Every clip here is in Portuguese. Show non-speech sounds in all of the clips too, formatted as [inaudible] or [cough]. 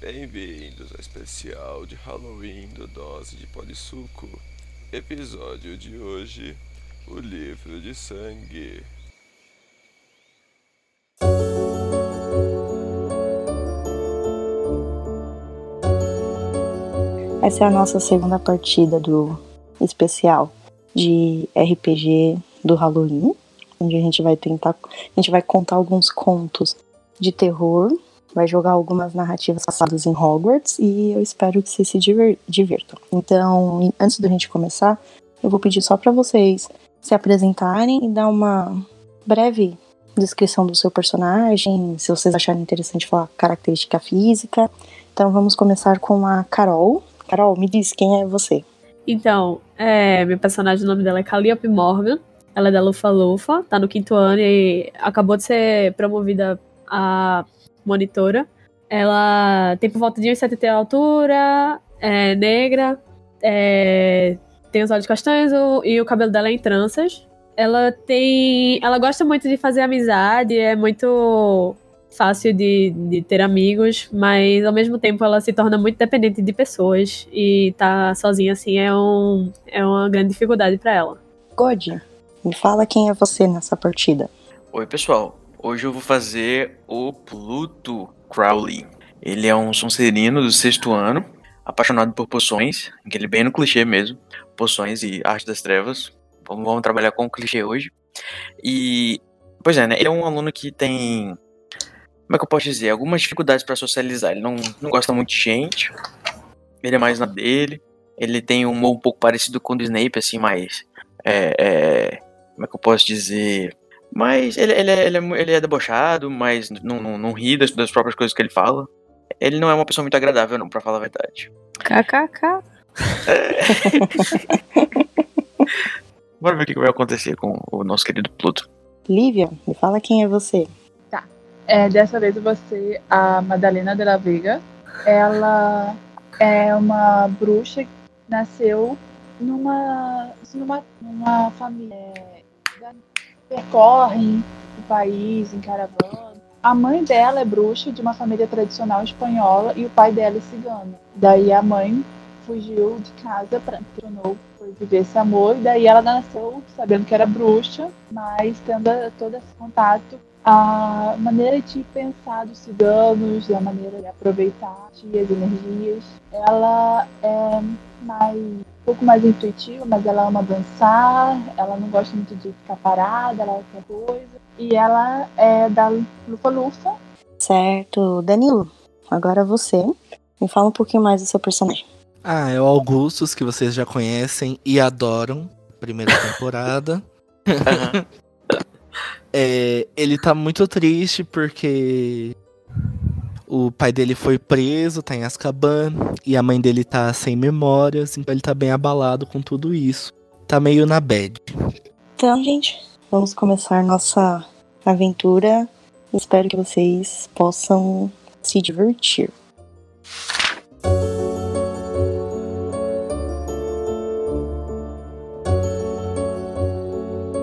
Bem-vindos ao especial de Halloween do Dose de Polissuco. Episódio de hoje: O Livro de Sangue. Essa é a nossa segunda partida do especial de RPG do Halloween, onde a gente vai tentar, a gente vai contar alguns contos de terror vai jogar algumas narrativas passadas em Hogwarts e eu espero que vocês se diver- divirtam. Então, antes da gente começar, eu vou pedir só para vocês se apresentarem e dar uma breve descrição do seu personagem, se vocês acharem interessante falar característica física. Então, vamos começar com a Carol. Carol, me diz quem é você. Então, é, meu personagem, o nome dela é Calliope Morgan. Ela é da Lufa Lufa, tá no quinto ano e acabou de ser promovida a monitora. Ela tem por volta de 1,70 de altura, é negra, é, tem os olhos castanhos o- e o cabelo dela é em tranças. Ela tem. Ela gosta muito de fazer amizade, é muito fácil de, de ter amigos, mas ao mesmo tempo ela se torna muito dependente de pessoas e tá sozinha assim é, um, é uma grande dificuldade para ela. God, me fala quem é você nessa partida. Oi, pessoal. Hoje eu vou fazer o Pluto Crowley. Ele é um sonserino do sexto ano, apaixonado por poções, aquele bem no clichê mesmo, poções e arte das trevas. Vamos, vamos trabalhar com o clichê hoje. E, pois é, né? Ele é um aluno que tem, como é que eu posso dizer, algumas dificuldades para socializar. Ele não, não gosta muito de gente, ele é mais na dele. Ele tem um humor um pouco parecido com o do Snape, assim, mas. é, é, como é que eu posso dizer? Mas ele, ele, é, ele, é, mu- ele é debochado, mas não, não, não ri das, das próprias coisas que ele fala. Ele não é uma pessoa muito agradável, não, pra falar a verdade. KKK. É. [laughs] Bora ver o que que vai acontecer com o nosso querido Pluto. Lívia, me fala quem é você. É, dessa vez eu vou ser a Madalena de la Vega. Ela é uma bruxa que nasceu numa, numa, numa família é, da- percorre o país em caravana. A mãe dela é bruxa de uma família tradicional espanhola e o pai dela é cigano. Daí a mãe fugiu de casa, pra- apaixonou por viver esse amor, e daí ela nasceu sabendo que era bruxa, mas tendo todo esse contato a maneira de pensar dos ciganos, a maneira de aproveitar as energias. Ela é mais, um pouco mais intuitiva, mas ela ama dançar, ela não gosta muito de ficar parada, ela quer coisa. E ela é da Lufa Lufa. Certo, Danilo, agora você. Me fala um pouquinho mais do seu personagem. Ah, é o Augustus, que vocês já conhecem e adoram. Primeira temporada. Aham. É, ele tá muito triste porque o pai dele foi preso, tá em Azkaban, e a mãe dele tá sem memórias, então ele tá bem abalado com tudo isso. Tá meio na bad. Então, gente, vamos começar nossa aventura. Espero que vocês possam se divertir.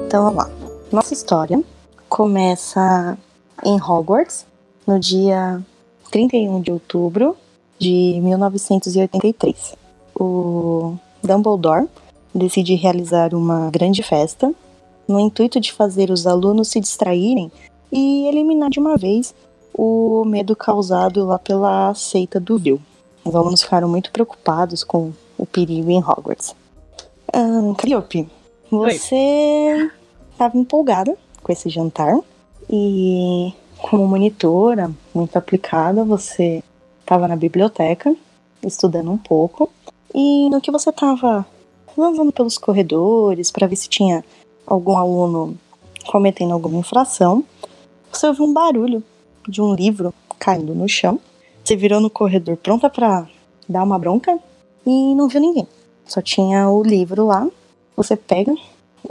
Então, vamos lá. Nossa história começa em Hogwarts, no dia 31 de outubro de 1983. O Dumbledore decide realizar uma grande festa no intuito de fazer os alunos se distraírem e eliminar de uma vez o medo causado lá pela seita do Vil. Os alunos ficaram muito preocupados com o perigo em Hogwarts. Ahn, Calliope, você estava empolgada com esse jantar e, como monitora muito aplicada, você estava na biblioteca estudando um pouco. E no que você estava andando pelos corredores para ver se tinha algum aluno cometendo alguma infração, você ouviu um barulho de um livro caindo no chão. Você virou no corredor pronta para dar uma bronca e não viu ninguém. Só tinha o livro lá. Você pega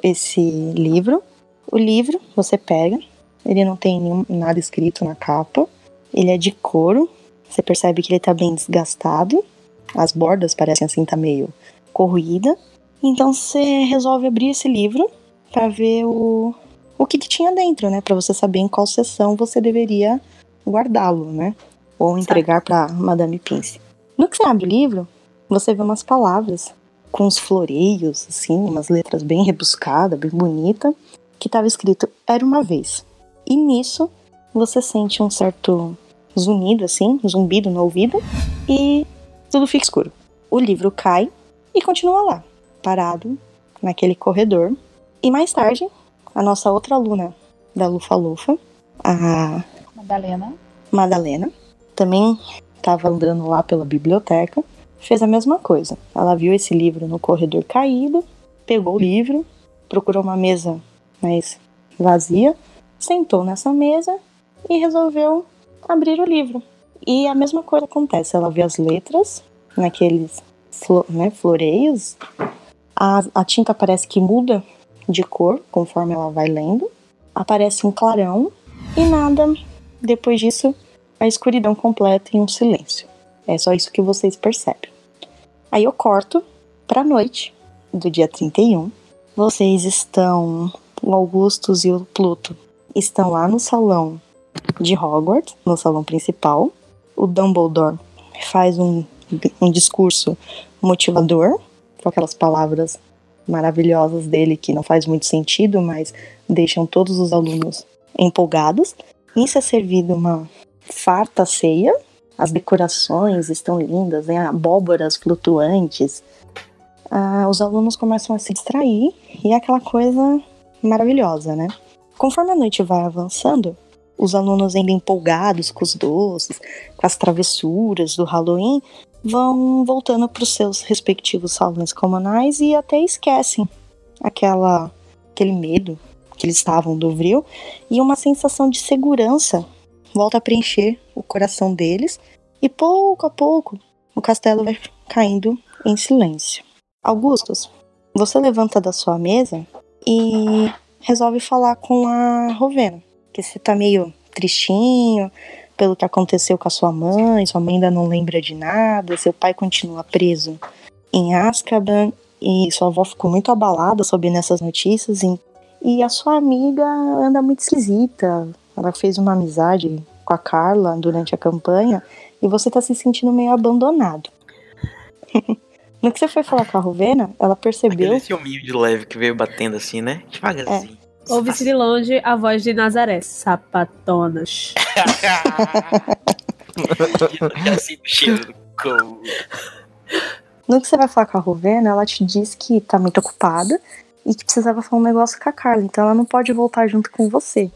esse livro. O livro você pega. Ele não tem nenhum- nada escrito na capa. Ele é de couro. Você percebe que ele tá bem desgastado. As bordas parecem assim, tá meio corroída. Então você resolve abrir esse livro para ver o, o que, que tinha dentro, né? Para você saber em qual sessão você deveria guardá-lo, né? ou entregar para Madame Pince. No que você abre o livro, você vê umas palavras com uns floreios, assim, umas letras bem rebuscadas, bem bonita, que estava escrito Era uma vez. E nisso você sente um certo zunido, assim, um zumbido no ouvido, e tudo fica escuro. O livro cai e continua lá, parado naquele corredor. E mais tarde, a nossa outra aluna da Lufa Lufa, a Madalena. Madalena, também estava andando lá pela biblioteca, fez a mesma coisa. Ela viu esse livro no corredor caído, pegou o livro, procurou uma mesa mais vazia, sentou nessa mesa e resolveu abrir o livro. E a mesma coisa acontece, ela vê as letras naqueles flo- né, floreios, a, a tinta parece que muda de cor conforme ela vai lendo, aparece um clarão e nada depois disso a escuridão completa e um silêncio. É só isso que vocês percebem. Aí eu corto pra noite do dia 31. Vocês estão, o Augustus e o Pluto estão lá no salão de Hogwarts, no salão principal. O Dumbledore faz um, um discurso motivador, com aquelas palavras maravilhosas dele que não faz muito sentido, mas deixam todos os alunos empolgados. Nisso é servido uma farta ceia. As decorações estão lindas, né? abóboras flutuantes. Ah, os alunos começam a se distrair e é aquela coisa maravilhosa, né? Conforme a noite vai avançando, os alunos ainda empolgados com os doces, com as travessuras do Halloween, vão voltando para os seus respectivos salões comunais e até esquecem aquela, aquele medo que eles estavam do vril e uma sensação de segurança volta a preencher o coração deles e pouco a pouco o castelo vai caindo em silêncio. Augustus, você levanta da sua mesa e resolve falar com a Rovena, que você tá meio tristinho pelo que aconteceu com a sua mãe, sua mãe ainda não lembra de nada, seu pai continua preso em Azkaban e sua avó ficou muito abalada sob essas notícias e, e a sua amiga anda muito esquisita, ela fez uma amizade com a Carla durante a campanha e você tá se sentindo meio abandonado. [laughs] no que você foi falar com a Rovena, ela percebeu. Aquele filminho de leve que veio batendo assim, né? Devagarzinho. Ouve-se [laughs] de longe a voz de Nazaré, sapatonas. [laughs] [laughs] E assim, o cheiro do couro. No que você vai falar com a Rovena, ela te diz que tá muito ocupada e que precisava falar um negócio com a Carla, então ela não pode voltar junto com você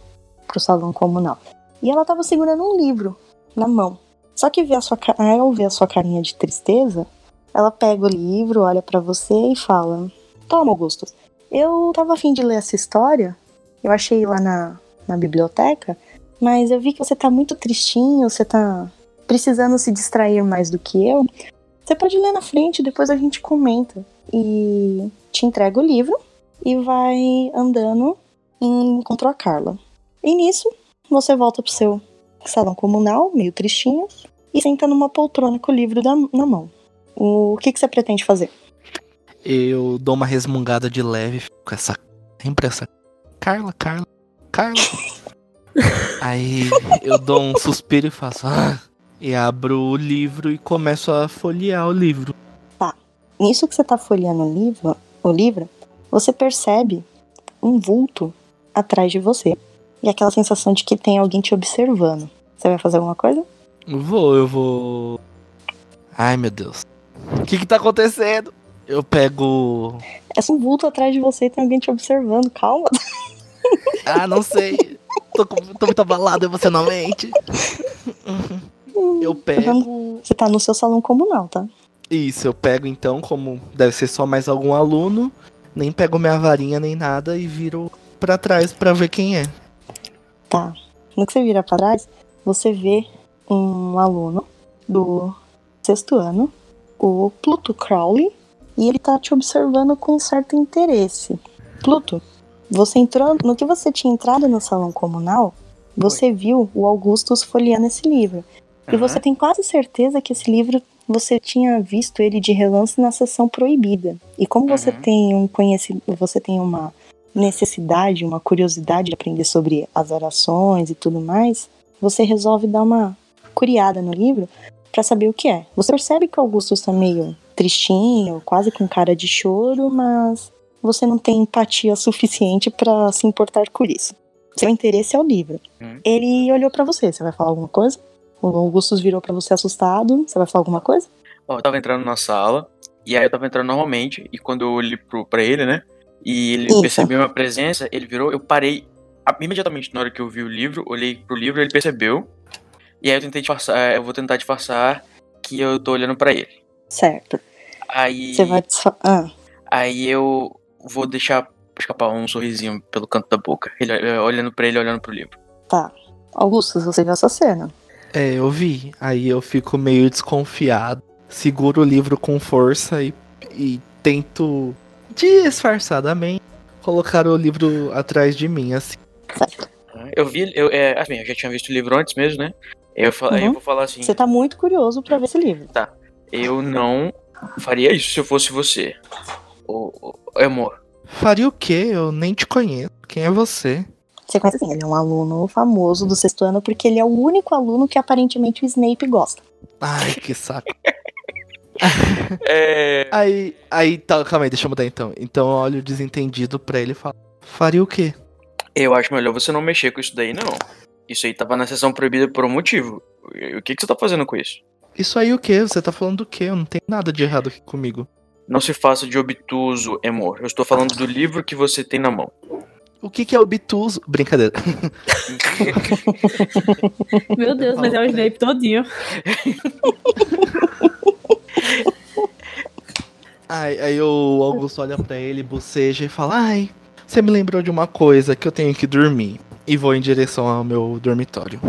pro salão comunal. E ela tava segurando um livro na mão. Só que vê a sua, ca- ao ver a sua carinha de tristeza, ela pega o livro, olha pra você e fala: Toma, Augusto, eu tava afim de ler essa história, eu achei lá na, na biblioteca, mas eu vi que você tá muito tristinho, você tá precisando se distrair mais do que eu. Você pode ler na frente, depois a gente comenta. E te entrega o livro e vai andando e encontrou a Carla. E nisso, você volta pro seu salão comunal, meio tristinho, e senta numa poltrona com o livro da- na mão. O que, que você pretende fazer? Eu dou uma resmungada de leve com essa. Sempre essa. Carla, Carla, Carla. Aí eu dou um suspiro e faço. "Ah", e abro o livro e começo a folhear o livro. Nisso que você tá folheando o livro, o livro, você percebe um vulto atrás de você. E aquela sensação de que tem alguém te observando. Você vai fazer alguma coisa? Eu Vou, eu vou. Ai meu Deus. O que que tá acontecendo? Eu pego. É só um vulto atrás de você e tem alguém te observando. Calma. Ah, não sei. Tô, com- tô muito abalado emocionalmente. Eu pego. Você tá no seu salão comunal, tá? Isso, eu pego então, como deve ser só mais algum aluno, nem pego minha varinha nem nada e viro pra trás pra ver quem é. Tá. No que você vira pra trás, você vê um aluno do sexto ano, o Pluto Crowley, e ele tá te observando com certo interesse. Pluto, você entrou. No que você tinha entrado no salão comunal, você viu o Augustus folheando esse livro. E Aham. você tem quase certeza que esse livro você tinha visto ele de relance na sessão proibida. E como você Uhum. tem um conhecimento, você tem uma necessidade, uma curiosidade de aprender sobre as orações e tudo mais, você resolve dar uma curiada no livro pra saber o que é. Você percebe que o Augusto está meio tristinho, quase com cara de choro, mas você não tem empatia [laughs] suficiente pra se importar com isso. Seu interesse é o livro. Hum. Ele olhou pra você, você vai falar alguma coisa? O Augustus virou pra você assustado, você vai falar alguma coisa? Ó, eu tava entrando na sala, e aí eu tava entrando normalmente, e quando eu olhei pro, pra ele, né? E ele Isso. percebeu minha presença, ele virou, eu parei a- imediatamente na hora que eu vi o livro, olhei pro livro, ele percebeu. E aí eu tentei disfarçar, eu vou tentar disfarçar que eu tô olhando pra ele. Certo. Aí. Você vai desfa- ah, Aí eu vou deixar escapar um sorrisinho pelo canto da boca. Ele, eh, olhando pra ele, olhando pro livro. Augustus, você viu essa cena? É, eu vi. Aí eu fico meio desconfiado. Seguro o livro com força e, e tento disfarçadamente colocar o livro atrás de mim, assim. Certo. Eu vi, eu, é, assim, eu já tinha visto o livro antes mesmo, né? Eu, fa- aí eu Uhum. vou falar assim, Você tá muito curioso pra ver esse livro. eu não faria isso se eu fosse você. Ô, ô, ô, amor, Faria o quê? Eu nem te conheço. Quem é você? Você conhece assim, ele é um aluno famoso do sexto ano porque ele é o único aluno que aparentemente o Snape gosta. Ai, que saco. é, Aí, aí, tá, calma aí, deixa eu mudar então. Então eu olho desentendido pra ele e falo: Faria o quê? eu acho melhor você não mexer com isso daí, não. Isso aí tava na sessão proibida por um motivo. E- O que, que você tá fazendo com isso? Isso aí o quê? Você tá falando do quê? Eu não tenho nada de errado aqui comigo. Não se faça de obtuso, amor. Eu estou falando do livro que você tem na [laughs] mão. O que, que é obtuso? Brincadeira. Meu Deus, mas é o Snape todinho. Ai, aí o Augusto olha pra ele, boceja e fala: Ai, você me lembrou de uma coisa que eu tenho que dormir. E vou em direção ao meu dormitório.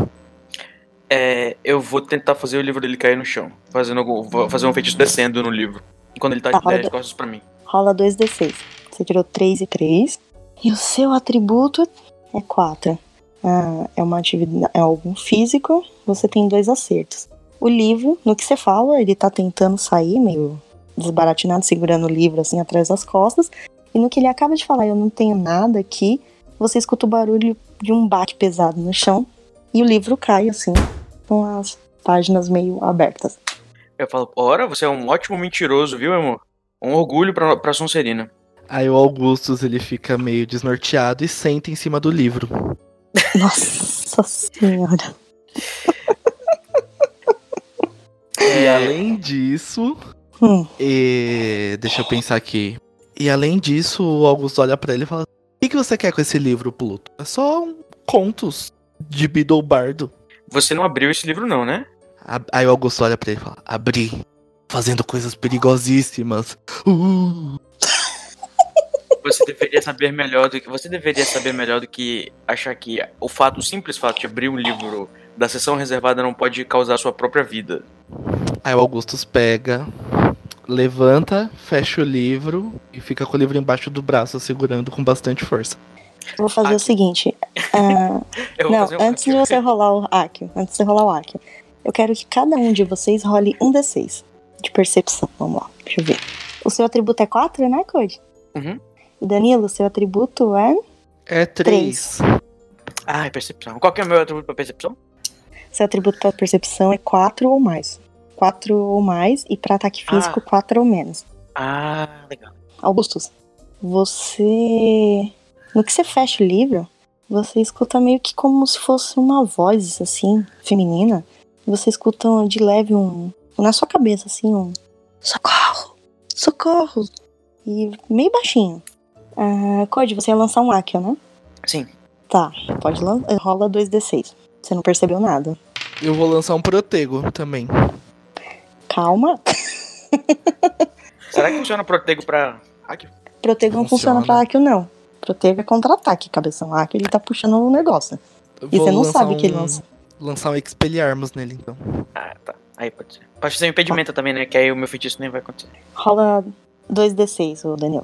É, eu vou tentar fazer o livro dele cair no chão. Fazendo algum, vou fazer um feitiço descendo no livro. Enquanto ele tá Tá, de roda. as costas pra mim. Rola 2d6. Você tirou 3 e 3. E o seu atributo é 4. Ah, é uma atividade, é algum físico, você tem dois acertos. O livro, no que você fala, ele tá tentando sair, meio desbaratinado, segurando o livro assim atrás das costas. E no que ele acaba de falar, eu não tenho nada aqui, você escuta o barulho de um baque pesado no chão e o livro cai assim, com as páginas meio abertas. [laughs] Eu falo, ora, você é um ótimo mentiroso, viu, amor? Um orgulho pra, pra Sonserina. Aí o Augustus ele fica meio desnorteado e senta em cima do livro. Nossa senhora. E É, além disso. Hum. e- Deixa eu pensar aqui. E além disso, o Augusto olha pra ele e fala: O que, que você quer com esse livro, Pluto? É só um contos de Bidobardo. você não abriu esse livro, não, né? A- Aí o Augusto olha pra ele e fala: Abri. Fazendo coisas perigosíssimas. Uh. Você deveria saber melhor do que. Você deveria saber melhor do que achar que o fato, o simples fato de abrir um livro da sessão reservada não pode causar a sua própria vida. Aí o Augustus pega, levanta, fecha o livro e fica com o livro embaixo do braço, segurando com bastante força. Eu vou fazer Aqui. o [laughs] seguinte. ah, Eu vou Não, fazer um antes de você rolar o Akio, antes de você rolar o Akio, eu quero que cada um de vocês role um D6 de percepção. Vamos lá, deixa eu ver. O seu atributo é 4, né, Code? Uhum. E Danilo, o seu atributo é. É três. Ah, é percepção. Qual que é o meu atributo pra percepção? Seu atributo para percepção é 4 ou mais. 4 ou mais, e para ataque físico, 4 ou menos. Ah, legal. Augustus, você. No que você fecha o livro, você escuta meio que como se fosse uma voz, assim, feminina. Você escuta de leve um. Na sua cabeça, assim, um. Socorro! Socorro! E meio baixinho. Ah, Code, você ia lançar um Akio, né? Sim. Tá, pode lançar. Rola 2d6. Você não percebeu nada. Eu vou lançar um protego também. Calma. [laughs] Será que funciona protego pra. Aqui. Protego não funciona, Funciona. pra Akio, não. Protego é contra-ataque, cabeção. Akio, ele tá puxando o negócio. Eu E vou você não lançar sabe que ele um- lança. Lançar um Expelliarmus nele, então. Ah, tá. Aí pode ser. Pode ser um impedimento também, né? Que aí o meu feitiço nem vai acontecer. Rola 2d6, o Danilo.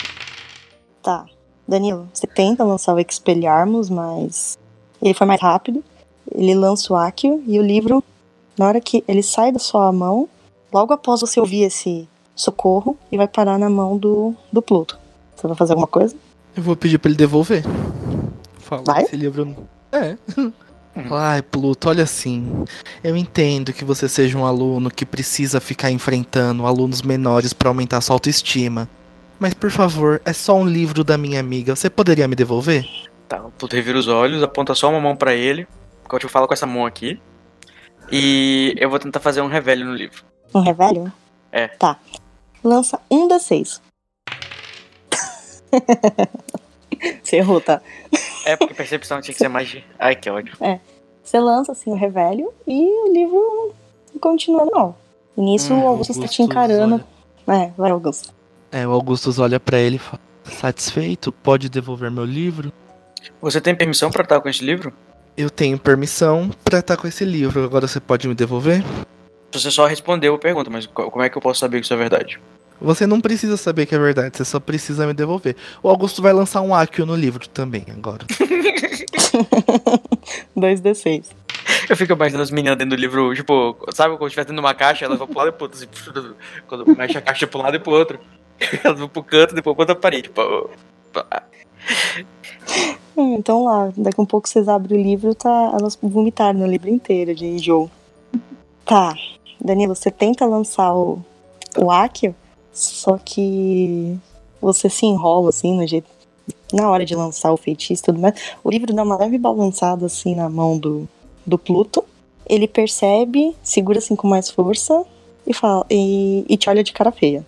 Tá. Danilo, você tenta lançar o Expelliarmus, mas ele foi mais rápido. Ele lança o Akio e o livro, na hora que ele sai da sua mão, logo após você ouvir esse socorro, e vai parar na mão do, do Pluto. Você vai fazer alguma coisa? Eu vou pedir pra ele devolver. Fala, Vai? esse livro. É. Ai, Pluto, olha assim. Eu entendo que você seja um aluno que precisa ficar enfrentando alunos menores pra aumentar sua autoestima. Mas por favor, é só um livro da minha amiga. Você poderia me devolver? Tá, o Pluto revira os olhos, aponta só uma mão pra ele. Enquanto eu falo com essa mão aqui. E eu vou tentar fazer um revelio no livro. Um revelio? É. Tá. Lança um das seis. [laughs] Você errou, tá? É, porque percepção tinha que ser mais. de- Ai, que ódio. Você lança assim o revelio e o livro continua normal. E nisso Hum, o Augusto É, está te Augustus, encarando. É, vai, Augusto. É, o Augustus olha pra ele e fala: Satisfeito? Pode devolver meu livro? Você tem permissão pra estar com esse livro? Eu tenho permissão pra estar com esse livro. Agora você pode me devolver? Você só respondeu a pergunta, mas co- como é que eu posso saber que isso é verdade? Você não precisa saber que é verdade, você só precisa me devolver. O Augusto vai lançar um Accio no livro também agora. Dois d seis. Eu fico imaginando as meninas dentro do livro, tipo, sabe quando estiver dentro de uma caixa, elas vão pro lado e pro outro, assim, [laughs] quando mexe a caixa pro lado e pro outro. [laughs] Elas vão pro canto, depois pra outra parede. Tipo, Hum, então lá, daqui um pouco vocês abrem o livro, tá? Elas vomitaram no livro inteiro de enjoo. Tá. Danilo, você tenta lançar o, o Akio, só que você se enrola assim no jeito. Na hora de lançar o feitiço e tudo mais. O livro dá uma leve balançada assim na mão do, do Pluto. Ele percebe, segura assim com mais força e fala. E, e te olha de cara feia.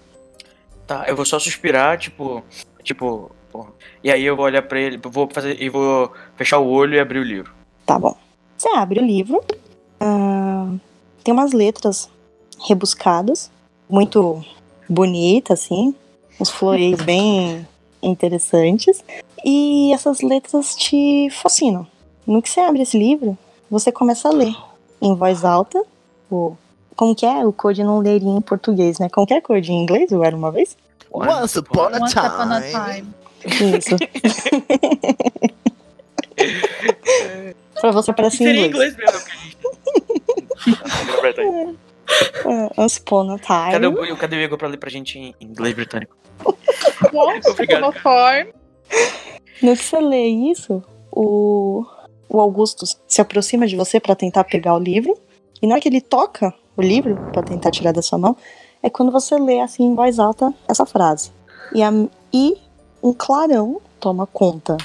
tá, eu vou só suspirar, tipo, tipo, porra. E aí eu vou olhar pra ele, vou fazer, e vou fechar o olho e abrir o livro. Tá bom. Você abre o livro. ah, tem umas letras rebuscadas, muito bonitas, assim. Uns floreios bem interessantes. E essas letras te fascinam. No que você abre esse livro, você começa a ler em voz alta. O, como que é? O Code não leria em português, né? Como que é Code em inglês? Eu era uma vez? Once upon a Once upon a time. time. Isso. [laughs] pra você parece em Seria em inglês. inglês mesmo. porque a tá gente- Agora tá aí. É, Once upon a time. Cadê o, cadê o Igor pra ler pra gente em inglês britânico? [laughs] Once Obrigado, upon a time. No que você lê isso, o, o Augusto se aproxima de você pra tentar pegar o livro. E na hora que ele toca o livro pra tentar tirar da sua mão, é quando você lê assim em voz alta essa frase. E, a- e um clarão toma conta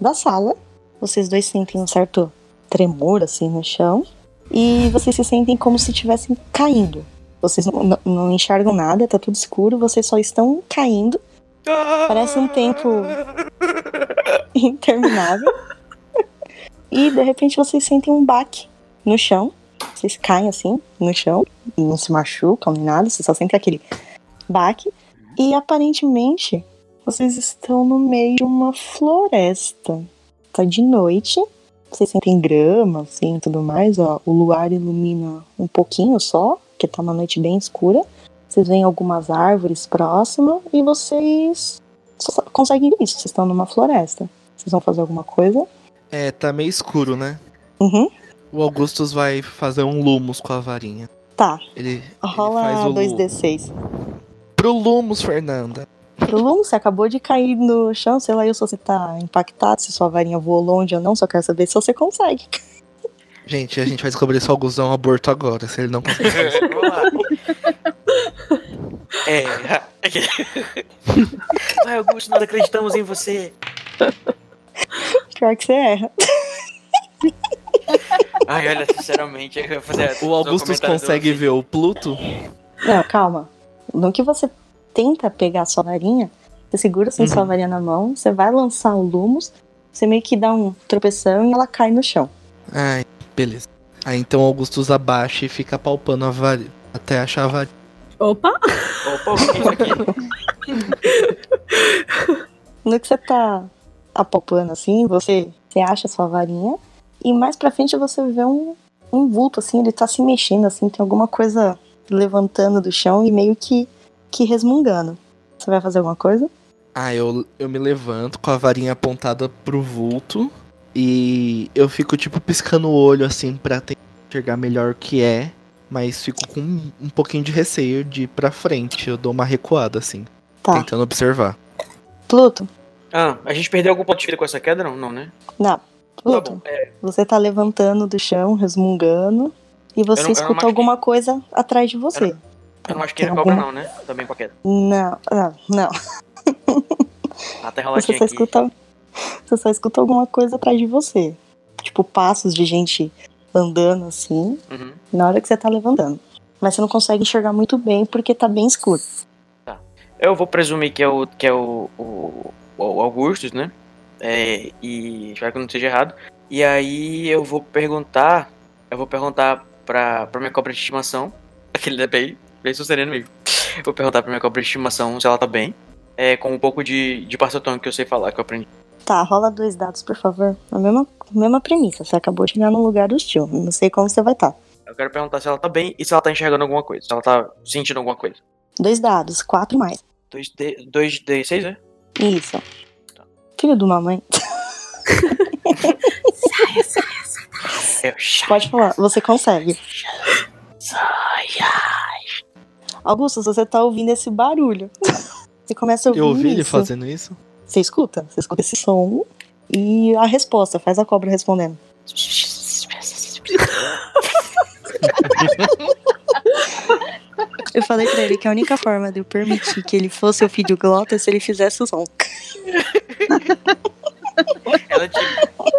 da sala. Vocês dois sentem um certo tremor assim no chão. E vocês se sentem como se estivessem caindo. Vocês não- não, não enxergam nada, tá tudo escuro, vocês só estão caindo Parece um tempo [laughs] interminável. E de repente vocês sentem um baque no chão. Vocês caem assim no chão, e não se machucam nem nada, vocês só sentem aquele baque. E aparentemente vocês estão no meio de uma floresta. Tá de noite, vocês sentem grama assim e tudo mais, ó. O luar ilumina um pouquinho só, porque tá uma noite bem escura. Vocês veem algumas árvores próximas e vocês só conseguem ver isso. Vocês estão numa floresta. Vocês vão fazer alguma coisa? É, tá meio escuro, né? Uhum. O Augustus vai fazer um Lumos com a varinha. Tá. Ele, ele faz Rola o 2D6. Pro Lumos, Fernanda. Pro Lum, você acabou de cair no chão, sei lá eu se você tá impactado, se sua varinha voou longe ou não, só quero saber se você consegue. [laughs] Gente, a gente vai descobrir se o Augusto é um aborto agora, se ele não conseguir. Vamos lá. [laughs] É. Vai, Augusto, nós acreditamos em você. Pior que você erra. Ai, olha, sinceramente, eu ia fazer O Augustus consegue ver o Pluto? Não, calma. No que você tenta pegar a sua varinha, você segura assim Uhum. sua varinha na mão, você vai lançar o Lumos, você meio que dá um tropeção e ela cai no chão. Ai, beleza. Aí então o Augustus abaixa e fica palpando a varinha. Até achar a varinha. Opa! Opa, o que é isso aqui? No que você tá apalpando assim, você, você acha a sua varinha e mais pra frente você vê um, um vulto assim, ele tá se mexendo assim, tem alguma coisa levantando do chão e meio que, que resmungando. Você vai fazer alguma coisa? Ah, eu, eu me levanto com a varinha apontada pro vulto. E eu fico, tipo, piscando o olho, assim, pra tentar enxergar melhor o que é. Mas fico com um, um pouquinho de receio de ir pra frente. Eu dou uma recuada, assim, Tá. tentando observar. Pluto? Ah, a gente perdeu algum ponto de vida com essa queda? Não, não, né? Não. Tá Luto, bom. É, você tá levantando do chão, resmungando, e Eu você não- eu não escuta machuquei. alguma coisa atrás de você. eu não acho que Tem ele cobra, alguma- não, né? Também qualquer. Não, ah, não. Até Você roladinha só, aqui. escuta, [laughs] você só escuta alguma coisa atrás de você. Tipo, passos de gente andando assim, Uhum. na hora que você tá levantando. Mas você não consegue enxergar muito bem porque tá bem escuro. Eu vou presumir que é o, que é o, o, o Augustus, né? É, e espero que eu não esteja errado. E aí eu vou perguntar. Eu vou perguntar pra, pra minha cobra de estimação. [laughs] Aquele da bem, bem sereno mesmo. Vou perguntar pra minha cobra de estimação se ela tá bem. É, com um pouco de, de passotão que eu sei falar, que eu aprendi. Tá, rola dois dados, por favor. A mesma, mesma premissa. Você acabou de chegar no lugar hostil. Não sei como você vai tá. estar. Eu quero perguntar se ela tá bem e se ela tá enxergando alguma coisa. Se ela tá sentindo alguma coisa. Dois dados, quatro mais. 2D, 2D6, né? Isso. Filho do mamãe. Eu já. Pode falar, você consegue. Augusto, você tá ouvindo esse barulho. [laughs] Você começa a ouvir. Eu ouvi ele isso. fazendo isso? Você escuta? Você escuta esse som e a resposta, faz a cobra respondendo. Eu falei pra ele que a única forma de eu permitir que ele fosse o filho glota é se ele fizesse o som. [laughs] Ela te...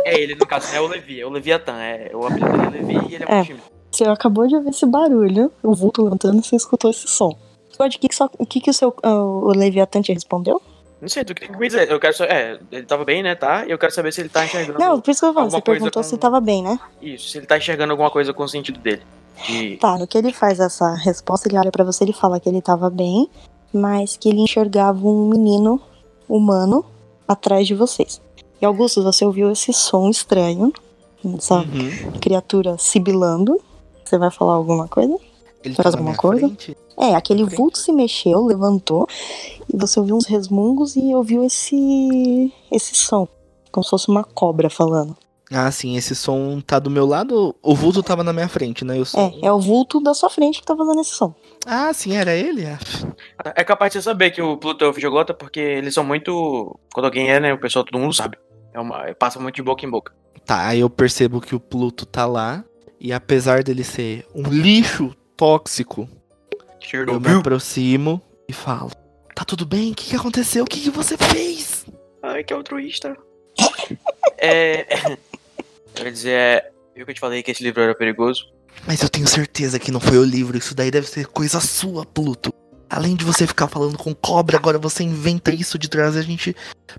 É ele, no caso, é o Levi, é o Leviatã. É, o apelido dele é Levi e ele é, É. muito tímido. Você acabou de ouvir esse barulho, o vulto levantando, você escutou esse som. Pode, o que, que, só- o que que o seu ah, o Leviatã te respondeu? Não sei, tu que tem que me dizer. Eu quero saber. É, ele tava bem, né? Tá? E eu quero saber se ele tá enxergando. Não, por isso que eu falo, Alguma você coisa perguntou com- se tava bem, né? Isso, se ele tá enxergando alguma coisa com o sentido dele. De... Tá, no que ele faz essa resposta, ele olha pra você e fala que ele tava bem, mas que ele enxergava um menino humano atrás de vocês. E Augusto, você ouviu esse som estranho, essa Uhum. criatura sibilando. Você vai falar alguma coisa? Ele Faz tá na alguma minha coisa? frente? É, aquele Frente. vulto se mexeu, levantou, e você ouviu uns resmungos e ouviu esse esse som, como se fosse uma cobra falando. Ah, sim, esse som tá do meu lado. O vulto tava na minha frente, né? Eu sou... É, é o vulto da sua frente que tá fazendo esse som. Ah, sim, era ele? Ah, É capaz de você saber que o Pluto é o Fijoglota, porque eles são muito. Quando alguém é, né? O pessoal, todo mundo sabe. É uma... Passa muito de boca em boca. Tá, aí eu percebo que o Pluto tá lá. E apesar dele ser um lixo tóxico, eu me Chernobyl. aproximo e falo: Tá tudo bem? O que, que aconteceu? O que, que você fez? Ai, que altruísta. é. [laughs] Eu ia dizer, é. Viu que eu te falei que esse livro era perigoso? Mas eu tenho certeza que não foi o livro. Isso daí deve ser coisa sua, Pluto. Além de você ficar falando com cobra, agora você inventa isso de trazer a gente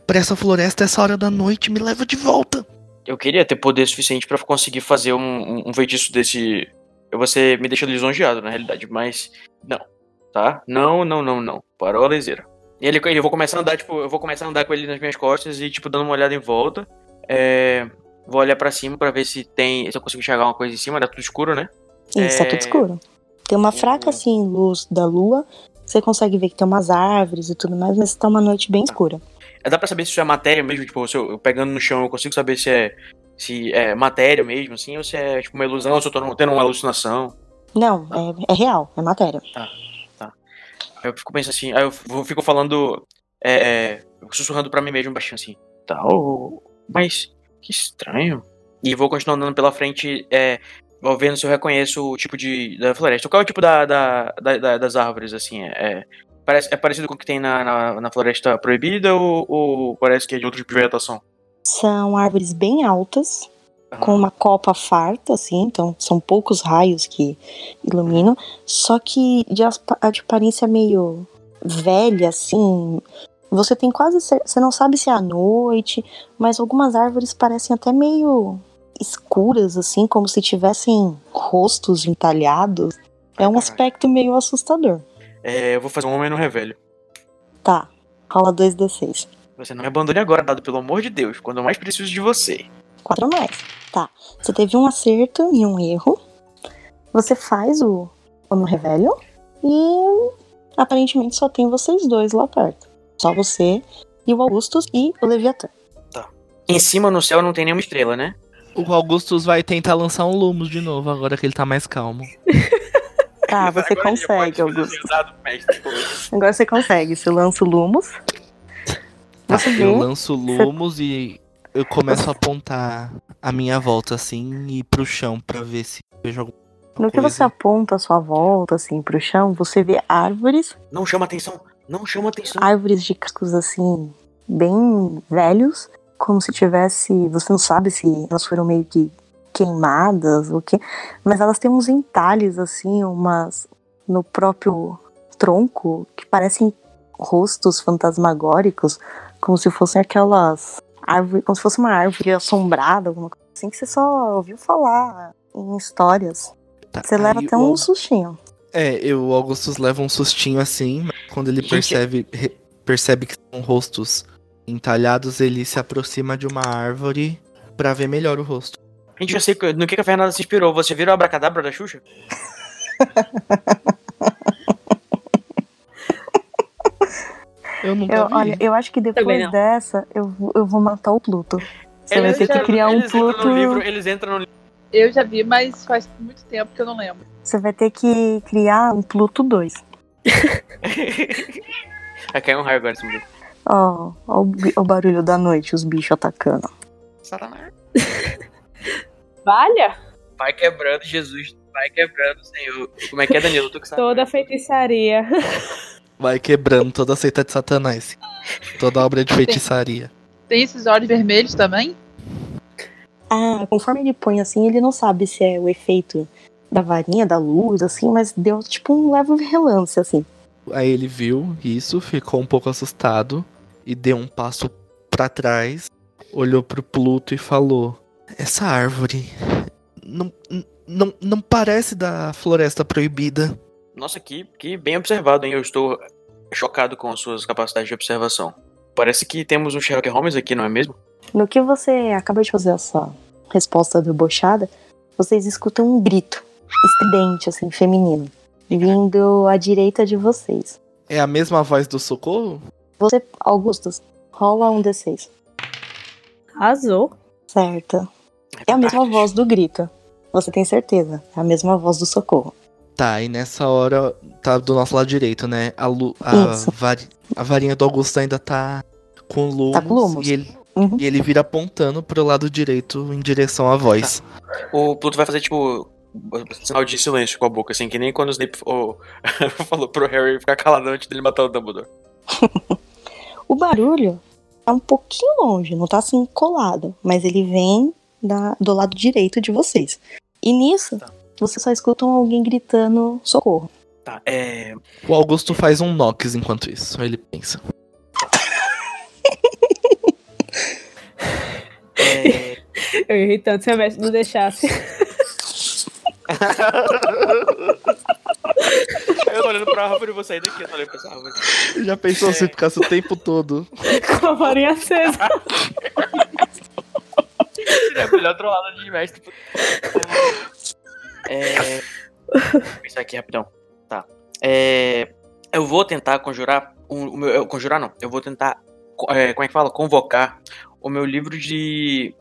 pra essa floresta essa hora da noite. Me leva de volta. Eu queria ter poder suficiente pra conseguir fazer um, um- um feitiço desse. Você me deixa lisonjeado, na realidade, mas. Não. Tá? Não, não, não, não. Parou a leseira. E ele, ele- eu vou começar a andar, tipo, eu vou começar a andar com ele nas minhas costas e, tipo, dando uma olhada em volta. É, Vou olhar pra cima pra ver se tem. Se eu consigo enxergar uma coisa em cima, tá tudo escuro, né? Isso, É. é tudo escuro. Tem uma fraca, assim, luz da lua. Você consegue ver que tem umas árvores e tudo mais, mas tá uma noite bem escura. É, Dá pra saber se isso é matéria mesmo, tipo, se eu, eu pegando no chão eu consigo saber se é, se é matéria mesmo, assim, ou se é tipo uma ilusão, ou se eu tô tendo uma alucinação. Não, é, é real, é matéria. Aí eu fico pensando assim, aí eu vou- fico falando, é, é, sussurrando pra mim mesmo baixinho assim, tal, mas que estranho. E vou continuar andando pela frente, é, vou vendo se eu reconheço o tipo de, da floresta. Qual é o tipo da, da- da- da- das árvores, assim, é... é, Parece, é parecido com o que tem na, na, na floresta proibida ou, ou parece que é de outro tipo de vegetação? São árvores bem altas, com uma copa farta, assim, então são poucos raios que iluminam. Só que de, aspa- de aparência meio velha, assim. Você tem quase. cer- Você não sabe se é à noite, mas algumas árvores parecem até meio escuras, assim, como se tivessem rostos entalhados. É um Caralho. aspecto meio assustador. É, eu vou fazer um homem no revelho. Tá, rola 2d6. Você não me abandone agora, dado pelo amor de Deus, quando eu mais preciso de você. Quatro a mais. Tá. Você teve um acerto e um erro. Você faz o Homem Revelho. E aparentemente só tem vocês dois lá perto. Só você e o Augustus e o Leviatã. Em cima no céu não tem nenhuma estrela, né? O Augustus vai tentar lançar um Lumos de novo, agora que ele tá mais calmo. Tá, você consegue, Augustus. Agora Tá Tá. você consegue. Você lança o Lumos. Você eu vê. lanço Lumos e eu começo a apontar a minha volta assim e pro chão pra ver se eu vejo alguma No que coisa. você aponta a sua volta, assim, pro chão, você vê árvores, Não chama atenção! Não chama atenção! árvores de cascos, assim, bem velhos, como se tivesse. Você não sabe se elas foram meio que queimadas ou o quê, mas elas têm uns entalhes, assim, umas. no próprio tronco, que parecem rostos fantasmagóricos, como se fossem aquelas. árvores, como se fosse uma árvore assombrada, alguma coisa assim, que você só ouviu falar em histórias. Tá, Você leva aí até o um Au- sustinho. É, eu, o Augustus leva um sustinho assim, mas quando ele Gente, percebe, re- percebe que são rostos entalhados, ele se aproxima de uma árvore pra ver melhor o rosto. A gente já sei que- no que que a Fernanda se inspirou. Você virou a abracadabra da Xuxa? Eu nunca Eu, vi. olha, eu acho que Também depois não. dessa, eu, vou- eu vou matar o Pluto. Você Ele vai ter que já- criar um eles entram Pluto. no livro, eles entram no [laughs] livro. Eu já vi, mas faz muito tempo que eu não lembro. Você vai ter que criar um Pluto 2. Vai cair um raio agora, esse menino. Ó, ó o, bi- o barulho da noite, os bichos atacando. Satanás. Valha! Vai quebrando Jesus, vai quebrando Senhor. Como é que é, Danilo? Tu que [laughs] sabe. Toda feitiçaria. Vai quebrando toda a seita de Satanás. Toda [laughs] obra de feitiçaria. Tem esses olhos vermelhos também? Ah, conforme ele põe assim, ele não sabe se é o efeito da varinha, da luz, assim, mas deu tipo um leve relance, assim. Aí ele viu isso, ficou um pouco assustado e deu um passo pra trás, olhou pro Pluto e falou: Essa árvore não, não, não parece da floresta proibida. Nossa, que, que bem observado, hein? Eu estou chocado com as suas capacidades de observação. Parece que temos um Sherlock Holmes aqui, não é mesmo? No que você acaba de fazer essa resposta debochada, vocês escutam um grito estridente, assim, feminino, vindo à direita de vocês. É a mesma voz do socorro? Você, Augustus, rola um D6. Arrasou. Certo. É a mesma voz do grito. Você tem certeza. É a mesma voz do socorro. Tá, e nessa hora tá do nosso lado direito, né? A, lu- a, Isso. vari- a varinha do Augusto ainda tá com lumos, Tá com lumos. E, ele, Uhum. e ele vira apontando pro lado direito em direção à voz. O Pluto vai fazer, tipo, sinal de silêncio com a boca, assim, que nem quando o Snape o- [laughs] falou pro Harry ficar calado antes dele matar o Dumbledore. O barulho tá um pouquinho longe, não tá assim colado, mas ele vem da- do lado direito de vocês. E nisso, Tá. vocês só escutam alguém gritando socorro. Tá, é. O Augusto faz um Nox enquanto isso, ele pensa. é... Eu ia irritando se a mestre não deixasse. [laughs] eu olhando pra árvore, eu vou sair daqui, eu olhando pra essa árvore. Já pensou se se ficasse o tempo todo? Com a varinha acesa. É a melhor trollada de mestre. É... Vou pensar É, aqui rapidão. Tá. É... Eu vou tentar conjurar. um- o meu- eu- Conjurar não. Eu vou tentar. co- é, como é que fala? Convocar o meu livro de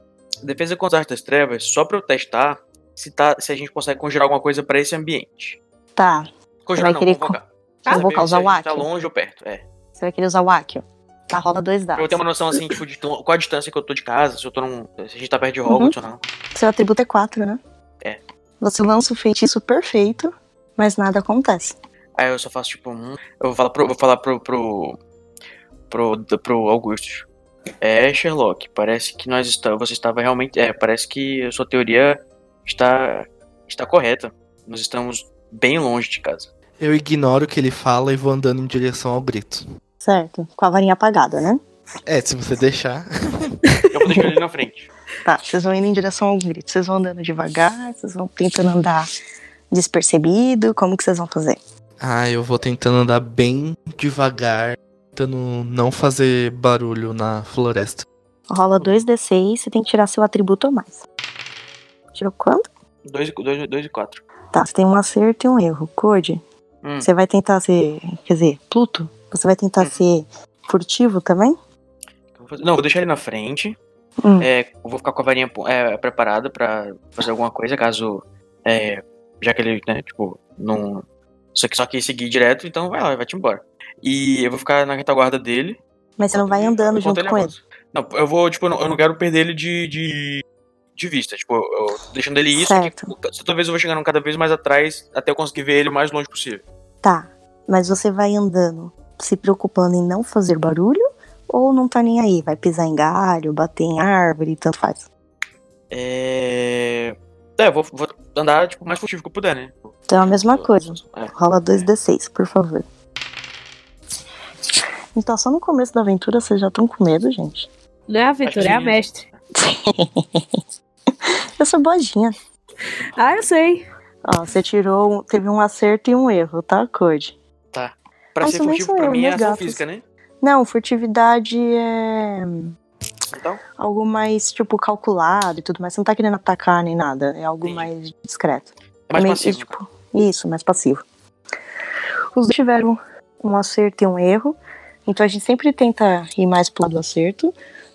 Defesa contra as Artes das Trevas só pra eu testar se, tá, se a gente consegue conjurar alguma coisa pra esse ambiente. Tá. Conjurar Vai não, querer convocar. Ah, Saber convocar, se usar a o gente hack. Tá longe ou perto, é. Você vai querer usar o Akio. Tá, rola dois Pra eu dados. ter uma noção assim, tipo, de tu- qual a distância que eu tô de casa, se eu tô num. Se a gente tá perto de Hogwarts Uhum. ou não. Seu atributo é quatro, né? É. Você lança o feitiço perfeito, mas nada acontece. Aí eu só faço tipo um. Eu vou falar pro. Vou falar pro. pro. pro, d- pro Augustus. É, Sherlock, parece que nós está, você estava realmente. É, parece que a sua teoria está. está correta. Nós estamos bem longe de casa. Eu ignoro o que ele fala e vou andando em direção ao grito. Certo. Com a varinha apagada, né? É, se você deixar. Eu vou deixar ele na frente. Tá, vocês vão indo em direção ao grito. Vocês vão andando devagar, vocês vão tentando andar despercebido. Como que vocês vão fazer? Ah, eu vou tentando andar bem devagar, tentando não fazer barulho na floresta. Rola 2d6, você tem que tirar seu atributo ou mais. Tirou quanto? 2 dois, dois e 4. Tá, você tem um acerto e um erro. Code, Hum. você vai tentar ser. Quer dizer, Pluto, você vai tentar Hum. ser furtivo também? Eu vou fazer- Não, eu vou deixar ele na frente. Hum. É, eu vou ficar com a varinha é, preparada pra fazer alguma coisa, caso. é, já que ele, né, tipo, não. Só que, só que seguir direto, então vai lá, vai-te embora. E eu vou ficar na retaguarda dele. um é Mas você não vai andando junto com ele. Não, eu vou, tipo, eu não, eu não quero perder ele de, de, de vista. Tipo, eu, eu- deixando ele isso, Certo. que, talvez eu vou chegando cada vez mais atrás até eu conseguir ver ele o mais longe possível. Tá, mas você vai andando se preocupando em não fazer barulho ou não tá nem aí? Vai pisar em galho, bater em árvore, tanto faz. É. É, eu vou, vou andar, tipo, o mais furtivo que eu puder, né? Então é a mesma coisa. É. Rola 2d6, por favor. Então, só no começo da aventura vocês já estão com medo, gente. Não é a aventura, é a mestre. Eu sou bodinha. Ah, eu sei. Ó, você tirou. um- Teve um acerto e um erro, tá, Code? Pra Nossa, ser nem furtivo, Ah, sou pra eu, mim é meus ação gatos. física, né? Não, furtividade é Então, algo mais, tipo, calculado e tudo mais. Você não tá querendo atacar nem nada. É algo Sim. mais discreto. é mais Meio- passivo. tipo, isso, mais passivo. Os dois tiveram um acerto e um erro. Então a gente sempre tenta ir mais pro lado do acerto.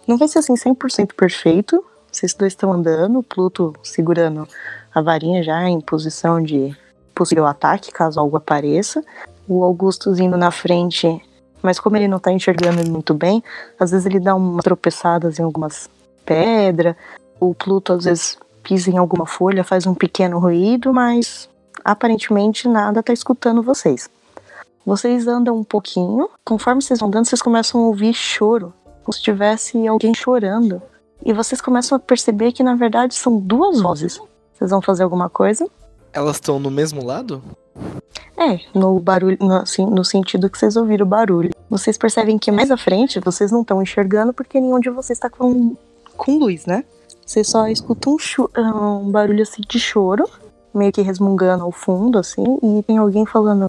Não vai ser assim 100% perfeito. Vocês dois estão andando, o Pluto segurando a varinha já em posição de possível ataque, caso algo apareça. O Augustus indo na frente, mas como ele não tá enxergando ele muito bem, às vezes ele dá umas tropeçadas em algumas pedras. O Pluto às vezes pisa em alguma folha, faz um pequeno ruído, mas aparentemente nada tá escutando vocês. Vocês andam um pouquinho, conforme vocês vão andando, vocês começam a ouvir choro, como se tivesse alguém chorando. E vocês começam a perceber que na verdade são duas vozes. Vocês vão fazer alguma coisa? Elas estão no mesmo lado? É, no barulho, no, assim, no sentido que vocês ouviram o barulho. Vocês percebem que mais à frente vocês não estão enxergando porque nenhum de vocês está com, com luz, né? Vocês só escutam um, chu- um barulho assim de choro, meio que resmungando ao fundo, assim, e tem alguém falando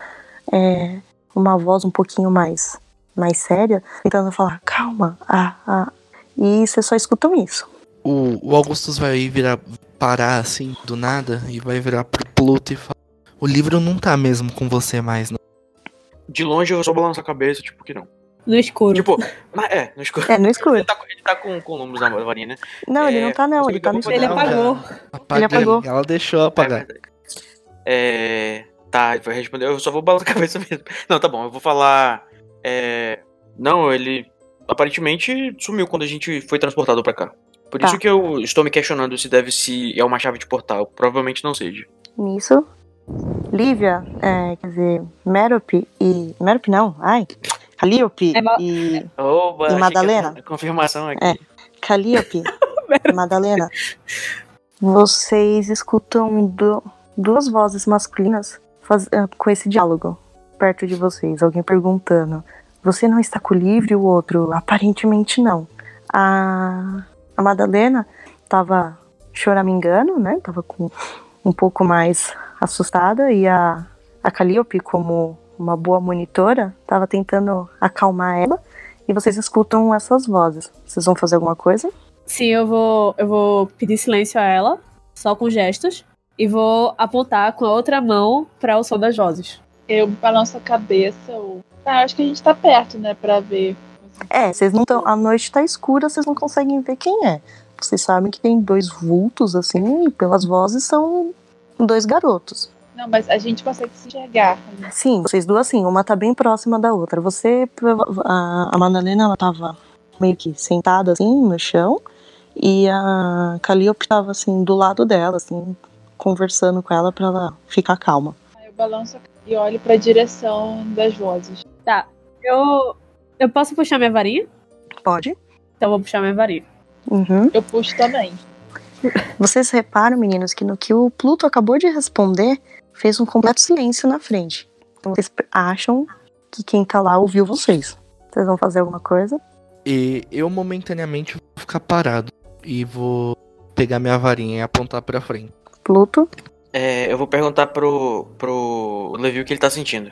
é, uma voz um pouquinho mais, mais séria, tentando falar, calma, ah, ah. E vocês só escutam isso. O, o Augustus vai virar parar assim do nada e vai virar pro Pluto e falar: O livro não tá mesmo com você mais, não. De longe eu só balanço a cabeça, tipo, que não. No escuro. Tipo, mas é, não [laughs] escuro. É, no escuro. Ele tá, com- ele tá com, com o lombo da varinha, né? Não, ele É, não tá, mas não, ele amiga, tá no eu vou escuro. Ele dar uma- apagou. Apaguei. apagou. Ela deixou eu É apagar. verdade. É. Tá, ele vai responder. Eu só vou balançar a cabeça [laughs] mesmo. Não, tá bom, eu vou falar. É. Não, ele aparentemente sumiu quando a gente foi transportado pra cá. Por Tá. isso que eu estou me questionando se deve se é uma chave de portal. Provavelmente não seja. Nisso, Lívia, é, quer dizer, Merope e. Merope não, ai. Calliope É ma- e. Oba, E achei que Madalena? era Confirmação aqui. É. Calliope e Madalena, vocês escutam du- duas vozes masculinas faz- eh, com esse diálogo perto de vocês. Alguém perguntando: Você não está com o livro? E o outro: Aparentemente não. A, a Madalena estava choramingando, né? Tava com um pouco mais assustada e a, a Calliope, como uma boa monitora, estava tentando acalmar ela. E vocês escutam essas vozes. Vocês vão fazer alguma coisa? Sim, eu vou, eu vou pedir silêncio a ela, só com gestos, e vou apontar com a outra mão pra o som das vozes. Eu balanço a cabeça. Ou... Ah, acho que a gente tá perto, né? Pra ver. É, vocês não estão. A noite tá escura, vocês não conseguem ver quem é. Vocês sabem que tem dois vultos, assim, e pelas vozes são dois garotos. Não, mas a gente consegue se enxergar. né? Sim, vocês duas, sim, uma tá bem próxima da outra. Você, prova- a, a Madalena, ela tava meio que sentada, assim, no chão, e a Calliope tava, assim, do lado dela, assim, conversando com ela pra ela ficar calma. Aí eu balanço a cabeça e olho pra direção das vozes. Eu, eu posso puxar minha varinha? Pode? Então eu vou puxar minha varinha. Uhum. Eu puxo também. Vocês reparam, meninos, que no que o Pluto acabou de responder, fez um completo silêncio na frente. Então vocês p- acham que quem tá lá ouviu vocês. Vocês vão fazer alguma coisa? E eu momentaneamente vou ficar parado e vou pegar minha varinha e apontar pra frente. Pluto, É, eu vou perguntar pro, pro Levi o que ele tá sentindo.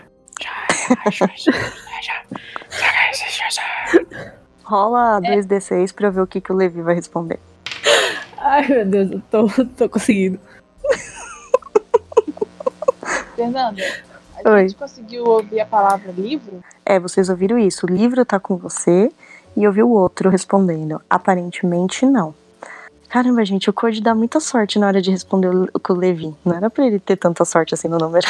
rola 2d6 pra eu ver o que, que o Levi vai responder. Ai, meu Deus, eu tô, [laughs] tô conseguindo. Fernanda, a Oi. gente conseguiu ouvir a palavra livro? É, vocês ouviram isso. O livro tá com você e eu vi o outro respondendo. Aparentemente, não. Caramba, gente, o Code dá muita sorte na hora de responder o- com o Levi. Não era pra ele ter tanta sorte assim no número.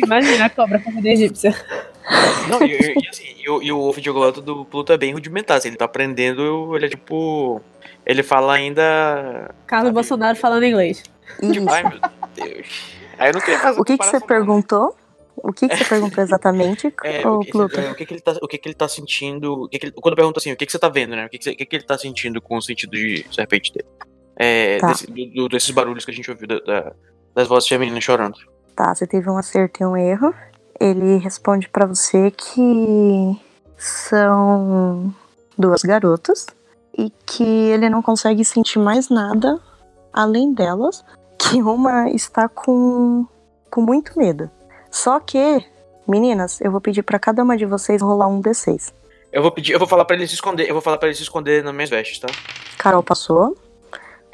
Imagina a cobra com a egípcia. Não, e, e- e assim, e o- e o ovo de Ogloto do Pluto é bem rudimentar, assim, ele tá aprendendo, ele é tipo. Ele fala ainda. Carlos Sabe? Bolsonaro falando inglês. [laughs] Tipo, ai meu Deus. Aí eu não queria fazer O que, que você comparação, não. perguntou? O que, que você [laughs] perguntou exatamente, É, ô o, que, Pluto? é, o que que ele tá, o que que ele tá sentindo? o que que ele- quando eu pergunto assim, o que, que você tá vendo, né? O que que, você- o que que ele tá sentindo com o sentido de serpente dele? É, Tá. desse- do- do- desses barulhos que a gente ouviu da- da- das vozes femininas chorando. Tá, você teve um acerto e um erro. Ele responde pra você que são duas garotas e que ele não consegue sentir mais nada além delas, que uma está com com muito medo. Só que, meninas, eu vou pedir pra cada uma de vocês rolar um D6. Eu vou pedir, eu vou falar pra ele se esconder, eu vou falar pra ele se esconder nas minhas vestes, tá? Carol passou.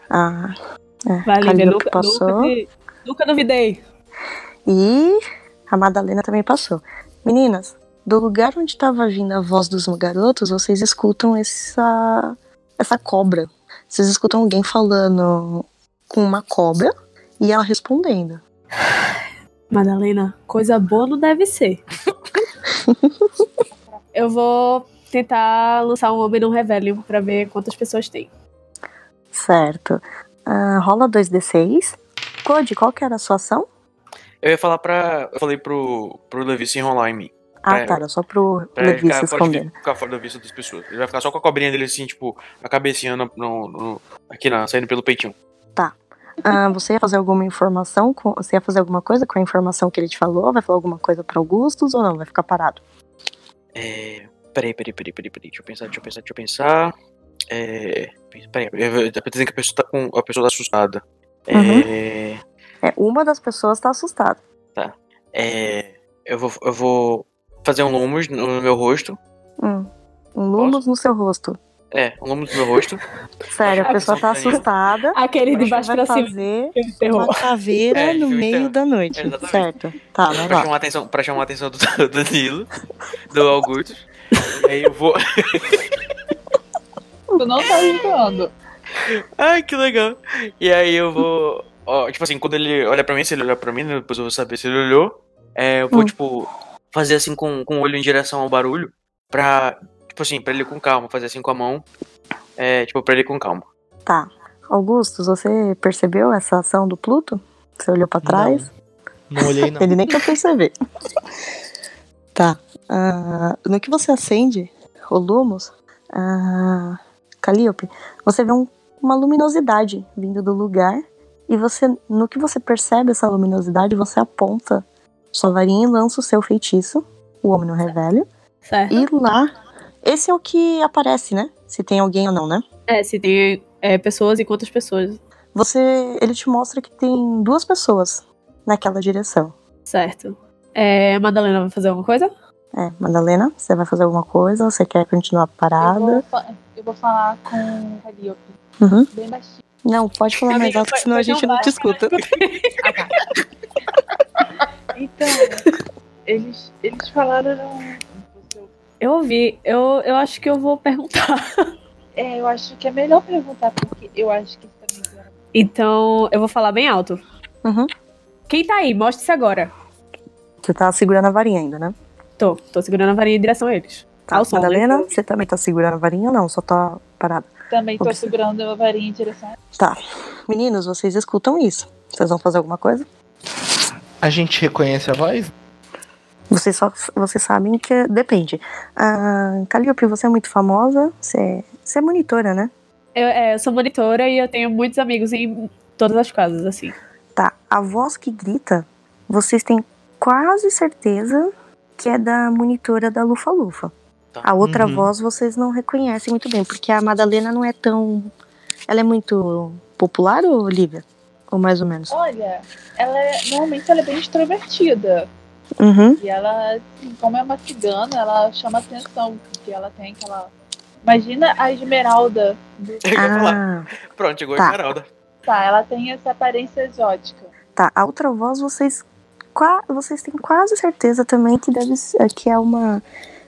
A é, Vai, Lívia, Calil nunca, que passou. nunca, te- nunca duvidei. E a Madalena também passou. Meninas, do lugar onde estava vindo a voz dos garotos, vocês escutam essa essa cobra. Vocês escutam alguém falando com uma cobra e ela respondendo. Madalena, coisa boa não [laughs] deve ser. eu vou tentar lançar um homem no Revelio pra ver quantas pessoas tem. Certo. Ah, rola 2d6. Code, qual que era a sua ação? Eu ia falar pra. Eu falei pro, pro Levi se enrolar em mim. Ah, É, tá, era só pro Pra ele Levi ficar se fora, de, esconder. ficar fora da vista das pessoas. Ele vai ficar só com a cobrinha dele assim, tipo, a cabecinha no, no- no- aqui na, saindo pelo peitinho. Ah, você ia fazer alguma informação? Com, você ia fazer alguma coisa com a informação que ele te falou? Vai falar alguma coisa pra Augustus ou não? Vai ficar parado? É. Peraí, peraí, peraí, peraí, peraí. Deixa eu pensar, deixa eu pensar, deixa eu pensar. É. Peraí, eu- eu tô dizendo que a pessoa tá com. A pessoa tá assustada. É. É, uma das pessoas tá assustada. É. Eu vou, eu vou fazer um lumos no no meu rosto. Hum. Um lumos no seu rosto. É, um lumos no meu rosto. Sério, a Ah, pessoa tá sim. assustada. Aquele de Você baixo pra vai cima fazer que me ferrou. uma caveira É, no viu, então? meio da noite. Exatamente. é Certo. Tá, vai pra lá. chamar a atenção, pra chamar a atenção do [laughs] do Danilo, do Augusto. E aí eu vou. Tu não tá ajudando. Ai, que legal. E aí eu vou. Ó, tipo assim, quando ele olha pra mim, se ele olhar pra mim, né, depois eu vou saber se ele olhou. É, eu vou, Hum. tipo, fazer assim com, com o olho em direção ao barulho. Pra. Tipo assim, pra ele ir com calma, fazer assim com a mão. É, tipo, pra ele ir com calma. [laughs] Tá. Augustus, você percebeu essa ação do Pluto? Você olhou pra trás? Não olhei, não. Ele nem quer perceber. tá. Ah, no que você acende o Lumos, ah, Calíope, você vê um- uma luminosidade vindo do lugar. E você, no que você percebe essa luminosidade, você aponta sua varinha e lança o seu feitiço, o Homem no Revelio. Certo. E lá, esse é o que aparece, né? Se tem alguém ou não, né? É, se tem é, pessoas e quantas pessoas. Você, ele te mostra que tem duas pessoas naquela direção. Certo. É, Madalena vai fazer alguma coisa? É, Madalena, você vai fazer alguma coisa? Você quer continuar Eu parada? vou, fa- eu vou falar com o Calliope. Uhum. Bem baixinho. Não, pode falar mais Amiga, alto, foi- senão a foi gente tão não te baixo que escuta. Então, eles, eles falaram. Eu ouvi. Eu, eu acho que eu vou perguntar. [laughs] É, eu acho que é melhor perguntar, porque eu acho que eles também vieram. Então, eu vou falar bem alto. Uhum. Quem tá aí? Mostre-se agora. Você tá segurando a varinha ainda, né? Tô. Tô segurando a varinha em direção a eles. Tá, Ao som, Madalena, né? você também tá segurando a varinha ou não? Só tá parada. Também tô Observe. segurando a varinha em direção a Tá. Meninos, vocês escutam isso. Vocês vão fazer alguma coisa? [laughs] A gente reconhece a voz? Vocês só vocês sabem que é- depende. Ah, Calliope, você é muito famosa. Você, você é monitora, né? Eu, é, eu sou monitora e eu tenho muitos amigos em todas as casas, assim. Tá. A voz que grita, vocês têm quase certeza que é da monitora da Lufa Lufa. Tá. A outra Uhum. voz vocês não reconhecem muito bem, porque a Madalena não é tão. Ela é muito popular, ou Lívia? Ou mais ou menos? Olha, ela é, normalmente ela é bem extrovertida. Uhum. E ela, assim, como é uma cigana, ela chama atenção, porque ela tem aquela. Imagina a esmeralda do. Eu ia falar, Ah, pronto, chegou a tá. esmeralda. Tá, ela tem essa aparência exótica. tá. A outra voz vocês. qua- Vocês têm quase certeza também que deve ser- que é uma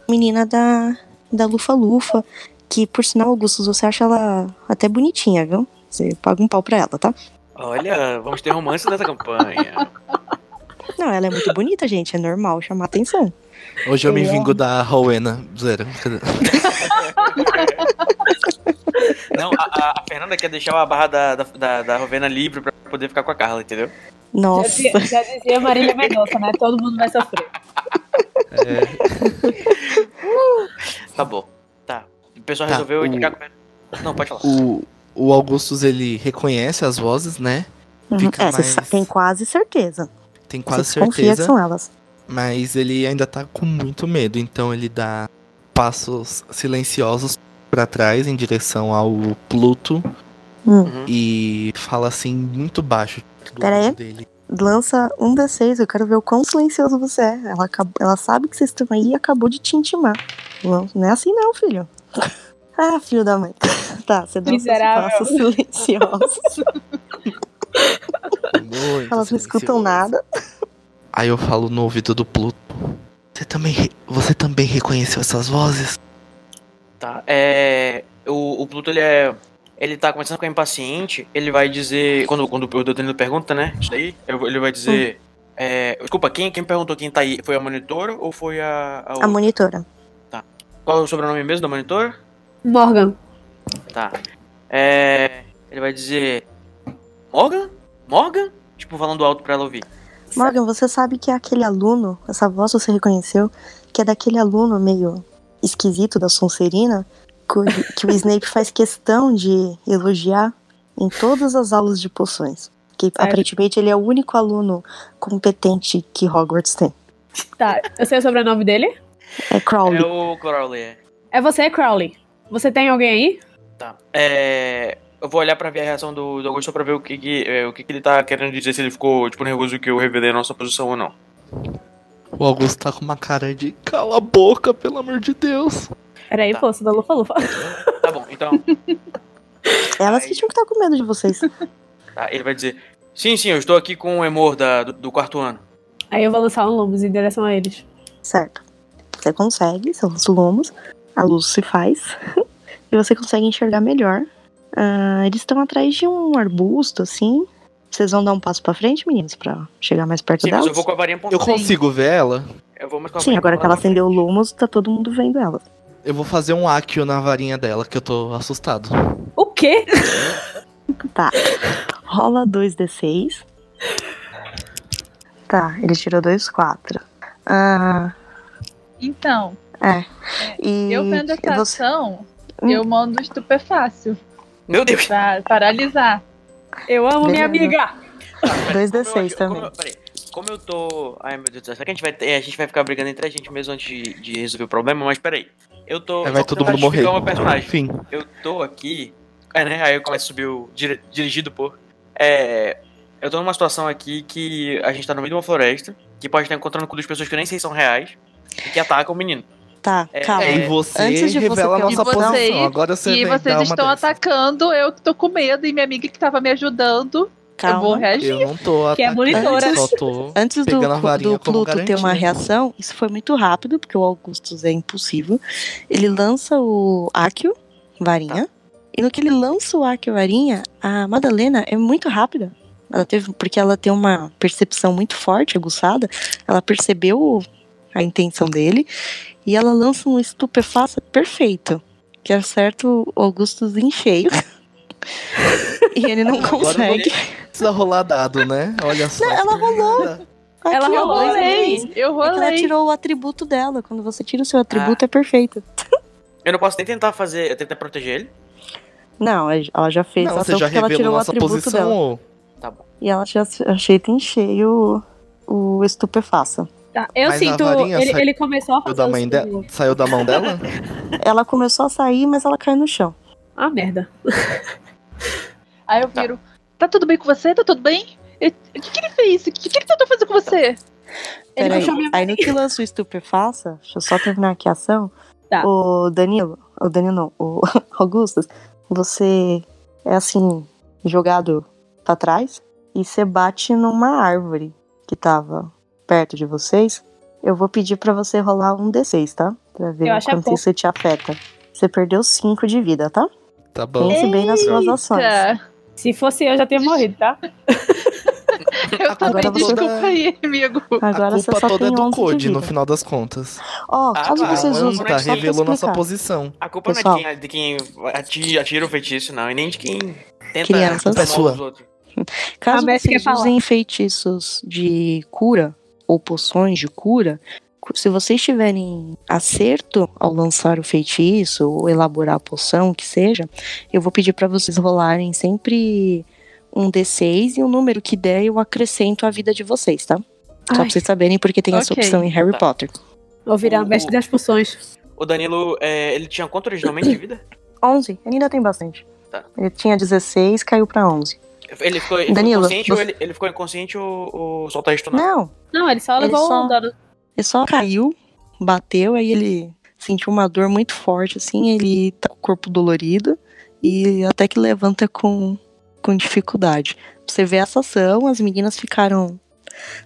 menina da, da Lufa Lufa. Que, por sinal, Augustus, você acha ela até bonitinha, viu? Você paga um pau pra ela, tá? Olha, vamos ter romance nessa campanha. Não, ela é muito bonita, gente. É normal chamar atenção. Hoje eu me É. vingo da Rowena. Zero. Cadê? Não, a, a- a Fernanda quer deixar a barra da, da, da, da Rovena livre pra poder ficar com a Carla, entendeu? Nossa. Já, dizia- já dizia Marília Mendonça, né? Todo mundo vai sofrer. É. Tá bom. Tá. O pessoal Tá, resolveu o- ficar com Não, pode falar. O, o Augustus, ele reconhece as vozes, né? Uhum. Fica É, você mais- sa- tem quase certeza. Tem quase você confia que certeza. são elas. Mas ele ainda tá com muito medo, então ele dá passos silenciosos pra trás em direção ao Pluto Hum. Uhum. e fala assim muito baixo do Pera aí. lado dele. Lança um D6, eu quero ver o quão silencioso você é. Ela, acab- ela sabe que vocês estão aí e acabou de te intimar. Não, não é assim não, filho. [laughs] Ah, filho da mãe. [laughs] Tá, você dá um Miserável. passos silenciosos. [laughs] Muito Elas não escutam silencioso. nada. Aí eu falo no ouvido do Pluto. Você também, re- você também reconheceu essas vozes? Tá. É. O, o Pluto, ele é. Ele tá começando a ficar impaciente. Ele vai dizer. Quando, quando o Doutrino pergunta, né? Isso daí. eu- Ele vai dizer. é, desculpa, quem, quem perguntou quem tá aí? Foi a monitora ou foi a. a A outra? monitora. Qual é o sobrenome mesmo da monitora? Morgan, Tá. É. Ele vai dizer. Morgan? Morgan? Tipo, falando alto pra ela ouvir. Morgan, você sabe que é aquele aluno, essa voz você reconheceu, que é daquele aluno meio esquisito da Sonserina, cu- [laughs] que o Snape faz questão de elogiar em todas as aulas de poções. Que aparentemente ele é o único aluno competente que Hogwarts tem. tá. Eu sei o sobrenome dele. É Crowley. É o Crowley. é. É você, Crowley. Você tem alguém aí? Tá. É. Eu vou olhar pra ver a reação do, do Augusto pra ver o que, que, é, o que, que ele tá querendo dizer, se ele ficou, tipo, nervoso que eu revelei a nossa posição ou não. O Augusto tá com uma cara de cala a boca, pelo amor de Deus. Peraí, Tá. pô, você da Lufa Lufa. [laughs] Tá bom, então. Elas que tinham que estar com medo de vocês. tá, ele vai dizer. Sim, sim, eu estou aqui com o Emor da, do, do quarto ano. Aí eu vou lançar um Lumos em direção a eles. Certo. Você consegue, são os lomos, a luz se faz, [laughs] e você consegue enxergar melhor. Ah, eles estão atrás de um arbusto, assim. Vocês vão dar um passo pra frente, meninos, pra chegar mais perto Sim, mas delas? eu vou com a varinha Eu apontada. consigo ver ela? Eu vou mais com a Sim, varinha agora que ela apontada. acendeu o lumos, tá todo mundo vendo ela. Eu vou fazer um Akio na varinha dela, que eu tô assustado. O quê? [laughs] Tá. Rola 2d6. Tá, ele tirou 2, 4. Ah, Então, e eu vendo Hum, e essa você- Hum. ação, eu mando estupefácil Meu Deus! pra paralisar. Eu amo minha Beleza. amiga. Dois Como D6 eu- como também. eu- peraí, como eu tô. Ai meu Deus do céu, será que a gente vai, ter- a gente vai ficar brigando entre a gente mesmo antes de, de resolver o problema? Mas peraí. então Eu tô. Aí vai só pra todo mundo tentar morrer. justificar o meu personagem. Enfim. Eu tô aqui. É, né? Aí eu começo a subir o. dire- dirigido por. É. Eu tô numa situação aqui que a gente tá no meio de uma floresta, que pode estar encontrando com duas pessoas que eu nem sei se são reais, e que atacam o menino. Tá, É, calma. E você Antes de você um revela a ter uma- nossa E posição. vocês- Agora você e vem vocês dar uma estão dessa. atacando, eu que tô com medo, e minha amiga que tava me ajudando, eu vou calma. reagir. Eu não tô Que é atacando, monitora. só tô... Antes do, Pegando a do varinha como Pluto ter uma garantia. reação, isso foi muito rápido, porque o Augustus é impulsivo. Ele lança o Akio, varinha. Tá. E no que ele lança o Akio, varinha, a Madalena é muito rápida. Ela teve, porque ela tem uma percepção muito forte, aguçada. Ela percebeu o- a intenção dele. E ela lança um estupefaça perfeito. Que acerta o Augustus em cheio. [laughs] e ele não Agora eu vou- consegue. Precisa rolar dado, né? Olha só. Não, ela rolou. Ela Aqui, ó, Eu rolou, dois rolei, eu é que ela rolei. tirou o atributo dela. Quando você tira o seu atributo, Ah. é perfeito. Eu não posso nem tentar fazer. Eu tentar proteger ele. Não, ela já fez Não, a você ação já porque ela revelou tirou o nossa atributo posição. dela. ô. E ela já aceita em cheio o, o estupefaça. Tá, eu Mas a sinto. varinha Ele, saiu ele começou a fazer. Saiu da, os- mãe dela? Saiu da mão dela? Ela começou a sair, mas ela caiu no chão. Ah, merda. Aí eu viro, tá tudo bem com você? Tá tudo bem? E- O que, que ele fez? O que, que ele tentou fazer com você? Ele Peraí. puxou minha Aí no que lança o estupefaça, deixa eu só terminar aqui a ação. Tá. O Danilo, o Danilo não, o [laughs] Augustus, você é assim, jogado pra trás e você bate numa árvore que tava perto de vocês. Eu vou pedir pra você rolar um D6, tá? Pra ver Eu o acho é quanto pouco. isso te afeta. Você perdeu 5 de vida, tá? Tá bom. [laughs] Pense bem nas suas ações. Eita. Se fosse eu, já tinha morrido, tá? Eu também, você- desculpa aí, amigo. A Agora você culpa só toda é tem do 11 Code, de no vida. final das contas. Ó, caso Ah, vocês tá, usem... Alan usam- tá só pra revelou nossa explicar. posição. A culpa Pessoal. não é de quem, de quem ati- atira o feitiço, não, e nem de quem tenta Crianças. tomar É sua. os outros. Caso Messi vocês quer falar. usem feitiços de cura ou poções de cura, cu- se vocês tiverem acerto ao lançar o feitiço ou elaborar a poção, o que seja, eu vou pedir para vocês rolarem sempre um D6 e o número que der eu acrescento à vida de vocês, tá? Só Ai, pra vocês saberem, porque tem essa Ok. opção em Harry Tá. Potter. vou virar Uhum. o mestre das poções. O Danilo, é, ele tinha quanto originalmente de vida? 11, ele ainda tem bastante. Tá. Ele tinha 16, caiu pra 11. Ele ficou, [laughs] ele Danilo, ficou consciente ou você- ele, ele ficou inconsciente ou, ou só tá restunado? Não, Não, ele só Ele levou um só- o dano. Ele só caiu, bateu, aí ele sentiu uma dor muito forte, assim, ele tá com o corpo dolorido e até que levanta com, com dificuldade. Você vê essa ação, as meninas ficaram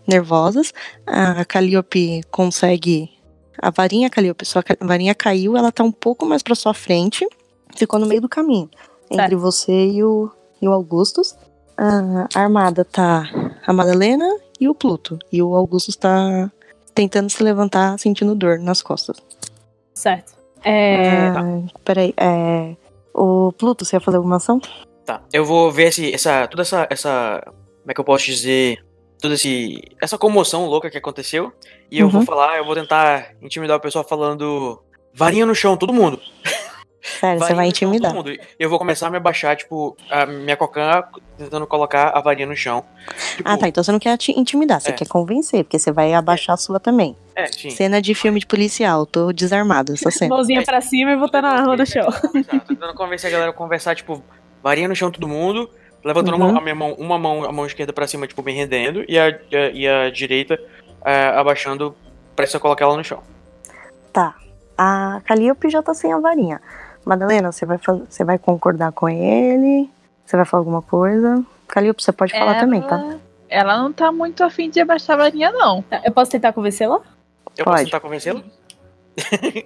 nervosas, a Calliope consegue. A varinha Calliope, sua ca- varinha caiu, ela tá um pouco mais pra sua frente, ficou no meio do caminho, entre Certo. você e o, e o Augustus. Ah, armada tá a Madalena e o Pluto, e o Augustus tá tentando se levantar, sentindo dor nas costas. Certo. É, Ah, tá, Peraí, é. O Pluto, você ia fazer alguma ação? Tá. Eu vou ver esse, essa, toda essa, essa. Como é que eu posso dizer? Toda esse, essa comoção louca que aconteceu. E eu vou Uhum. falar, eu vou tentar intimidar o pessoal falando. Varinha no chão, todo mundo. Sério, você Varinha vai no chão, intimidar. todo mundo. Eu vou começar a me abaixar, tipo, a minha cocã tentando colocar a varinha no chão. Tipo, Ah, tá. Então você não quer te intimidar, você É. quer convencer, porque você vai abaixar a sua também. É, sim. Cena de filme de policial, tô desarmado essa cena. mãozinha pra cima e botando a arma no [laughs] chão. Tô Tipo, assim, tentando convencer a galera a conversar, tipo, varinha no chão todo mundo, levantando Uhum. uma, a minha mão, uma mão, a mão esquerda pra cima, tipo, me rendendo, e a, e a- e a direita ah, abaixando pra só colocar ela no chão. A Calliope já tá sem a varinha. Madalena, você vai, faz- você vai concordar com ele? Você vai falar alguma coisa? Calliope, você pode É, falar também, tá? Ela não tá muito afim de abaixar a varinha, não. Tá, Eu posso tentar convencê-la? Eu Pode. posso tentar convencê-lo?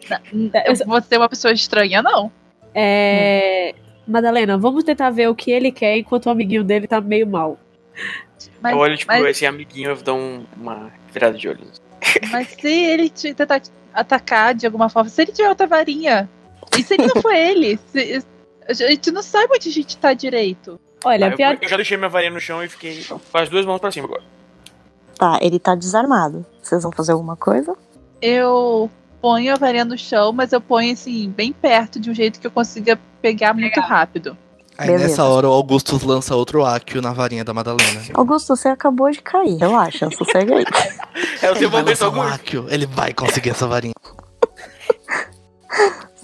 Tá, Eu- Eu vou ser uma pessoa estranha, não. É, Madalena, vamos tentar ver o que ele quer enquanto o amiguinho dele tá meio mal. Mas, eu olho, tipo, mas, esse amiguinho, eu dou um- uma virada de olho. mas se ele te tentar te atacar de alguma forma, se ele tiver outra varinha, e se ele não for ele? [laughs] Se- a gente não sabe onde a gente tá direito. Olha, Ah, eu, pior, eu já deixei minha varinha no chão e fiquei com as duas mãos pra [laughs] cima agora. Tá, ele tá desarmado. Vocês vão fazer alguma coisa? Eu ponho a varinha no chão, mas eu ponho assim, bem perto, de um jeito que eu consiga pegar muito rápido. Aí Beleza. nessa hora o Augustus lança outro Akio na varinha da Madalena. Augusto, você acabou de cair. Relaxa, sossegue aí. É o Ele seu vai momento lançar um algum. Akio, ele vai conseguir essa varinha.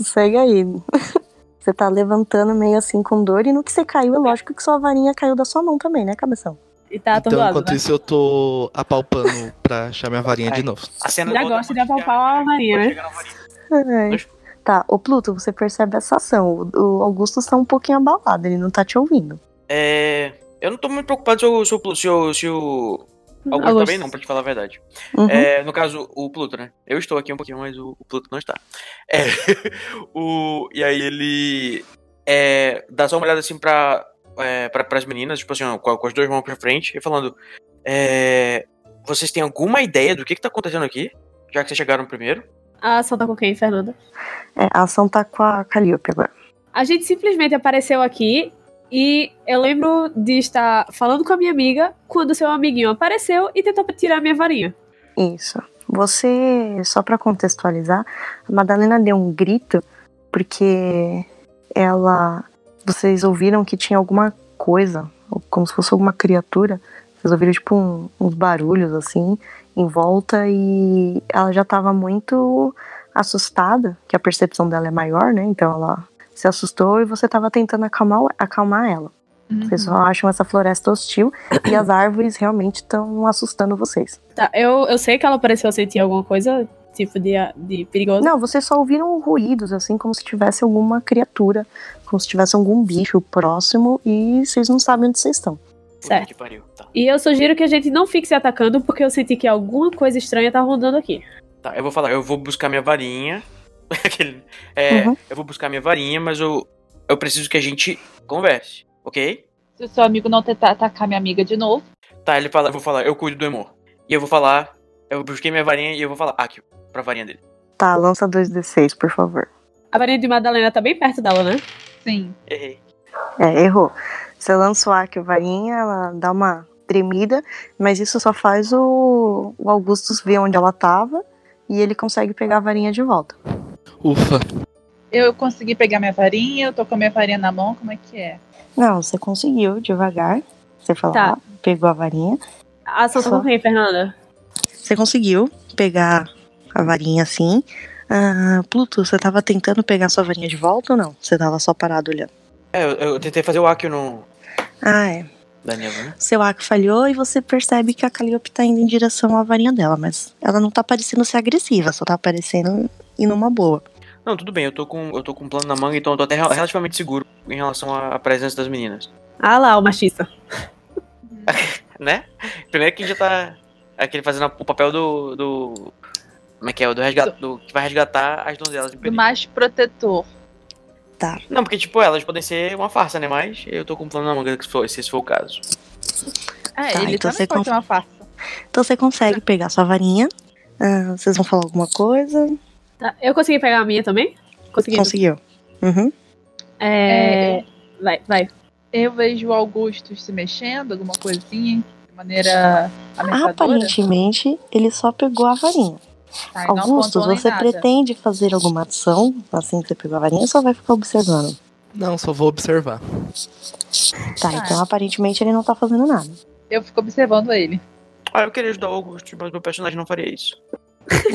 Segue aí. [laughs] Você tá levantando meio assim com dor e no que você caiu, é lógico que sua varinha caiu da sua mão também, né, cabeção? e tá então, atordoado, enquanto né? isso, eu tô apalpando pra achar minha varinha de Ai. novo. A cena Ainda volta gosta de quando chegar- apalpar a varinha, né? quando chegar na varinha. Ai. Tá, ô Pluto, você percebe essa ação. O o Augusto tá um pouquinho abalado, ele não tá te ouvindo. É, eu não tô muito preocupado se o, se o, se o, se o Augusto Augusto. também não, pra te falar a verdade. Uhum. É, no caso, o Pluto, né? Eu estou aqui um pouquinho, mas o, o Pluto não está. É, [laughs] o, e aí ele é, dá só uma olhada assim pra, é, pra, pras meninas, tipo assim, ó, com, a- com as duas mãos pra frente, e falando: é, Vocês têm alguma ideia do que, que tá acontecendo aqui? Já que vocês chegaram primeiro? A ação tá com quem, Fernanda? É, a ação tá com a Calliope agora. A gente simplesmente apareceu aqui e eu lembro de estar falando com a minha amiga quando seu amiguinho apareceu e tentou tirar minha varinha. Isso. Você, só pra contextualizar, a Madalena deu um grito porque ela. Vocês ouviram que tinha alguma coisa, ou como se fosse alguma criatura. Vocês ouviram, tipo, um- uns barulhos assim, em volta, e ela já tava muito assustada, que a percepção dela é maior, né? Então ela se assustou e você tava tentando acalmar, acalmar ela. Vocês Uhum. só acham essa floresta hostil e as árvores realmente estão assustando vocês. Tá, eu, eu sei que ela pareceu sentir alguma coisa, tipo, de, de perigoso. Não, vocês só ouviram ruídos, assim, como se tivesse alguma criatura, como se tivesse algum bicho próximo e vocês não sabem onde vocês estão. Puta Certo. que pariu. Tá. E eu sugiro que a gente não fique se atacando, porque eu senti que alguma coisa estranha tá rondando aqui. Tá, eu vou falar, eu vou buscar minha varinha. [laughs] Aquele, é, Uhum. Eu vou buscar minha varinha, mas eu, eu preciso que a gente converse, ok? Se o seu amigo não tentar atacar minha amiga de novo, Tá, ele fala, eu vou falar, eu cuido do Emor. E eu vou falar, eu busquei minha varinha e eu vou falar, Akio, pra varinha dele. Tá, lança 2d6, por favor. A varinha de Madalena tá bem perto dela, né? Sim. Errei. É, errou. Você lança o Akio Varinha, ela dá uma tremida, mas isso só faz o, o Augustus ver onde ela tava e ele consegue pegar a varinha de volta. Ufa. Eu consegui pegar minha varinha, eu tô com a minha varinha na mão, como é que é? Não, você conseguiu devagar. Você falou, Tá. ah, pegou a varinha. A ação tá Só. com quem, Fernanda? Você conseguiu pegar a varinha assim. Ah, Pluto, você tava tentando pegar sua varinha de volta ou não? Você tava só parado olhando. É, eu, eu tentei fazer o Akio no Ah, é. Daniel, né? Seu arco falhou e você percebe que a Calliope tá indo em direção à varinha dela, mas ela não tá parecendo ser agressiva, só tá parecendo ir numa boa. Não, tudo bem, eu tô com eu tô com um plano na manga, então eu tô até rel- relativamente seguro em relação à, à presença das meninas. Ah lá, o machista. Né? Primeiro que já tá aquele fazendo o papel do. do como é que é? O Do resgate. Do, que vai resgatar as donzelas em Do perigo. mais protetor. Não, porque, tipo, elas podem ser uma farsa, né? Mas eu tô com um plano na manga, que se for- se esse for o caso. É, Tá, ele então você também pode conf- ser uma farsa. Então você consegue pegar sua varinha. Ah, vocês vão falar alguma coisa? Tá, Eu consegui pegar a minha também? Consegui. Conseguiu. Uhum. É... É, Vai, vai. Eu vejo o Augusto se mexendo, alguma coisinha, de maneira Ah, Tá ameaçadora. Aparentemente, ele só pegou a varinha. Tá, e não Augustus, apontou nem você nada. pretende fazer alguma ação assim que você pegou a varinha ou só vai ficar observando? Não, só vou observar. Tá, Tá. então aparentemente ele não tá fazendo nada. Eu fico observando ele. Ah, eu queria ajudar o Augusto, mas meu personagem não faria isso.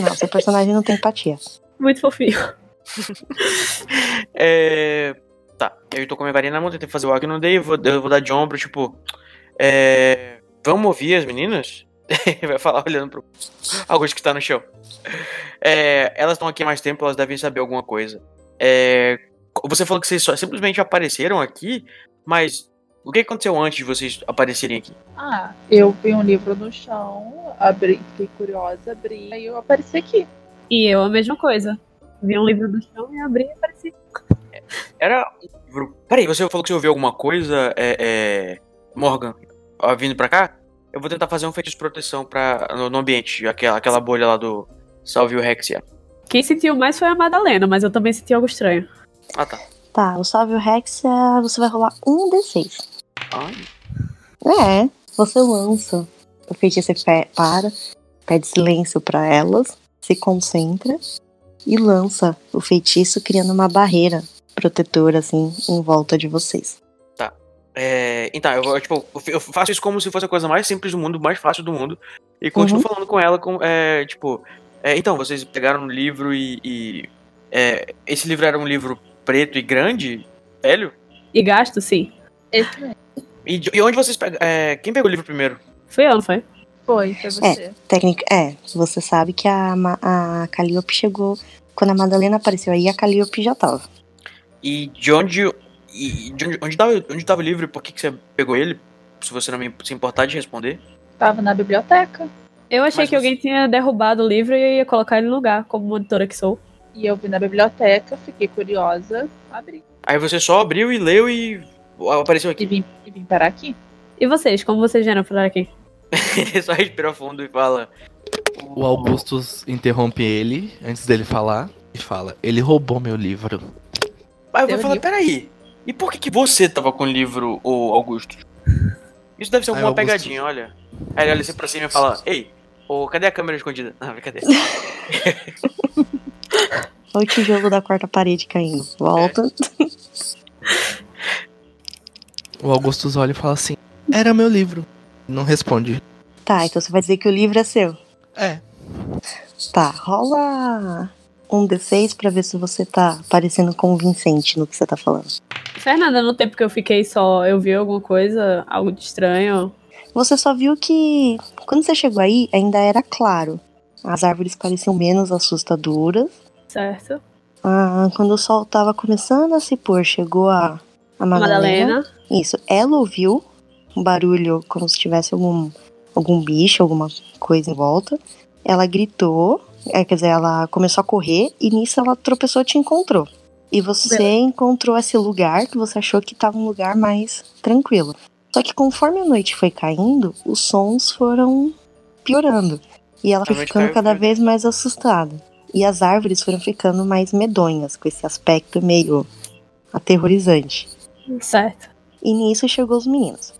Não, seu personagem não tem empatia. Muito fofinho. É. Tá, eu tô com a minha varinha na mão, tentei fazer o Akio não dei, eu vou, eu vou dar de ombro, tipo. É. Vamos ouvir as meninas? [laughs] Ele Vai falar olhando pro Augusto que tá no chão. É, elas estão aqui há mais tempo, elas devem saber alguma coisa. É, co- você falou que vocês só simplesmente apareceram aqui, mas o que aconteceu antes de vocês aparecerem aqui? Ah, eu vi um livro no chão, abri, fiquei curiosa, abri, aí eu apareci aqui. E eu a mesma coisa. Vi um livro do chão e abri e apareci. Era um livro. Peraí, você falou que você ouviu alguma coisa, é, é, Morgan, ó, vindo pra cá? Eu vou tentar fazer um feitiço de proteção pra, no, no ambiente, aquela, aquela bolha lá do Salve o Hexia. Quem sentiu mais foi a Madalena, mas eu também senti algo estranho. Ah, tá. Tá, o Salve o Rex, é, você vai rolar um D6. Ai, É, você lança o feitiço, você pe- para, pede silêncio pra elas, se concentra e lança o feitiço criando uma barreira protetora, assim, em volta de vocês. é, então, eu, vou, tipo, eu f- eu faço isso como se fosse a coisa mais simples do mundo, mais fácil do mundo, e continuo falando com ela, com, é, tipo, é, então, vocês pegaram um livro e. e, é, esse livro era um livro preto e grande, velho? E gasto, sim. Esse mesmo. E, de- e onde vocês pegaram? quem pegou o livro primeiro? Fui eu, não foi? Foi, foi você. Técnica, é, você sabe que a, Ma- a Calliope chegou, quando a Madalena apareceu aí, a Calliope já tava. E de onde. E de onde, onde, tava, onde tava o livro e por que, que você pegou ele? Se você não me, se importar de responder. Tava na biblioteca. Eu achei Mas que você- alguém tinha derrubado o livro e eu ia colocar ele no lugar, como monitora que sou. E eu vi na biblioteca, fiquei curiosa, abri. Aí você só abriu e leu e. apareceu E [laughs] aqui. [laughs] vim, e vim parar aqui. E vocês, como vocês vieram falar aqui? Ele só respira fundo e fala. O Augustus interrompe ele antes dele falar e fala: Ele roubou meu livro. Aí eu Teu vou falar, livro. peraí. E por que, que você tava com o livro, ô Augusto? Isso deve ser Aí, alguma Augusto. pegadinha, olha. Aí ele olha assim pra cima e fala, ei, ô, cadê a câmera escondida? [laughs] Não, brincadeira. Olha o tijolo da quarta parede caindo. Volta. O Augustus olha e fala assim: Era meu livro. Não responde. Tá, então você vai dizer que o livro é seu. É. Tá, rola um D6 pra ver se você tá parecendo convincente no que você tá falando. Fernanda, no tempo que eu fiquei só, eu vi alguma coisa, algo de estranho. Você só viu que quando você chegou aí ainda era claro. As árvores pareciam menos assustadoras. Certo. Ah, quando o sol tava começando a se pôr, chegou a, a Madalena. Madalena. Isso, ela ouviu um barulho como se tivesse algum, algum bicho, alguma coisa em volta. Ela gritou, é, quer dizer, ela começou a correr e nisso ela tropeçou e te encontrou. E você encontrou esse lugar que você achou que estava um lugar mais tranquilo. Só que conforme a noite foi caindo, os sons foram piorando. E ela foi A noite ficando caiu cada mesmo. vez mais assustada. E as árvores foram ficando mais medonhas, com esse aspecto meio aterrorizante. Certo. E nisso chegou os meninos.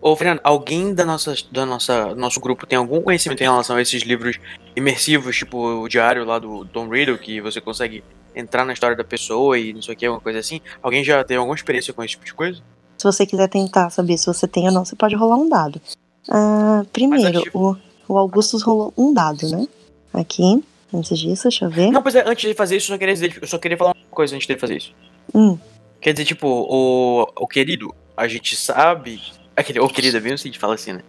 Ô, Fernando, alguém da nossa, da nossa nosso grupo tem algum conhecimento em relação a esses livros imersivos, tipo o diário lá do Tom Riddle, que você consegue entrar na história da pessoa e não sei o que, alguma coisa assim? Alguém já tem alguma experiência com esse tipo de coisa? Se você quiser tentar saber se você tem ou não, você pode rolar um dado. Ah, primeiro, Mas o, o Augustus rolou um dado, né? Aqui, antes disso, deixa eu Hum? ver. Não, pois é, antes de fazer isso, eu só queria, dizer- tipo, eu só queria falar uma coisa antes de fazer isso. Hum. Quer dizer, tipo, o, o querido, a gente sabe. Aquele, o querido, é bem assim que fala assim, né?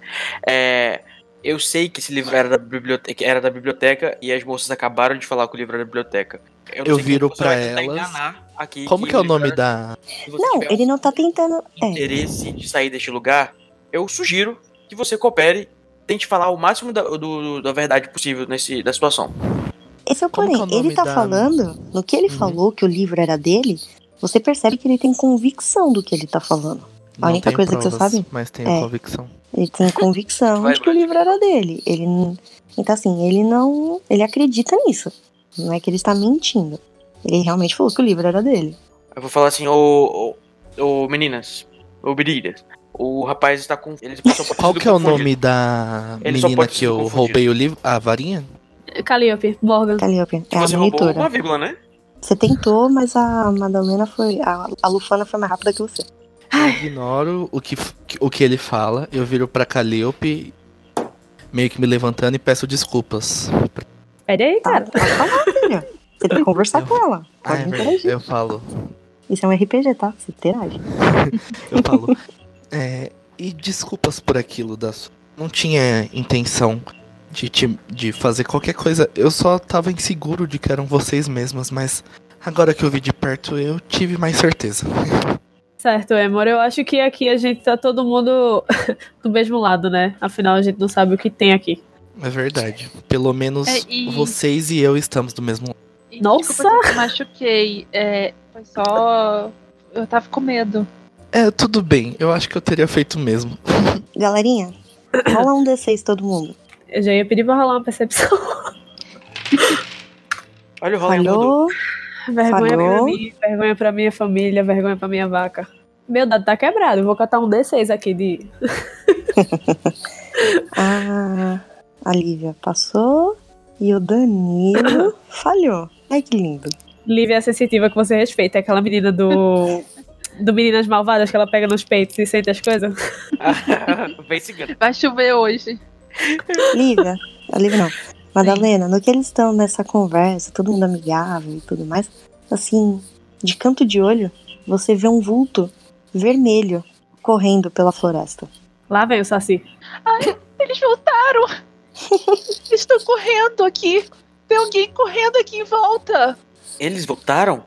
É, eu sei que esse livro era da, biblioteca, era da biblioteca e as moças acabaram de falar que o livro era da biblioteca. não Eu sei como viro você vai pra tentar elas. enganar aqui Como que é o livro nome era- da. se você Não, tiver um ele não tá tentando. É, interesse de sair deste lugar, eu sugiro que você coopere, tente falar o máximo da, do- do- da verdade possível nesse, da situação. esse é o Como que é porém. o ele nome tá da- falando, no que ele Uhum. falou que o livro era dele, você percebe que ele tem convicção do que ele tá falando. A Não única tenho coisa que você provas, sabe? Mas tenho É. convicção. Ele [laughs] tem convicção Vai, de que o vai. livro era dele. Ele, n- então, assim, ele não. Ele acredita nisso. Não é que ele está mentindo. Ele realmente falou que o livro era dele. Eu vou falar assim, ô, ô, ô, meninas, ô meninas, o rapaz está com. Ele só pode Qual ter sido que é o confundido. nome da Ele só menina pode ser que eu confundido. roubei o livro? A varinha? Calliope, Morgan. Calliope, é a Você roubou monitora. uma vírgula, né? Você tentou, mas a Madalena foi. A, a Lufana foi mais rápida que você. Eu ignoro o que, o que ele fala, eu viro pra Calliope, meio que me levantando e peço desculpas. Pera É aí, Tá, cara. pode falar, filha. Você tem que conversar com ela. [laughs] Ah, Pode é verdade, interagir. eu falo. Isso é um RPG, tá? Você interage. Eu falo. É, e desculpas por aquilo da su- Não tinha intenção de, te- de fazer qualquer coisa. Eu só tava inseguro de que eram vocês mesmas, mas agora que eu vi de perto, eu tive mais certeza. Certo, Emor. Eu acho que aqui a gente tá todo mundo [laughs] do mesmo lado, né? Afinal, a gente não sabe o que tem aqui. É verdade. Pelo menos É, e- vocês e eu estamos do mesmo lado. E, Nossa! Desculpa, se eu me machuquei. É, foi só. Eu tava com medo. É, tudo bem. Eu acho que eu teria feito o mesmo. Galerinha, rola um D6 todo mundo. Eu já ia pedir pra rolar uma percepção. Olha o Rolling Rodolfo. Falhou. Vergonha pra Falhou. mim, vergonha pra minha família, vergonha pra minha vaca. Meu dado tá quebrado, eu vou catar um D6 aqui de. Ah, a Lívia passou. E o [coughs] Danilo falhou. Ai, que lindo. Lívia sensitiva que você respeita, é aquela menina do. do Meninas Malvadas que ela pega nos peitos e sente as coisas. [laughs] Vem seguindo. Vai chover hoje. Lívia, a Lívia não. Madalena, no que eles estão nessa conversa, todo mundo amigável e tudo mais, assim, de canto de olho, você vê um vulto vermelho correndo pela floresta. Lá vem o Saci. Eles voltaram! Eles estão correndo aqui! Tem alguém correndo aqui em volta! Eles voltaram?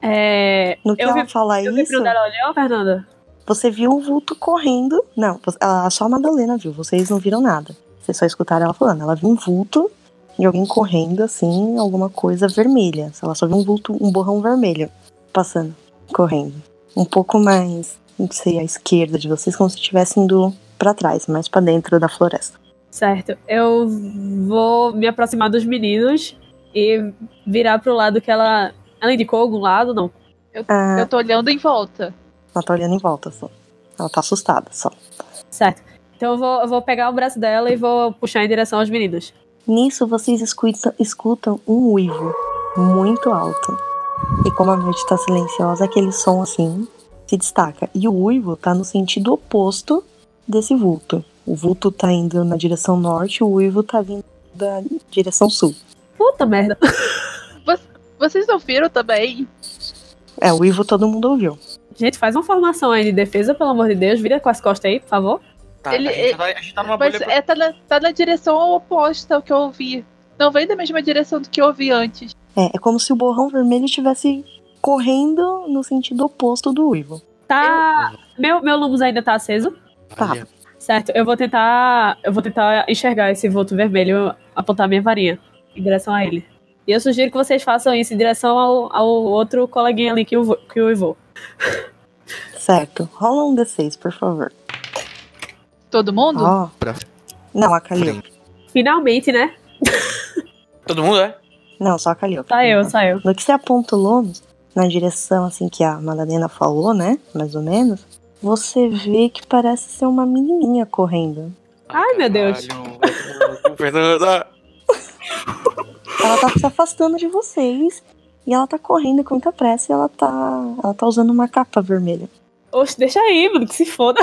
É. No que Eu ela vi- fala Eu vi isso, pro Dara olhou, Fernanda? você viu um vulto correndo. Não, vo- ela- só a Madalena viu, vocês não viram nada. Vocês só escutaram ela falando. Ela viu um vulto de alguém correndo, assim, alguma coisa vermelha. Ela só viu um vulto, um borrão vermelho passando, correndo. Um pouco mais, não sei, à esquerda de vocês, como se estivessem indo pra trás, mais pra dentro da floresta. Certo. Eu vou me aproximar dos meninos e virar pro lado que ela. Ela indicou algum lado? Não. Ah, Eu tô olhando em volta. ela tá olhando em volta, só. Ela tá assustada, só. Certo. Então eu vou, eu vou pegar o braço dela e vou puxar em direção aos meninos. Nisso vocês escutam, escutam um uivo muito alto. E como a noite está silenciosa, aquele som assim se destaca. E o uivo tá no sentido oposto desse vulto. O vulto tá indo na direção norte, o uivo tá vindo da direção sul. Puta merda. Vocês não viram também? É, o uivo todo mundo ouviu. Gente, faz uma formação aí de defesa, pelo amor de Deus. Vira com as costas aí, por favor. Tá, Ele- a, gente ele- tá, a gente tá numa Mas bolha. é, tá, na, tá na direção oposta ao que eu ouvi. Não vem da mesma direção do que eu ouvi antes. É, é como se o borrão vermelho estivesse correndo no sentido oposto do uivo. Tá. Meu, meu Lumos ainda tá aceso. Tá. Olha, Certo. Eu vou tentar. Eu vou tentar enxergar esse vulto vermelho, apontar minha varinha em direção a ele. E eu sugiro que vocês façam isso em direção ao, ao outro coleguinha ali que o que uivou. Certo. Rola um D6, por favor. Todo mundo? Ó. Pra- Não, a Calliope. Finalmente, né? Todo mundo é? Não, só a Calliope. Só Tá eu, só eu. No que você apontulou na direção assim que a Madalena falou, né? Mais ou menos. Você vê que parece ser uma menininha correndo. Ai, meu [laughs] Deus. caralho, vai tomar no cu, Fernanda. Ela tá se afastando de vocês e ela tá correndo com muita pressa e ela tá, ela tá usando uma capa vermelha. Oxe, deixa aí, mano, que se foda.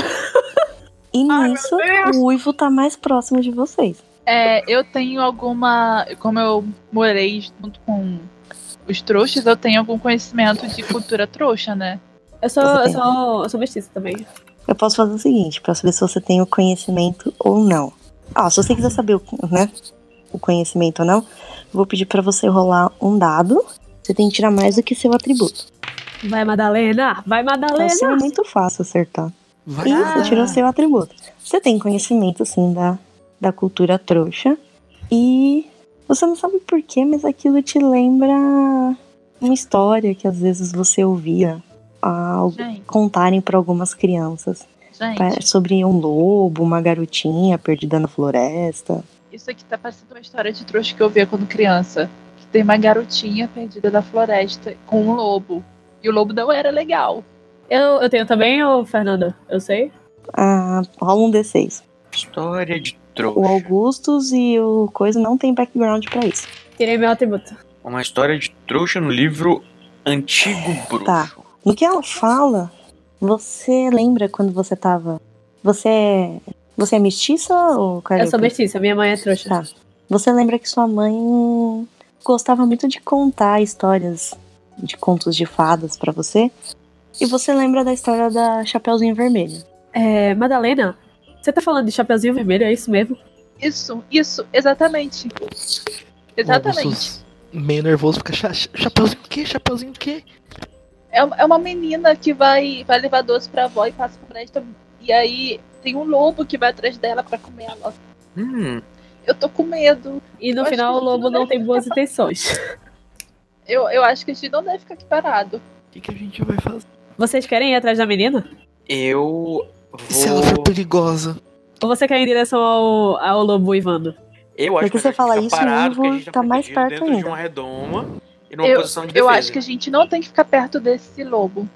E Ai, meu nisso, Deus! o Uivo tá mais próximo de vocês. É, eu tenho alguma. Como eu morei junto com os trouxas, eu tenho algum conhecimento de cultura trouxa, né? Eu sou, Você eu tem. sou, eu sou mestiça também. Eu posso fazer o seguinte, pra saber se você tem o conhecimento ou não. Ah, se você quiser saber o, né, o conhecimento ou não, eu vou pedir pra você rolar um dado. Você tem que tirar mais do que seu atributo. Vai, Madalena! Vai, Então, Madalena! assim, é muito fácil acertar. Vai E lá. você tirou seu atributo. Você tem conhecimento, sim, da, da cultura trouxa. E você não sabe porquê, mas aquilo te lembra uma história que às vezes você ouvia ah, Gente, contarem para algumas crianças. Pa- gente, Sobre um lobo, uma garotinha perdida na floresta. isso aqui tá parecendo uma história de trouxa que eu via quando criança. Que tem uma garotinha perdida na floresta com um lobo. E o lobo não era legal. Eu, eu tenho também, ô Fernanda? Eu sei. Ah, rola um D6. História de O trouxa. Augustus e o Coisa não tem background para isso. Tirei meu atributo. Uma história de trouxa no livro Antigo Bruxo. Tá. No que ela fala, você lembra quando você tava. Você é. Você é mestiça ou Eu sou carioca? mestiça, minha mãe é trouxa. Tá. Você lembra que sua mãe gostava muito de contar histórias de contos de fadas pra você? E você lembra da história da Chapeuzinho Vermelho? É, Madalena, você tá falando de Chapeuzinho Vermelho, é isso mesmo? Isso, isso, exatamente. Exatamente. Augustus, Meio nervoso, fica cha- cha- chapeuzinho do quê? Chapeuzinho do quê? É, é uma menina que vai, vai levar doce pra avó e passa por floresta. E aí tem um lobo que vai atrás dela pra comer ela. Hum, Eu tô com medo. E no Eu acho final que o lobo tudo não bem. tem boas intenções. Eu, eu acho que a gente não deve ficar aqui parado. O que, que a gente vai fazer? Vocês querem ir atrás da menina? eu E se ela for vou. perigosa? Ou você quer ir em direção ao, ao lobo Ivando? Eu acho Porque que você a gente fala fica isso, o parado, porque a Ivo gente tá mais protegido perto dentro de ainda. uma redoma e numa posição de defesa. Eu acho que a gente não tem que ficar perto desse lobo.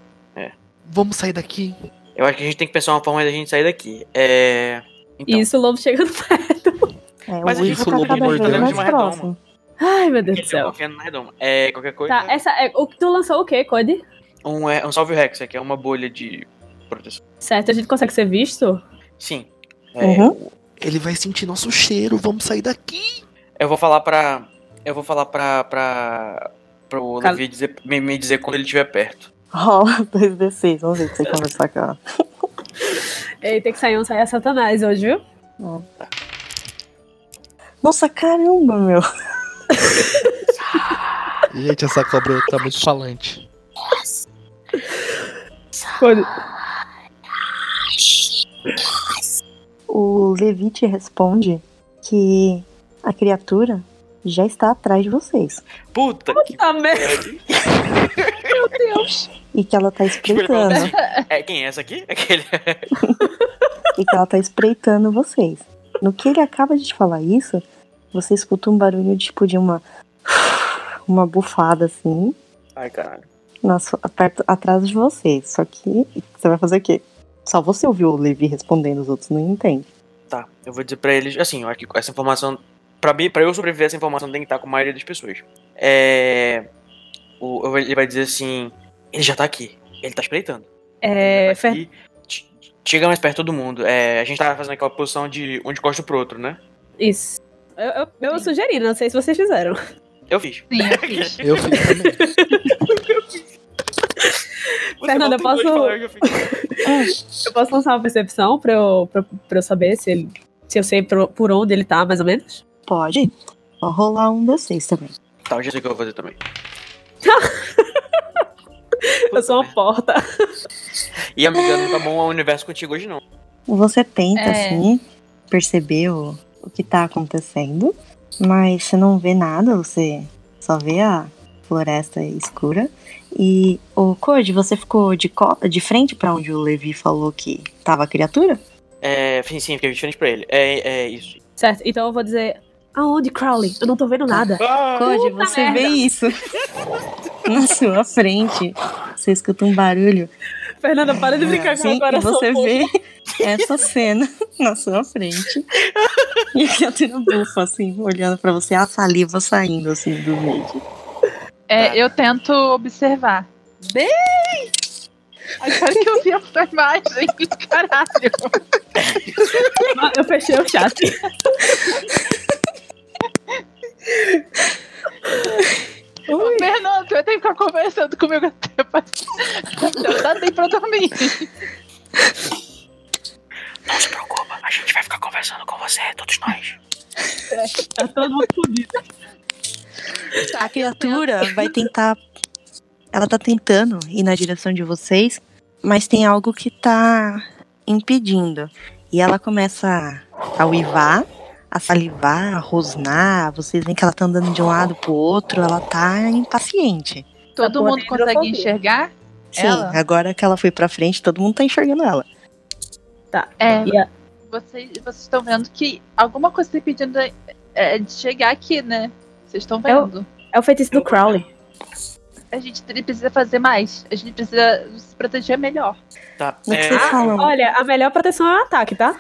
Vamos sair daqui? Eu acho que a gente tem que pensar uma forma da gente sair daqui. É. Então, E isso o lobo [laughs] chegando perto. É, Mas o a Will gente tá falou cada muito, vez né? mais De uma redoma. próximo. Ai, meu Deus do ele tá céu. confiando na redoma. É, qualquer coisa. Tá, essa é. O, tu lançou o quê, Cody? Um, é, um salve o Rex, que é uma bolha de proteção. Certo, a gente consegue ser visto? Sim. É, Uhum. Ele vai sentir nosso cheiro, vamos sair daqui. Eu vou falar pra. Eu vou falar pra. pra pro Cal- Levi dizer, me, me dizer quando ele estiver perto. [laughs] Rola 2D6, vamos ver se você conversar com ela. Ei, tem que sair um saia satanás hoje, viu? Nossa, caramba, meu. Gente, essa cobra tá muito falante. Cody. O Levi te responde que a criatura já está atrás de vocês. Puta que Tá merda. pariu. Meu Deus! E que ela tá espreitando. É, quem é essa aqui? [laughs] Aquele. e que ela tá espreitando vocês. No que ele acaba de te falar isso, você escuta um barulho tipo de uma. Uma bufada assim, Ai, caralho. na sua- perto, atrás de vocês. Só que você vai fazer o quê? Só você ouviu o Levi respondendo, os outros não entendem. Tá, eu vou dizer pra eles. Assim, eu acho que essa informação. Pra, mim, pra eu sobreviver, essa informação tem que estar com a maioria das pessoas. É. O, eu- ele vai dizer assim. Ele já tá aqui. Ele tá espreitando. É, Ele já tá Fer... aqui. Ch- ch- Chega mais perto de todo mundo. É, a gente tá fazendo aquela posição de um de costa pro outro, né? Isso. Eu, eu, eu sugeri, não sei se vocês fizeram. Eu fiz. Sim, eu fiz. Eu fico também. [laughs] Você Fernanda, voltou posso- hoje, falou, eu já fiz. Eu posso lançar uma percepção pra eu, pra, pra eu saber se, ele, se eu sei pro- por onde ele tá, mais ou menos? Pode? Vou rolar um D6 também. [laughs] Tá, eu já sei o que eu vou fazer também. [laughs] Eu sou é. um uma porta. E amiga, não tá bom o universo contigo hoje não. Você tenta, É. assim, perceber o, o que tá acontecendo, mas você não vê nada, você só vê a floresta escura. E, o Code, você ficou de, co- de frente pra onde o Levi falou que tava a criatura? É, sim, sim, fica diferente pra ele. É, é isso. Certo, então eu vou dizer. Aonde, Crowley? Eu não tô vendo nada. Ah! Code, você merda. vê isso. [laughs] Na sua frente, você escuta um barulho. [laughs] Fernanda, para de brincar com o Sim, meu e coração. você pô. vê essa cena [laughs] na sua frente. E a criatura bufa, assim, olhando pra você, a saliva saindo, assim, do vídeo. É, eu tento observar. Bem! Agora que eu vi essa imagem, caralho. Ah, Eu fechei o chat. [laughs] Ô, Fernando, você vai ter que ficar conversando comigo até passar. Não dá pra dormir. Não se preocupa, a gente vai ficar conversando com você, todos nós. Tá todo mundo fudido. A criatura vai tentar. Ela tá tentando ir na direção de vocês, mas tem algo que tá impedindo. E ela começa a uivar, a salivar, a rosnar. Vocês veem que ela tá andando de um lado pro outro, ela tá impaciente. Todo Tá mundo podendo, eu consegue vou ver. enxergar? Sim, Ela? agora que ela foi pra frente, todo mundo tá enxergando ela. É. E a- Vocês, vocês estão vendo que alguma coisa tá pedindo é, de chegar aqui, né? Vocês estão vendo. É o feitiço do Crowley. A gente tre- precisa fazer mais. A gente precisa se proteger melhor. Tá. No que é, vocês falam? Olha, a melhor proteção é o ataque, tá?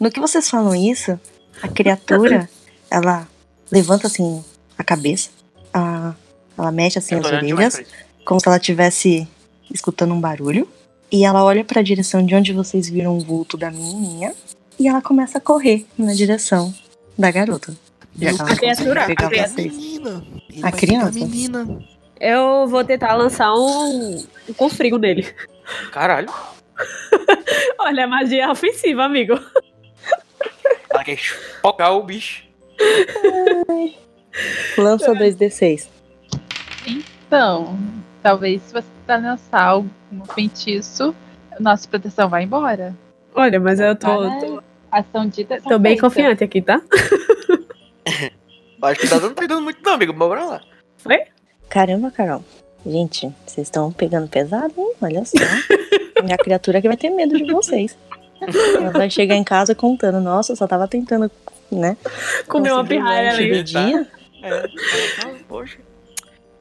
No que vocês falam isso, a criatura, ela levanta assim a cabeça, a- ela mexe assim eu as é tô olhando demais orelhas. pra isso. como se ela estivesse escutando um barulho. E ela olha para a direção de onde vocês viram o vulto da menininha. E ela começa a correr na direção da garota. Já que ela A criatura, conseguiu pegar a criatura. vocês. menina. Ele A vai pegar criança. menina. Eu vou tentar lançar um, um confrigo nele. Caralho. Olha, a magia é ofensiva, amigo. Ela quer esfocar o bicho. Lança 2D6. Então, talvez se você tá lançar algum feitiço, nossa proteção vai embora. Olha, mas eu tô, Caralho. tô, Ação dita. é tô bem feita. confiante aqui, tá? Acho que tá dando, tá dando muito não, amigo. Bora lá. Caramba, Carol. Gente, vocês estão pegando pesado, hein? Olha [laughs] só. Minha criatura que vai ter medo de vocês. Ela vai chegar em casa contando, nossa, eu só tava tentando, né? Comer uma conseguir um pirralha lanche ali. tá? do dia. É. Ah, poxa.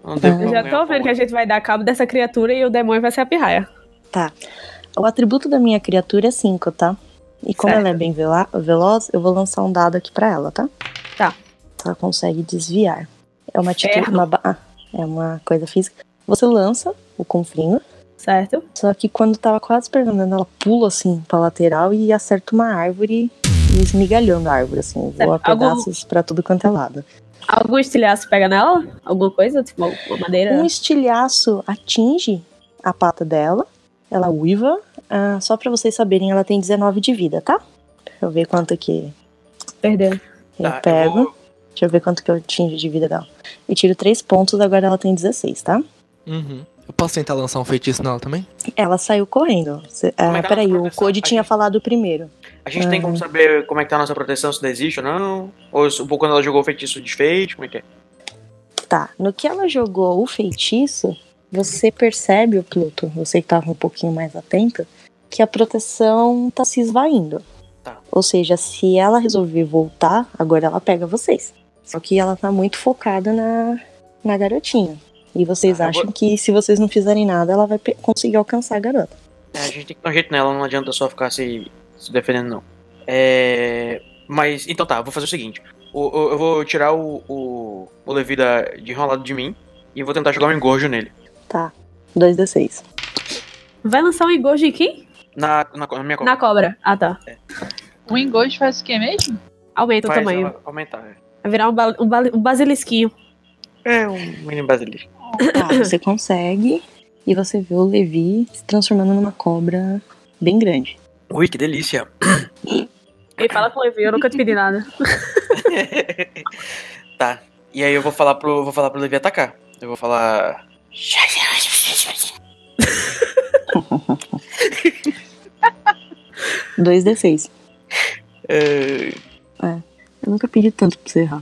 Não tem Eu já tô vendo que a gente vai dar cabo dessa criatura e o demônio vai ser a pirraia. O atributo da minha criatura é 5, tá? E como Certo. ela é bem vela- veloz, eu vou lançar um dado aqui pra ela, tá? Tá. Ela consegue desviar. É uma atitude, Ferro. uma ba- ah, é uma coisa física. Você lança o confrinho, Certo? só que quando tava quase perguntando, ela pula assim pra lateral e acerta uma árvore e esmigalhando a árvore, assim, voa Certo. Algum- pedaços pra tudo quanto é lado. Algum estilhaço pega nela? Alguma coisa? Tipo, uma madeira? Um estilhaço atinge a pata dela, ela uiva. Ah, só pra vocês saberem, ela tem 19 de vida, tá? Deixa eu ver quanto que Perdeu. eu pego. Deixa eu ver quanto que eu atingo de vida dela. Eu tiro 3 pontos, agora ela tem 16, tá? Uhum. Eu posso tentar lançar um feitiço nela também? Ela saiu correndo. Cê- ah, é que ela peraí, ficou o nessa- Code aqui? tinha falado primeiro. A gente tem como Ah. saber como é que tá a nossa proteção, se desiste ou não. Ou se- ou quando ela jogou o feitiço desfez, como é que é? Tá, no que ela jogou o feitiço, você percebe, o Pluto, você que tava um pouquinho mais atento, que a proteção tá se esvaindo. Tá. Ou seja, se ela resolver voltar, agora ela pega vocês. Só que ela tá muito focada na, na garotinha. E vocês Ah, eu acham vou- que se vocês não fizerem nada, ela vai pe- conseguir alcançar a garota. É, a gente tem que dar um jeito nela, não adianta só ficar se, se defendendo, não. É. Mas, então tá, eu vou fazer o seguinte: O- o- eu vou tirar o, o, o Levi da, de enrolado de mim e vou tentar jogar um engorjo nele. [coughs] 2d6. Vai lançar um engojo em quem? Na, na, co- na minha Na cobra. Ah, tá. O engojo faz o quê mesmo? Aumenta o Faz tamanho. ela aumentar. é. Vai virar um, ba- um, ba- um basilisquinho. É um mini basilisco. Tá, você consegue. E você vê o Levi se transformando numa cobra bem grande. Ui, que delícia. E fala com o Levi, eu nunca te pedi nada. tá. E aí eu vou falar pro, vou falar pro Levi atacar. Eu vou falar. Dois d 6 [laughs] É... Eu nunca pedi tanto pra você errar.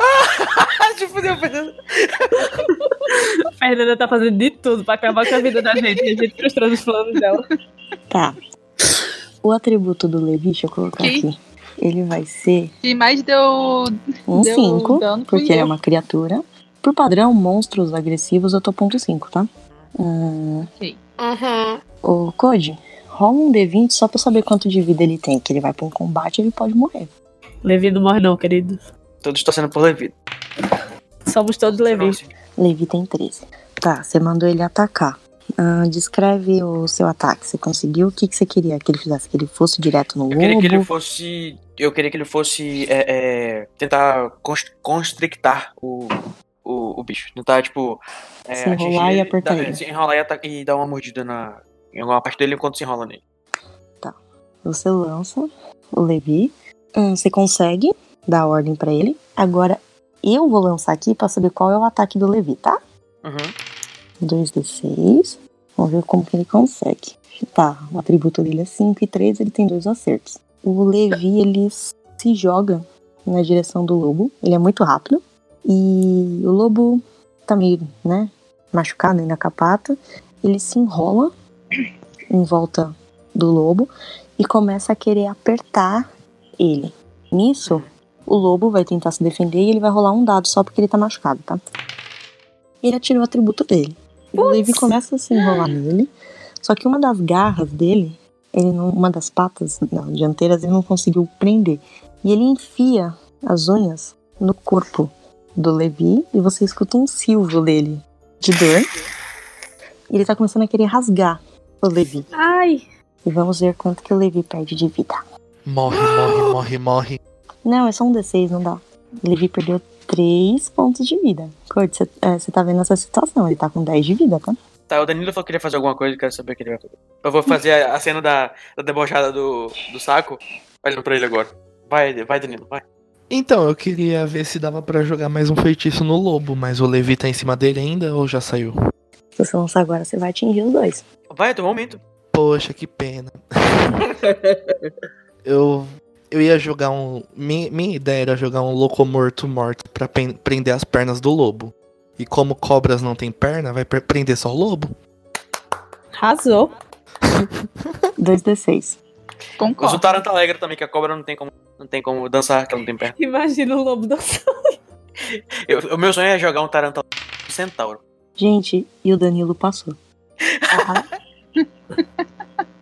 Ah, se fudeu, Fernando. [laughs] A Fernanda tá fazendo de tudo pra acabar com a vida da gente. E a gente frustrando os planos dela. Tá. O atributo do Levi, deixa eu colocar Ok. aqui. Ele vai ser Se mais deu. um Deu 5, dano, fui porque ele é eu. uma criatura. Por padrão, monstros agressivos, eu tô ponto 5, tá? Ah, Uhum. Ô, Code, rola um D20 só pra eu saber quanto de vida ele tem. Que ele vai pra um combate ele pode morrer. Levi não morre, não, querido. Todos torcendo por Levi. Somos todos Levi. Levi tem 13. Tá, você mandou ele atacar. Ah, descreve o seu ataque. Você conseguiu? O que, que você queria que ele fizesse? Que ele fosse direto no Eu queria que ele lobo? fosse. Eu queria que ele fosse é, é, tentar cons- constrictar o, o, o bicho. Tentar, tipo. é, Se enrolar atingir e apertar dar- ele. Se enrolar e, ata- e dar uma mordida na, em alguma parte dele enquanto se enrola nele. Você lança o Levi. Ah, você consegue dar ordem pra ele. Agora eu vou lançar aqui pra saber qual é o ataque do Levi, tá? Uhum. 2d6. Vamos ver como que ele consegue. Tá, o atributo dele é 5 e 3, ele tem dois acertos. O Levi, ele se joga na direção do lobo, ele é muito rápido. E o lobo tá meio, né, machucado ainda com a pata. Ele se enrola em volta do lobo e começa a querer apertar ele. Nisso, o lobo vai tentar se defender e ele vai rolar um dado só porque ele tá machucado, tá? Ele atirou o atributo dele. O Levi começa a se enrolar nele. Só que uma das garras dele, ele não- uma das patas não, dianteiras, ele não conseguiu prender. E ele enfia as unhas no corpo do Levi e você escuta um silvo dele de dor. E ele tá começando a querer rasgar o Levi. Ai, E vamos ver quanto que o Levi perde de vida. Morre, morre, morre, morre. Não, é só um D6, não dá. O Levi perdeu 3 pontos de vida. Kurt, você tá vendo essa situação? Ele tá com 10 de vida, tá? Tá, o Danilo falou que ele ia fazer alguma coisa, eu quero saber o que ele vai fazer. Eu vou fazer a, a cena da, da debochada do, do saco, olhando pra ele agora. Vai, vai, Danilo, vai. Então, eu queria ver se dava pra jogar mais um feitiço no lobo, mas o Levi tá em cima dele ainda ou já saiu? Se você lançar agora, você vai atingir os dois. Vai, é teu momento. Poxa, que [laughs] pena. eu eu ia jogar um. mi- minha ideia era jogar um locomorto morto pra pen- prender as pernas do lobo. E como cobras não tem perna, vai pre- prender só o lobo? arrasou. 2d6. Mas o Concordo. Taranta alegra também, que a cobra não tem como, não tem como dançar, que ela não tem perna. Imagina o lobo dançando. [laughs] Eu- O meu sonho é jogar um Taranta centauro. Gente, e o Danilo passou.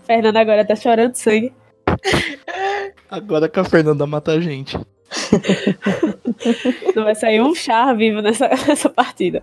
Fernanda agora tá chorando sangue. Agora que a Fernanda mata a gente. Não vai sair um char vivo nessa, [laughs] nessa partida.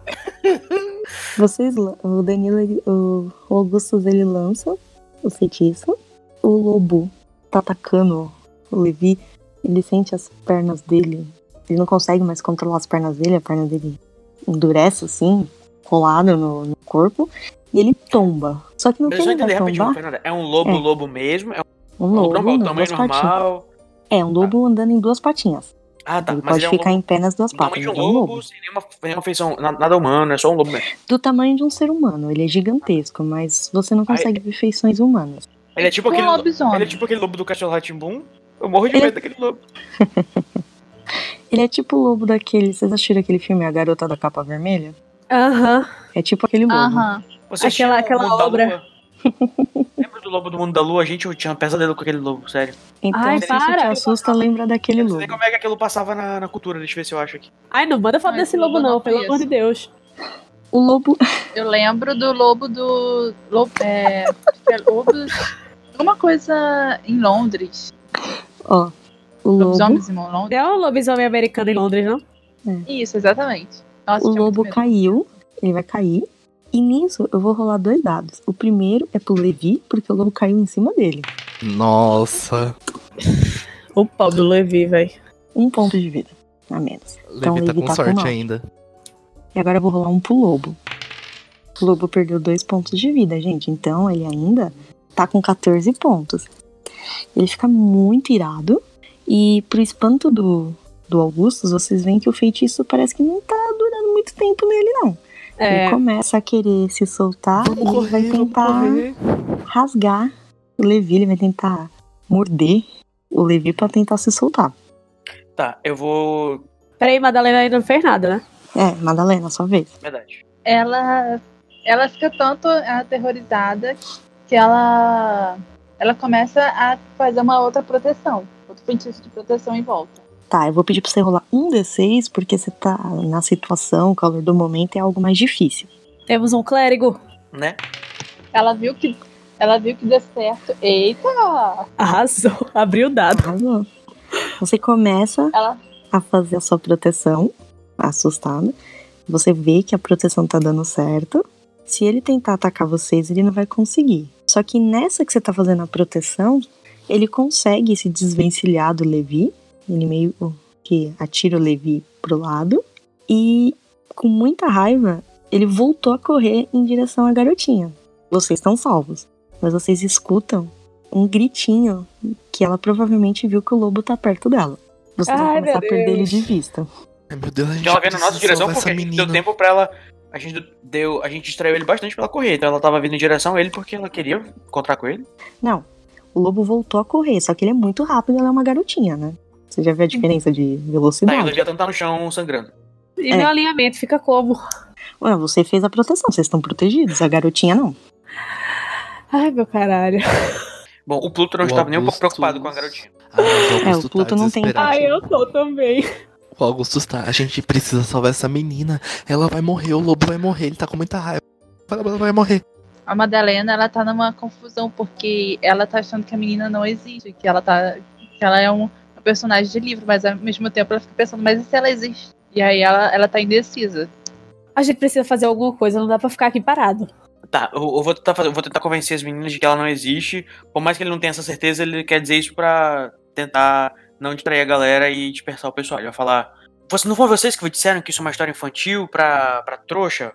Vocês, lan- o Danilo, ele- o o Augustus, ele lança o feitiço. O lobo tá atacando o Levi. Ele sente as pernas dele. Ele não consegue mais controlar as pernas dele. A perna dele endurece, assim, colada no, no corpo. E ele tomba. Só que não Deixa tem eu ele entender vai rapidinho, tombar. Fernanda. É um lobo, É. lobo mesmo? É um Um lobo lobo normal, andando em tamanho duas patinhas. normal. É, um lobo andando em duas patinhas. Ah, tá. ele mas pode ele é um ficar lobo em pé nas duas do patas. tamanho de ele um é um lobo, lobo. sem nenhuma, nenhuma feição, na- nada humano, é só um lobo mesmo. Do tamanho de um ser humano. Ele é gigantesco, mas você não consegue é. ver feições humanas. Ele é tipo Um aquele, lo- lobisomem. ele é tipo aquele lobo do Castelo Ratimbum. Eu morro de Ele- medo daquele lobo. Ele é tipo o lobo daquele. Vocês assistiram aquele filme A Garota da Capa Vermelha? Aham. É tipo aquele um lobo. Aham. Aquela- Você assistiu o aquela Mundo da obra. Lua? Lembra do lobo do mundo da lua? Gente, eu tinha um pesadelo com aquele lobo, sério. Então, Ai, se você te para. assusta, lembra daquele Eu não sei lobo. nem como é que aquilo passava na, na cultura, deixa eu ver se eu acho aqui. Ai, não manda foto Ai, desse esse lobo, lobo não, não pelo conheço. amor de Deus. O lobo. [laughs] Eu lembro do lobo do. Lobo, é, acho que é lobo. Alguma coisa em Londres. Ó. O lobo, Lobisomens em Não Londres. é um lobisomem americano em Londres, não? Isso, exatamente. Nossa, o tinha muito lobo medo. caiu. Ele vai cair. E nisso eu vou rolar dois dados. O primeiro é pro Levi, porque o lobo caiu em cima dele. Nossa. O pau do Levi, velho. Um ponto de vida. A menos. Então, Levi Levi tá tá com com sorte mal. ainda. E agora eu vou rolar um pro lobo. O lobo perdeu dois pontos de vida, gente. Então ele ainda tá com 14 pontos. Ele fica muito irado. E pro espanto do, do Augustus, vocês veem que o feitiço parece que não tá durando muito tempo nele, não. Ele É, começa a querer se soltar e Vamos vai correr, vamos tentar correr. rasgar o Levi. Ele vai tentar morder o Levi pra tentar se soltar. Tá, eu vou. peraí, Madalena ainda não fez nada, né? É, Madalena, sua vez. Verdade. ela, ela fica tanto aterrorizada que ela ela começa a fazer uma outra proteção, outro feitiço de proteção em volta. Tá, eu vou pedir pra você rolar um D6, porque você tá na situação, o calor do momento é algo mais difícil. Temos um clérigo. né? Ela viu que ela viu que deu certo. Eita! Arrasou. [laughs] Abriu o dado. Arrasou. Tá, Você começa Ela a fazer a sua proteção, assustada. Você vê que a proteção tá dando certo. Se ele tentar atacar vocês, ele não vai conseguir. Só que nessa que você tá fazendo a proteção, ele consegue se desvencilhar do Levi. Ele meio que atira o Levi pro lado. E com muita raiva, ele voltou a correr em direção à garotinha. Vocês estão salvos. Mas vocês escutam um gritinho que ela provavelmente viu que o lobo tá perto dela. Vocês vão Ai, meu começar a perder ele Deus. de vista. Ai, meu Deus, a gente Ela veio na nossa precisa direção salvar porque a essa gente menina. deu tempo pra ela. A gente deu. A gente distraiu ele bastante pra ela correr. Então ela tava vindo em direção a ele porque ela queria encontrar com ele. Não. O lobo voltou a correr, só que ele é muito rápido, ela é uma garotinha, né? Você já vê a diferença de Tá, e o velocidade. Leviathan tá no chão sangrando. E É. meu alinhamento fica como? Ué, você fez a proteção, vocês estão protegidos, a garotinha não. Ai, meu caralho. Bom, o Pluto não O estava nem um pouco Augustus- preocupado com a garotinha. Ah, mas o Augusto É, o Pluto não tem- Ah, desesperado. Ai, eu tô também. O Augusto tá. A gente precisa salvar essa menina. Ela vai morrer, o lobo vai morrer. Ele tá com muita raiva. Ela vai morrer. A Madalena, ela tá numa confusão porque ela tá achando que a menina não existe, que ela tá que ela é um, um personagem de livro, mas ao mesmo tempo ela fica pensando, mas e se ela existe? E aí ela, ela tá indecisa. A gente precisa fazer alguma coisa, não dá pra ficar aqui parado. Tá, eu, eu vou tentar fazer, eu vou tentar convencer as meninas de que ela não existe. Por mais que ele não tenha essa certeza, ele quer dizer isso pra tentar não distrair a galera e dispersar o pessoal. Ele vai falar. Você, não foi vocês que disseram que isso é uma história infantil pra, pra trouxa?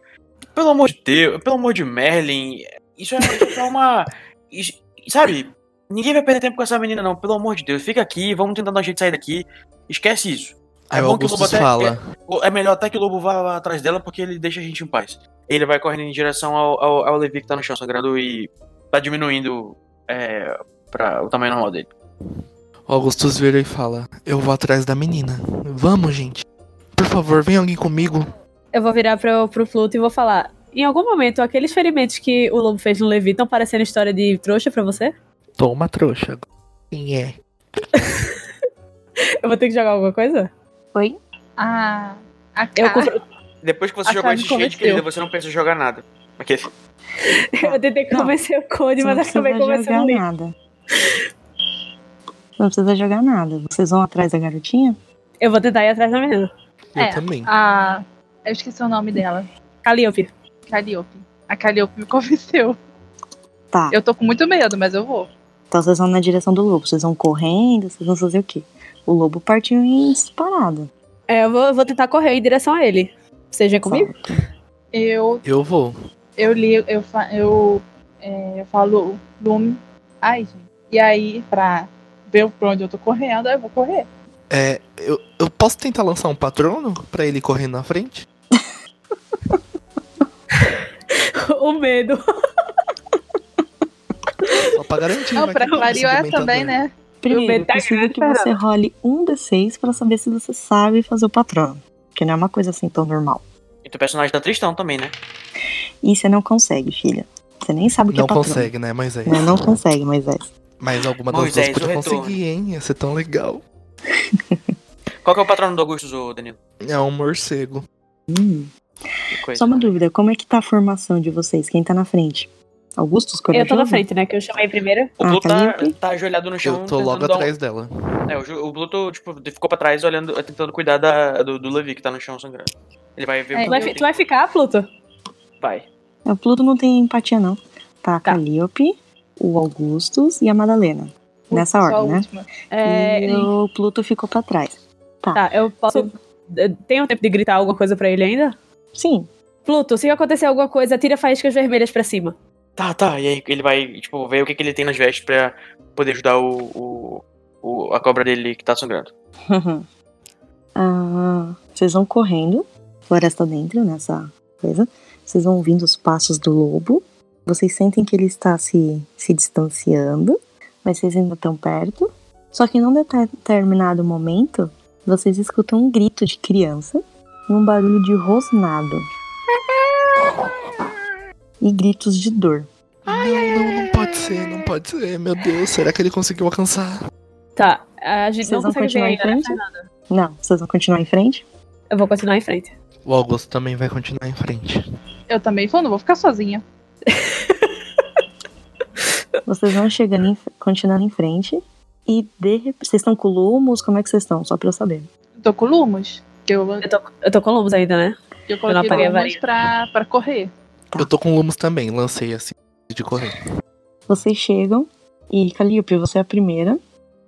Pelo amor de Deus, pelo amor de Merlin, isso é, isso é uma. isso- sabe? Ninguém vai perder tempo com essa menina, não. Pelo amor de Deus, fica aqui, vamos tentar dar um jeito de sair daqui. Esquece isso. Aí É o bom que o Augusto lobo até- fala. Ou É melhor até que o lobo vá lá atrás dela porque ele deixa a gente em paz. Ele vai correndo em direção ao, ao, ao Levi que tá no chão sangrando e tá diminuindo é, pra, o tamanho normal dele. O Augustus vira e fala: Eu vou atrás da menina. Vamos, gente. Por favor, vem alguém comigo. Eu vou virar pro, pro Pluto e vou falar. Em algum momento, aqueles ferimentos que o lobo fez no Levi estão parecendo história de trouxa pra você? Toma, trouxa. Quem é? Eu vou ter que jogar alguma coisa? Oi? Ah, a Eu, cara, compro- Depois que você A jogou Carmen esse jeito de convenceu. querida, você não pensa em jogar nada. Porque [laughs] eu tentei Não. convencer o Cody, Você não mas precisa acabei jogar convencendo ele. nada. Não precisa jogar nada. Vocês vão atrás da garotinha? Eu vou tentar ir atrás da menina. Eu É. também. a eu esqueci o nome dela, Calliope. Calliope. A Calliope me [laughs] convenceu. Tá. Eu tô com muito medo, mas eu vou. Então vocês vão na direção do lobo. Vocês vão correndo, vocês vão fazer o quê? O lobo partiu em disparada. É, eu vou, eu vou tentar correr em direção a ele. Vocês vêm comigo? [laughs] Eu Eu vou. eu li eu fa- eu, é, eu falo lume. Ai, gente. E aí pra ver pra onde eu tô correndo, eu vou correr. É, eu, eu posso tentar lançar um patrono pra ele correr na frente? o medo. Só pra garantir. Não, vai pra que eu Clario sou é dementador. também, né? Primeiro, eu Metade preciso grande que você role um D6 pra saber se você sabe fazer o patrono. Porque não é uma coisa assim tão normal. e teu personagem tá tristão também, né? E você não consegue, filha. Você nem sabe o que Não é patrono. consegue, né, Moisés? Não, não consegue, mas é. Mas alguma das Moisés, duas o podia retorno. conseguir, hein? Ia ser tão legal. Qual que é o patrono do Augustus, ô Danilo? É um morcego. Hum. Que coisa. Só uma dúvida, como é que tá a formação de vocês? Quem tá na frente? Augustus, Eu tô na corajoso? frente, né? Que eu chamei primeiro. O Ah, Pluto tá tá, limpo? tá ajoelhado no chão. Eu tô logo tentando dar um- atrás dela. É, o, Ju- o Pluto tipo, ficou pra trás olhando, tentando cuidar da- do, do Levi que tá no chão sangrando. Ele vai ver É, o Tu vai, Pluto. fi- tu vai ficar, Pluto? Vai. É, O Pluto não tem empatia, não. Tá a Tá. Calliope, o Augustus e a Madalena. Nessa Só a ordem, né? última. É, E o Pluto ficou pra trás. Tá, eu posso. eu Tenho um tempo de gritar alguma coisa pra ele ainda? Sim, Pluto, se acontecer alguma coisa, tira faíscas vermelhas pra cima. Tá, tá. E aí ele vai, tipo, ver o que, que ele tem nas vestes pra poder ajudar o, o- o- a cobra dele que tá sangrando. Ah, vocês vão correndo, floresta dentro, nessa coisa. Vocês vão ouvindo os passos do lobo. Vocês sentem que ele está se, se distanciando, mas vocês ainda estão perto. Só que em um determinado momento, vocês escutam um grito de criança e um barulho de rosnado. E gritos de dor. não, não, não pode, pode ser, não pode ser. Meu Deus, será que ele conseguiu alcançar? Tá, a gente não Vocês vão consegue ver continuar em ainda, né, frente? Fernanda? Não, vocês vão continuar em frente? Eu vou continuar em frente. O Augusto também vai continuar em frente. Eu também só não vou ficar sozinha. Vocês vão chegando, em, continuando em frente. E de repente. Vocês estão com lumos? Como é que vocês estão? Só pra eu saber. Tô com lumos. que Eu, Eu tô, eu tô com lumos ainda, né? eu não coloquei apaguei a lumos varinha. pra, pra correr. Tá. Eu tô com Lumos também, lancei assim de correr. Vocês chegam. E Calliope, você é a primeira.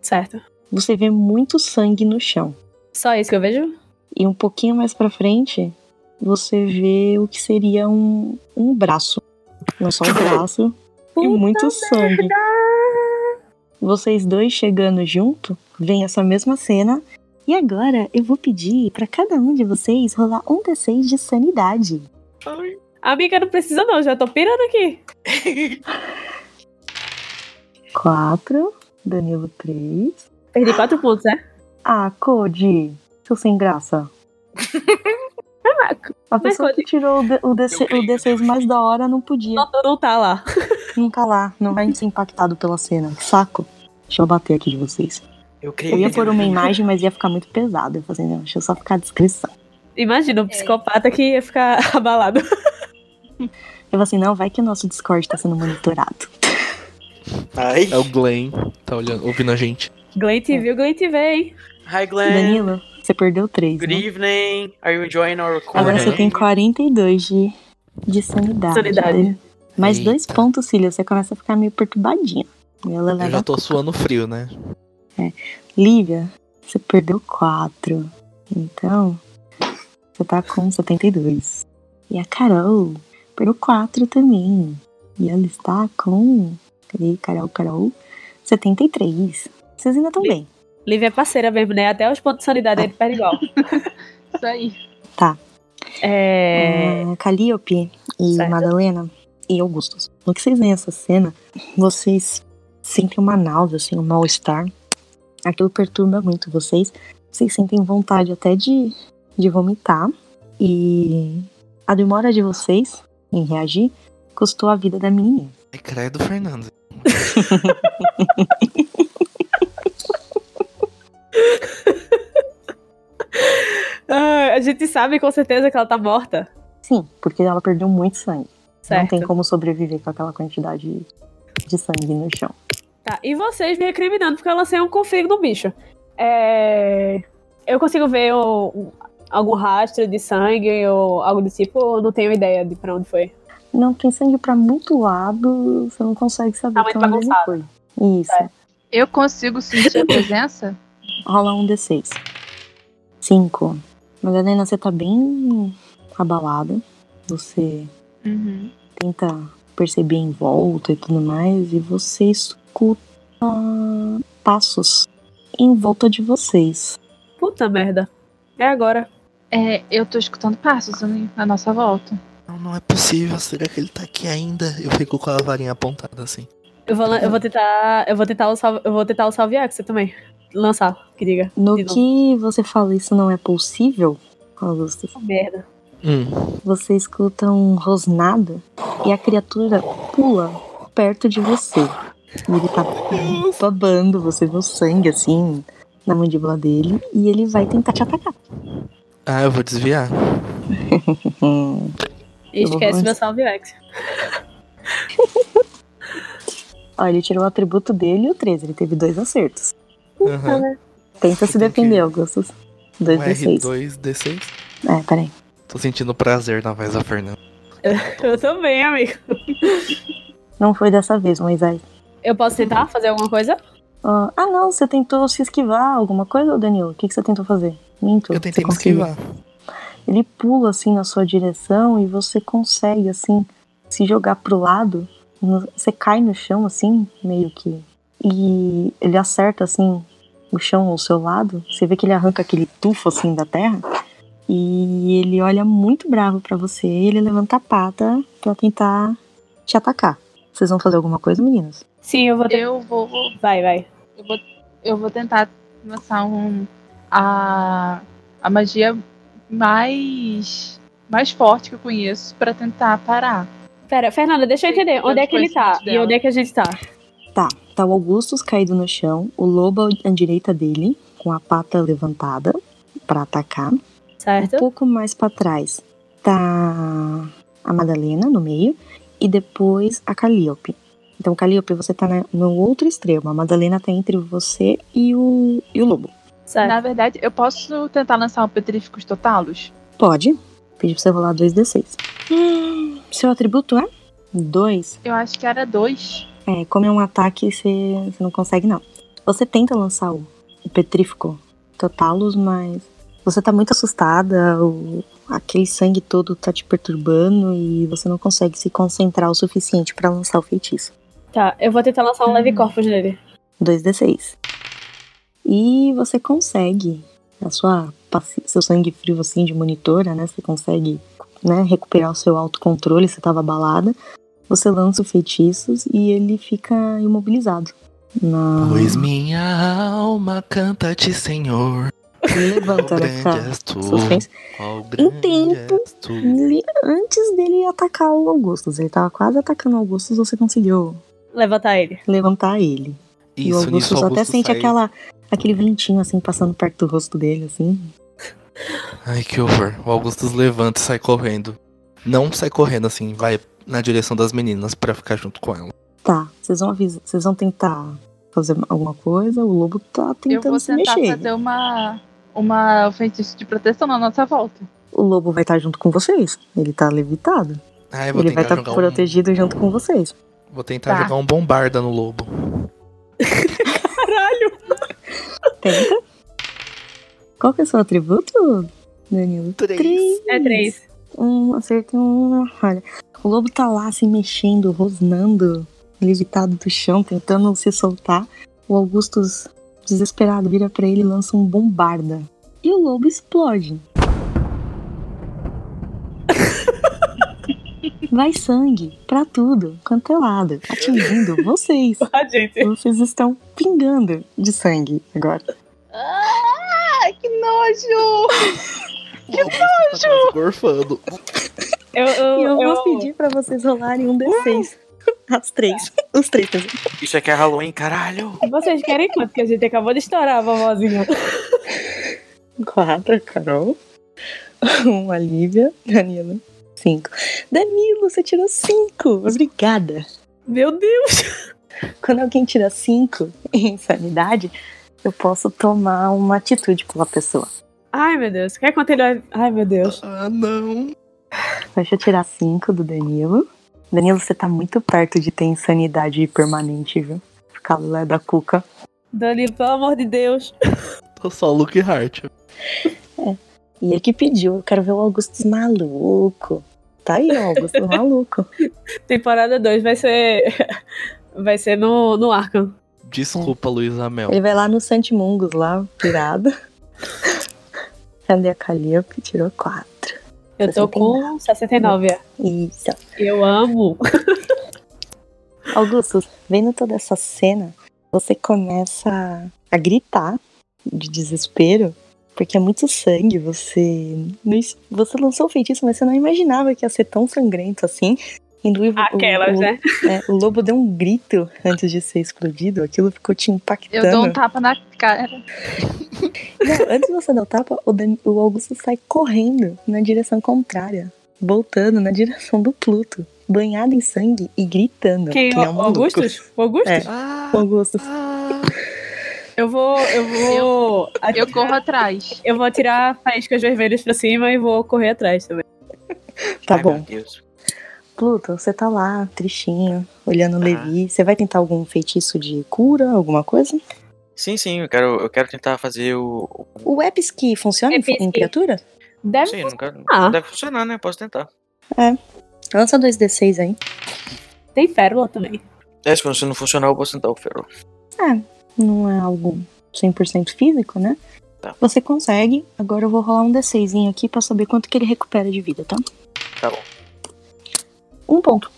Certo. Você vê muito sangue no chão. Só isso que eu vejo? E um pouquinho mais pra frente, você vê o que seria um, um braço. Não só um braço. e muito sangue. Vocês dois chegando junto, vem essa mesma cena. E agora eu vou pedir pra cada um de vocês rolar um D6 de sanidade. Amiga, não precisa não, já tô pirando aqui. Quatro, Danilo três. Perdi [gasps] quatro pontos, né? Ah, Cody, seu sem graça. Caraca, A pessoa que tirou o D- o DC o D6 mais da hora não podia. não, não tá lá. Não tá lá, não vai ser impactado pela cena. Que saco. Deixa eu bater aqui de vocês. Eu Eu criei. ia pôr uma imagem, mas ia ficar muito pesado. Eu falei, não, deixa eu só ficar a descrição. Imagina, É. um psicopata que ia ficar [laughs] abalado. Eu falei assim, não, vai que o nosso Discord tá sendo monitorado. Ai. É o Glenn, tá olhando, ouvindo a gente. Glenn É. te viu, Glenn te vê, hein? Hi, É. Glenn. Danilo, você perdeu três, Good né? evening. Are you enjoying our recording? Agora Uhum. você tem 42 de, de sanidade. Sanidade. Dele. Mais Eita. dois pontos, Cília. Você começa a ficar meio perturbadinha. E Ela Eu leva já tô a culpa. suando frio, né? Lívia, você perdeu quatro. Então, você tá com 72. E a Carol perdeu quatro também. E ela está com. Cadê? Carol, Carol. 73. Vocês ainda estão bem. Lívia é parceira mesmo, né? Até os pontos de sanidade ele perde igual. Isso aí. É. [laughs] Ah, Calliope e Certo. Madalena e Augustus. No que vocês veem essa cena, vocês sentem uma náusea, assim, um mal-estar. Aquilo perturba muito vocês. Vocês sentem vontade até de, de vomitar. E a demora de vocês em reagir custou a vida da menininha. É credo, Fernando. Ah, a gente sabe com certeza que ela tá morta. Sim, porque ela perdeu muito sangue. Certo. Não tem como sobreviver com aquela quantidade de sangue no chão. Tá, e vocês me recriminando porque eu lancei um config no bicho. É... Eu consigo ver o- um- algum rastro de sangue ou algo do tipo, ou não tenho ideia de pra onde foi. Não tem sangue pra muito lado, você não consegue saber Tá muito pra onde ele bagunçado. foi. Isso. É. Eu consigo sentir a presença? Rola um D6. Cinco. Madalena, você tá bem abalada. Você Uhum. tenta perceber em volta e tudo mais, e você escuta passos em volta de vocês. Puta merda. É agora. É, eu tô escutando passos né, na nossa volta. Não, não é possível, será que ele tá aqui ainda? Eu fico com a varinha apontada assim. Eu vou, lan- eu vou tentar. Eu vou tentar o salve, eu vou tentar o salve Axe também. Lançar, que diga. No De novo. que você fala isso não é possível, Augusto, Merda. Hum, você escuta um rosnado e a criatura pula perto de você. E ele tá babando, você vê o sangue assim na mandíbula dele e ele vai tentar te atacar. Ah, eu vou desviar. Hum, E Eu vou esquece lançar. meu salve Axe. Ó, ele tirou o atributo dele e o 13, ele teve dois acertos. Uhum. Aham. Tenta se Tem que- defender, Augustus. Um 2 D6. R2D6. É, peraí. Tô sentindo prazer na voz da Fernanda. Eu também, amigo. Não foi dessa vez, mas aí. Eu posso tentar fazer alguma coisa? Ah, ah, não, você tentou se esquivar alguma coisa, ô Danilo? O que, que você tentou fazer? Minto. Eu tentei você me conseguiu. esquivar. Ele pula assim na sua direção e você consegue assim se jogar pro lado. No- Você cai no chão assim, meio que. E ele acerta assim o chão ao seu lado. Você vê que ele arranca aquele tufo assim da terra. E ele olha muito bravo pra você e ele levanta a pata pra tentar te atacar. Vocês vão fazer alguma coisa, meninas? Sim, eu vou tentar. Eu vou Vai, vai. Eu vou, eu vou tentar lançar um, a, a magia mais, mais forte que eu conheço pra tentar parar. Pera, Fernanda, deixa eu entender. Onde é que ele tá? E onde é que a gente tá? Tá, tá o Augustus caído no chão, o lobo à direita dele, com a pata levantada pra atacar. Um Certo? pouco mais pra trás tá a Madalena no meio e depois a Calliope. Então, Calliope, você tá na- no outro extremo. A Madalena tá entre você e o, e o lobo. Certo. Na verdade, eu posso tentar lançar um Petríficos Totalos? Pode. Pedi pra você rolar 2d6. Hum, [gasps] seu atributo é? 2. Eu acho que era dois. É, como é um ataque, você, você não consegue, não. Você tenta lançar o, o petrífico totalus, mas você tá muito assustada, o- aquele sangue todo tá te perturbando e você não consegue se concentrar o suficiente pra lançar o feitiço. Tá, eu vou tentar lançar um leve corpus nele. 2d6. E você consegue, a sua, paci- seu sangue frio assim de monitora, né? Você consegue né, recuperar o seu autocontrole, você tava abalada. Você lança os feitiços e ele fica imobilizado. Na... Pois minha alma canta te, Senhor. Levanta Qual grande essa és tu? suspense. Qual grande tempo, és tu? Ele- antes dele atacar o Augustus, ele tava quase atacando o Augustus, você conseguiu Levantar ele. levantar ele. e o Isso, Augustus nisso, o até Augustus sente sai. aquela, aquele ventinho assim passando perto do rosto dele, assim. Ai, que horror. O Augustus levanta e sai correndo. Não sai correndo, assim, vai na direção das meninas pra ficar junto com ela. Tá, vocês vão avisar, vocês vão tentar fazer alguma coisa, o lobo tá eu vou tentando se tentar mexer. fazer uma, uma um feitiço de proteção na nossa volta. O lobo vai estar junto com vocês. Ele tá levitado. Ai, vou Ele vai tá tentar estar jogar um... protegido junto com vocês. Vou tentar Tá. jogar um bombarda no lobo. Caralho! Tenta. Qual que é o seu atributo, Danilo? Três. É três. Um acerto e um falha. O lobo tá lá se mexendo, rosnando, levitado do chão, tentando se soltar. O Augustus, desesperado, vira pra ele e lança um bombarda. E o lobo [laughs] explode. Vai sangue pra tudo, quanto é lado, atingindo [laughs] vocês. A Tá, gente. Vocês estão pingando de sangue agora. Ah, que nojo! Que nojo! tá Gorfando. Eu, E eu eu, vou eu- pedir pra vocês rolarem um D6. As três. Os três. quer dizer. Isso aqui é Halloween, caralho. Vocês querem quanto? Que a gente acabou de estourar a vovozinha. Quatro, Carol. [laughs] Um, a Lívia. Danilo. Cinco. Danilo, você tirou cinco. Obrigada. Meu Deus! Quando alguém tira cinco [laughs] em sanidade, eu posso tomar uma atitude pela pessoa. Ai, meu Deus. Quer quanto ele vai... Ai, meu Deus. Ah, não. Deixa eu tirar cinco do Danilo. Danilo, você tá muito perto de ter insanidade permanente, viu? Ficar lá da cuca. Danilo, pelo amor de Deus. Tô só Luke Hart. E é que pediu, eu quero ver o Augustus maluco. Tá aí, o [laughs] Augustus maluco. Temporada 2 vai ser... [laughs] Vai ser no, no Arkham. Desculpa, Luísa Então. Mel. Ele vai lá no Santimungos, lá, [laughs] pirado. Cadê a Calliope? Tirou quatro. Eu tô com 69. é. Isso. Eu amo. Augusto, vendo toda essa cena, você começa a gritar de desespero, porque é muito sangue. Você não es- você lançou o feitiço, mas você não imaginava que ia ser tão sangrento assim. E o, o- Aquelas, o, né? é, o lobo deu um grito antes de ser explodido, aquilo ficou te Eu impactando. dou um tapa na cara. Não, [laughs] antes de você dar o tapa, o, Dan- o Augusto sai correndo na direção contrária, voltando na direção do Pluto, banhado em sangue e gritando. Quem? é que nem um O maluco. Augustus? O Augustus? É. Ah, O Augusto. ah. Eu vou... Eu vou... Eu corro atrás. Eu vou tirar faíscas vermelhas pra cima e vou correr atrás também. Tá Ai, bom. Meu Deus. Pluto, você tá lá, tristinho, olhando o Aham. Levi. Você vai tentar algum feitiço de cura, alguma coisa? Sim, sim, eu quero, eu quero tentar fazer o. o- O Episki funciona em, fu- em Episki. criatura? Deve Sim, não quero. funcionar. Deve funcionar, né? Posso tentar. Lança 2d6 aí. Tem férola também. É, se não funcionar, eu posso tentar o ferro. Não é algo 100% físico, né? Tá. Você consegue. Agora eu vou rolar um d6 aqui pra saber quanto que ele recupera de vida, tá? Tá bom. Um ponto.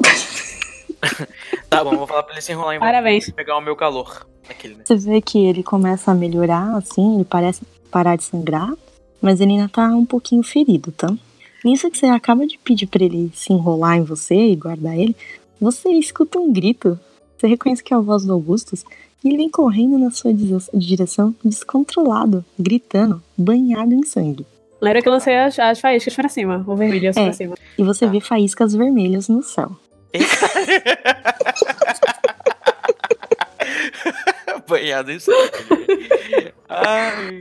Tá bom, vou falar pra ele se enrolar em Parabéns. pegar o meu calor. Aquele, né? Você vê que ele começa a melhorar, assim, ele parece parar de sangrar, mas ele ainda tá um pouquinho ferido, tá? Nisso que você acaba de pedir pra ele se enrolar em você e guardar ele, você escuta um grito. Você reconhece que é a voz do Augustus e ele vem correndo na sua dis- direção, descontrolado, gritando, banhado em sangue. Lembra que eu lancei as, as faíscas pra cima, o vermelho assim É. pra cima. E você Tá. vê faíscas vermelhas no céu. [laughs] Banhado em sangue. Ai, amei.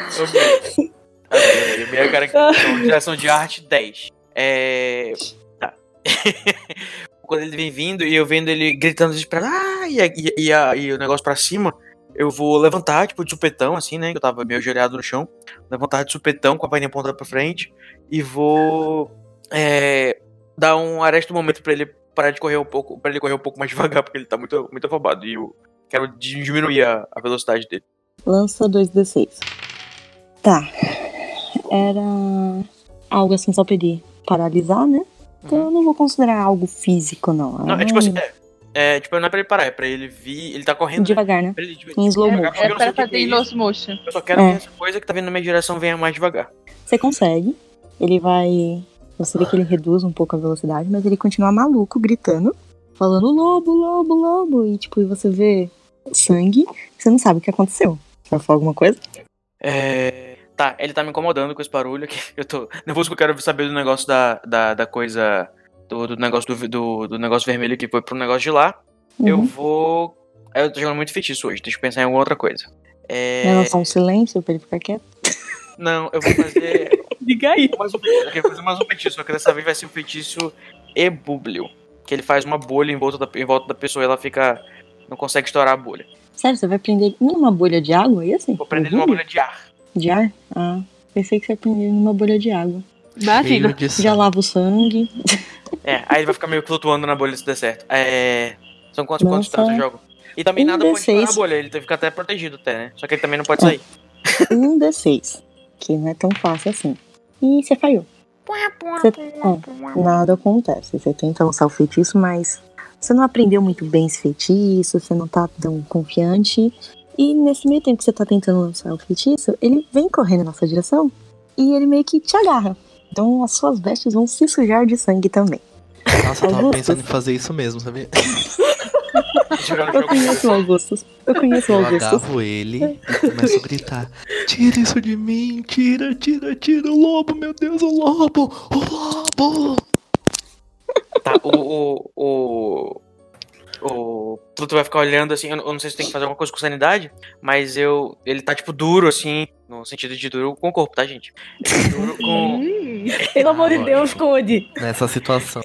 Amei, amei. Minha caracterização, direção de arte 10. É. Tá. [laughs] Quando ele vem vindo e eu vendo ele gritando desesperado, ah, e, a- e, e a- e o negócio pra cima, eu vou levantar, tipo, de supetão, assim, né? Que eu tava meio ajoelhado no chão. Levantar de supetão com a perna apontada pra frente e vou. é, dar um arresto no momento pra ele parar de correr um pouco, pra ele correr um pouco mais [laughs] devagar, porque ele tá muito, muito afobado. E eu quero di- diminuir a, a velocidade dele. Lança 2d6. Tá. Era algo assim só pra ele paralisar, né? Então eu não vou considerar algo físico, não. Uhum. Não, é um- tipo assim, é, é, tipo, não é pra ele parar, é pra ele vir, ele tá correndo, né? Devagar, né? Pra ele, tipo, Em slow É, motion. porque eu é não sei pra o que que fazer é em isso. slow motion. Eu só quero É. que essa coisa que tá vindo na minha direção venha mais devagar. Você consegue. Ele vai. Você vê que ele reduz um pouco a velocidade, mas ele continua maluco, gritando, falando lobo, lobo, lobo. E tipo, e você vê sangue, você não sabe o que aconteceu. Já foi alguma coisa? É, Tá, ele tá me incomodando com esse barulho que [laughs] eu tô nervoso que eu quero saber do negócio da, da, da coisa, do, do negócio do, do, do negócio vermelho que foi pro negócio de lá. Eu Uhum. vou... Eu tô jogando muito feitiço hoje, deixa eu pensar em alguma outra coisa. É, Vai lançar um silêncio pra ele ficar quieto. Não, eu vou fazer... Diga aí. mais um, eu quero fazer mais um feitiço, só que dessa vez vai ser um feitiço ebúblio. Que ele faz uma bolha em volta da, em volta da pessoa e ela fica. não consegue estourar a bolha. Sério, você vai prender ele numa bolha de água e assim? Vou prender numa bolha de ar. De ar? Ah, pensei que você ia prender ele numa bolha de água. Imagina. Cheio de Já sangue. lava o [laughs] sangue. É, aí ele vai ficar meio que flutuando na bolha se der certo. É. São quantos pontos Nossa. tá no jogo? E também Um É. nada D6. pode estourar a bolha, ele fica até protegido até, né? Só que ele também não pode sair. Um D6. Que não é tão fácil assim. E você falhou. Você- é, nada acontece. Você tenta lançar o feitiço, mas você não aprendeu muito bem esse feitiço, você não tá tão confiante. E nesse meio tempo que você tá tentando lançar o feitiço, ele vem correndo na sua direção e ele meio que te agarra. Então as suas vestes vão se sujar de sangue também. Nossa, eu tava Augustus. pensando em fazer isso mesmo, sabia? Jogar no Eu jogo. conheço o Augustus. Eu conheço o Eu Augustus. agarro ele e começo a gritar: Tira isso de mim, tira, tira, tira o lobo, meu Deus, o lobo, o lobo. Tá, o. o. o... O Pluto vai ficar olhando assim. Eu não eu não sei se tem que fazer alguma coisa com sanidade, mas eu. Ele tá tipo duro assim, no sentido de duro com o corpo, tá, gente? Ele tá duro com. Pelo amor de Deus, Cody. Nessa situação.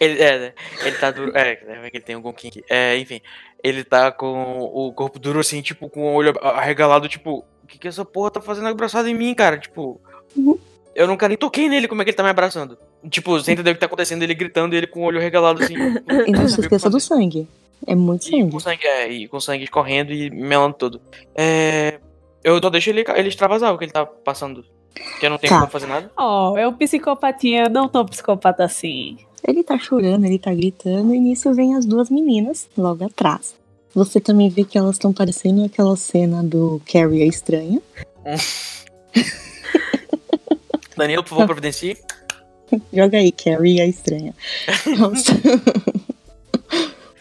Ele, é, né? ele tá duro. É, é que ele tem um gonquim aqui. É, enfim. Ele tá com o corpo duro assim, tipo, com o olho arregalado, tipo, o que que essa porra tá fazendo abraçado em mim, cara? Tipo. Uhum. Eu nunca nem toquei nele, como é que ele tá me abraçando? Tipo, você entendeu o que tá acontecendo? Ele gritando e ele com o olho arregalado assim. tipo, E não sabe o [clears throat] se que esqueça fazer. Então, do sangue. É muito E sangue. com sangue, é, e com sangue correndo e melando tudo. É, eu só deixo ele, ele extravasar o que ele tá passando. Porque eu não tenho Tá. como fazer nada. Oh, eu psicopatia, não tão psicopata assim. [laughs] Ele tá chorando, ele tá gritando, e nisso vem as duas meninas logo atrás. Você também vê que elas estão parecendo aquela cena do Carrie a Estranha. Danilo, Tá. por favor, providencie. Joga aí, Carrie a Estranha. Elas [laughs] tão-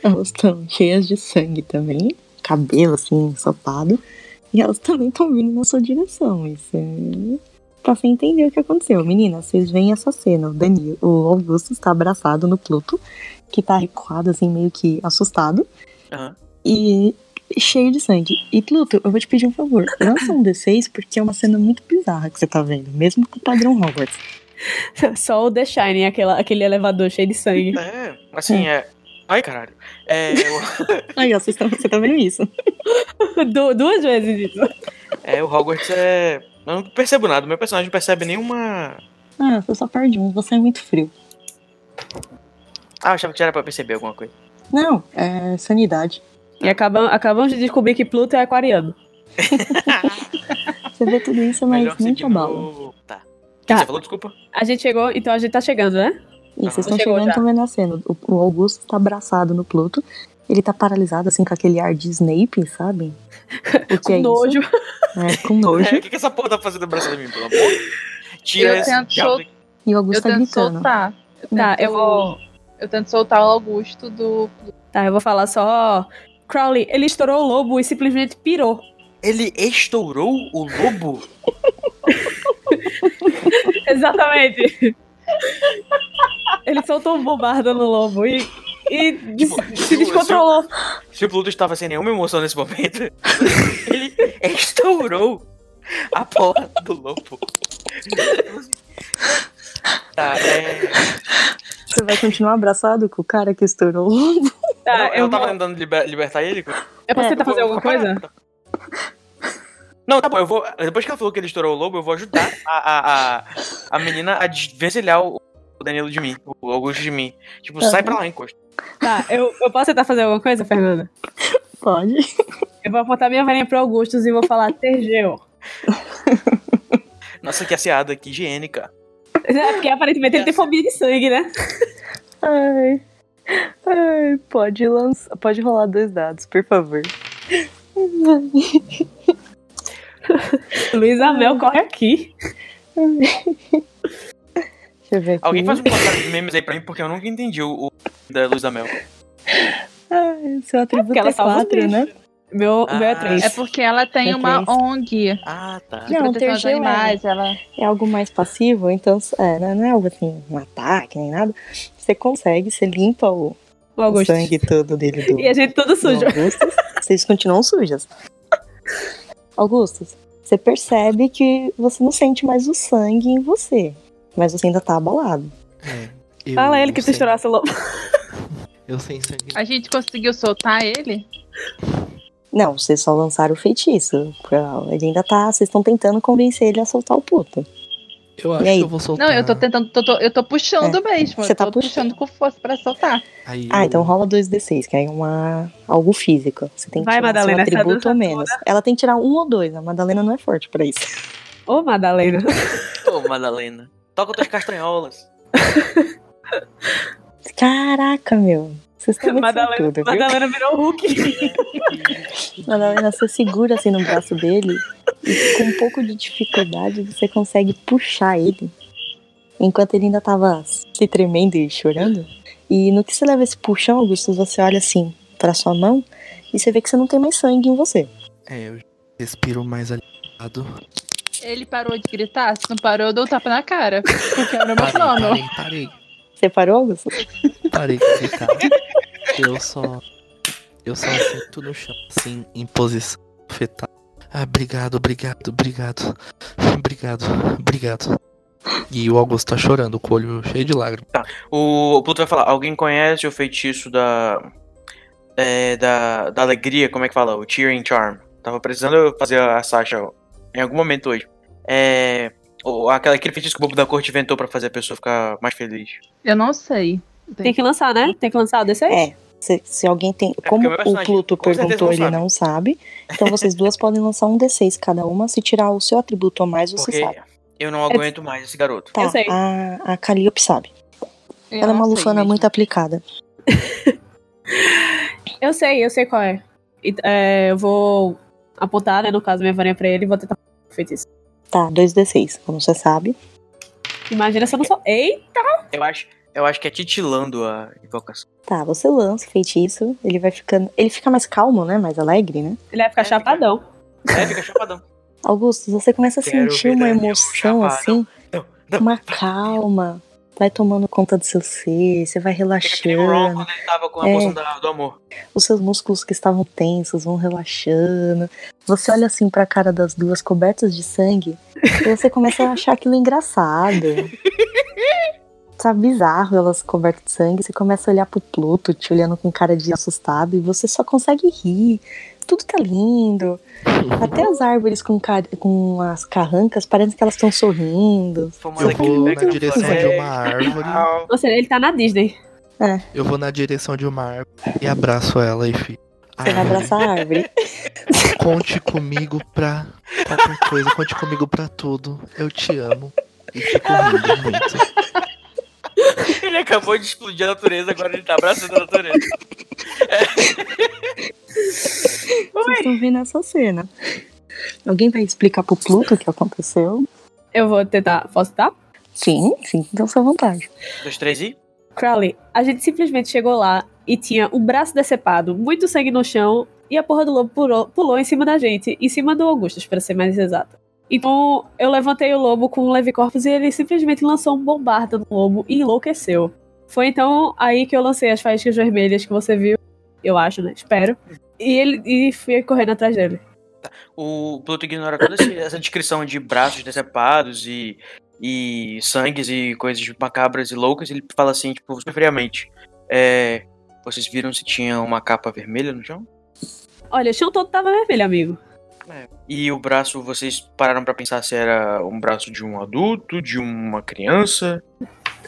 elas estão cheias de sangue também, cabelo assim, ensopado. E elas também estão vindo na sua direção. Isso é... Pra você entender o que aconteceu. Meninas, vocês veem essa cena. O Danilo, o Augusto está abraçado no Pluto, que tá recuado, assim, meio que assustado. Aham. E cheio de sangue. E Pluto, eu vou te pedir um favor. Lança um D6, porque é uma cena muito bizarra que você tá vendo, mesmo com o padrão Hogwarts. Só o The Shining, aquela, aquele elevador cheio de sangue. [laughs] É, assim, é. Ai, caralho. É, o- Aí, ó, vocês tão- você tá vendo isso. Du- duas vezes isso. é, o Hogwarts é. Eu não percebo nada, meu personagem não percebe nenhuma. Ah, você só perde um, você é muito frio. Ah, eu achava que já era pra perceber alguma coisa. Não, é sanidade. E acabam, acabamos de descobrir que Pluto é aquariano. Você vê tudo isso, mas Melhor não te seguir no- abala. Tá. O que Tá. Você falou, desculpa? A gente chegou, então a gente tá chegando, né? E vocês estão Chegou chegando e já. estão vendo a cena. O, o Augusto tá abraçado no Pluto. Ele tá paralisado, assim, com aquele ar de Snape, sabe? O que Com é isso? nojo. [laughs] É, com nojo. [laughs] É, o que, que essa porra tá fazendo abraçando em mim, pelo amor? Tira Eu esse tento diabo daqui. E o Augusto Eu tá tento gritando. soltar. Tá, eu vou. Eu tento soltar o Augusto do. Tá, eu vou falar só. Crowley, ele estourou o lobo e simplesmente pirou. [laughs] Ele estourou o lobo? Exatamente. ele soltou um bombardo no lobo e, e des- se descontrolou. Se o Pluto estava sem nenhuma emoção nesse momento, [laughs] ele estourou a porra do lobo. Tá, é, Você vai continuar abraçado com o cara que estourou? Tá, não, eu, tava vou- tentando liber- libertar ele. eu posso tentar Eu É, vou- fazer alguma eu vou parar. coisa? Não, tá bom, eu vou. Depois que ela falou que ele estourou o lobo, eu vou ajudar a, a, a, a menina a desvencilhar o o Danilo de mim, o Augusto de mim. Tipo, sai pra lá, encosta. Tá, eu, eu posso tentar fazer alguma coisa, Fernanda? [laughs] Pode. Eu vou apontar minha varinha pro Augustus e vou falar [laughs] Tergeu. Nossa, que aseada, que higiênica. É, porque aparentemente ele tem fobia de sangue, né? Ai. Ai, pode lançar. Pode rolar dois dados, por favor. Luiz Ah, Amel corre aqui. Deixa eu ver aqui. Alguém Uhum. faz um comentário de memes aí pra mim, porque eu nunca entendi o, o da Luz da Mel. um Ai, seu atributo Porque ela é salva os 4, bichos. né? Meu, Ah, meu é três. É porque ela tem É uma três. ONG. Ah, tá. de Não, proteção aos terceiro é- animais, ela. é algo mais passivo, então é, né, não é algo assim, um ataque nem nada. Você consegue, você limpa o, O o Augustus. sangue todo dele do, E a gente todo do sujo. Augustus. Vocês continuam sujas. Augustus, você percebe que você não sente mais o sangue em você, mas você ainda tá abalado. É, eu Fala a ele que você sem- estourou seu lobo. Eu sem sangue. A gente conseguiu soltar ele? Não, vocês só lançaram o feitiço. pra- Ele ainda tá. Vocês estão tentando convencer ele a soltar o puto. Eu acho E aí? que eu vou soltar. Não, eu tô tentando, tô- tô- eu tô puxando mesmo. Você eu tá tô puxando. puxando com força pra soltar. Aí Ah, eu- então rola 2d6, que aí é uma, algo físico. Você tem que Vai, tirar seu Madalena, essa atributo dança ou menos. Ela tem que tirar um ou dois. A Madalena não é forte pra isso. Ô, [laughs] Madalena. Ô, Madalena. Toca tuas castanholas. Caraca, meu. Vocês estão muito Madalena, Madalena, tudo, viu? Madalena virou o Hulk. Madalena, você segura assim no braço dele e com um pouco de dificuldade você consegue puxar ele. Enquanto ele ainda tava se tremendo e chorando. E no que você leva esse puxão, Augusto, você olha assim pra sua mão e você vê que você não tem mais sangue em você. É, eu respiro mais aliviado. Ele parou de gritar? Se não parou, eu dou um tapa na cara. Porque era o Tá meu plano. Parei, parei, Você parou, Augusto? parei, parei de gritar. Eu só. Eu só sinto no chão, assim, em posição fetal. Ah, obrigado, obrigado, obrigado. Obrigado, obrigado. E o Augusto tá chorando, com o olho cheio de lágrimas. O Pluto vai falar: alguém conhece o feitiço da. é, da, da alegria, como é que fala? O Cheering Charm. Tava precisando fazer a Sasha em algum momento hoje. É. Ou aquela, aquele feitiço que o Bobo da Corte inventou pra fazer a pessoa ficar mais feliz. Eu não sei. Tem que lançar, né? Tem que lançar o DC? É. Se, se alguém tem. Como É meu o personagem Pluto com certeza perguntou, não ele sabe. não sabe. Então vocês [laughs] duas podem lançar um D6 cada uma. Se tirar o seu atributo a mais, você Porque sabe. eu não aguento mais esse garoto. Tá, Eu sei. A, a Calliope sabe. Eu Ela é não uma sei lufana mesmo. muito aplicada. Eu sei, eu sei qual é. E, é, Eu vou apontar, né, no caso, minha varinha pra ele e vou tentar fazer um isso. Tá, 2D6, como você sabe. Imagina se eu não sou. Ei! Eu acho, eu acho que é titilando a invocação. Tá, você lança o feitiço, ele vai ficando. Ele fica mais calmo, né? Mais alegre, né? Ele vai ficar É, fica- chapadão. É, fica chapadão. Augusto, você começa a Quero sentir ver uma Daniel emoção chamado. assim, Não, [laughs] não. uma calma. Vai tomando conta do seu ser, você vai Fica que nem o Ron relaxando. quando ele tava com a É. poção da- do amor. Os seus músculos que estavam tensos vão relaxando. Você olha assim pra cara das duas cobertas de sangue e você começa a achar aquilo engraçado. Tá bizarro elas cobertas de sangue. Você começa a olhar pro Pluto, te olhando com cara de assustado, e você só consegue rir. Tudo tá lindo. Até as árvores com, car- com as carrancas parecem que elas estão sorrindo. Fomos Eu vou na direção de uma Ah. árvore. árvore. Nossa, ele tá na Disney. Eu vou na direção de uma árvore e abraço ela e fico. Você vai abraçar a árvore. Conte comigo pra qualquer coisa, conte comigo pra tudo. Eu te amo. E fico rindo muito. [laughs] Ele acabou de explodir a natureza, agora ele tá abraçando a natureza. Vocês estão vendo essa cena. Alguém vai explicar pro Pluto o que aconteceu? Eu vou tentar. Posso tá? Sim, sim, então sua vontade. Dois, três e. Crowley, a gente simplesmente chegou lá e tinha um braço decepado, muito sangue no chão, e a porra do lobo pulou, pulou em cima da gente, em cima do Augustus, para ser mais exata. Então eu levantei o lobo com um leve corpus e ele simplesmente lançou um bombarda no lobo e enlouqueceu. Foi então aí que eu lancei as faíscas vermelhas que você viu, eu acho, né? Espero. E ele e fui correndo atrás dele. O Pluto ignora toda esse- essa descrição de braços decepados e, e sangues e coisas macabras e loucas. Ele fala assim, tipo, super friamente. É, vocês viram se tinha uma capa vermelha no chão? Olha, o chão todo tava vermelho, amigo. E o braço, vocês pararam pra pensar se era um braço de um adulto, de uma criança? A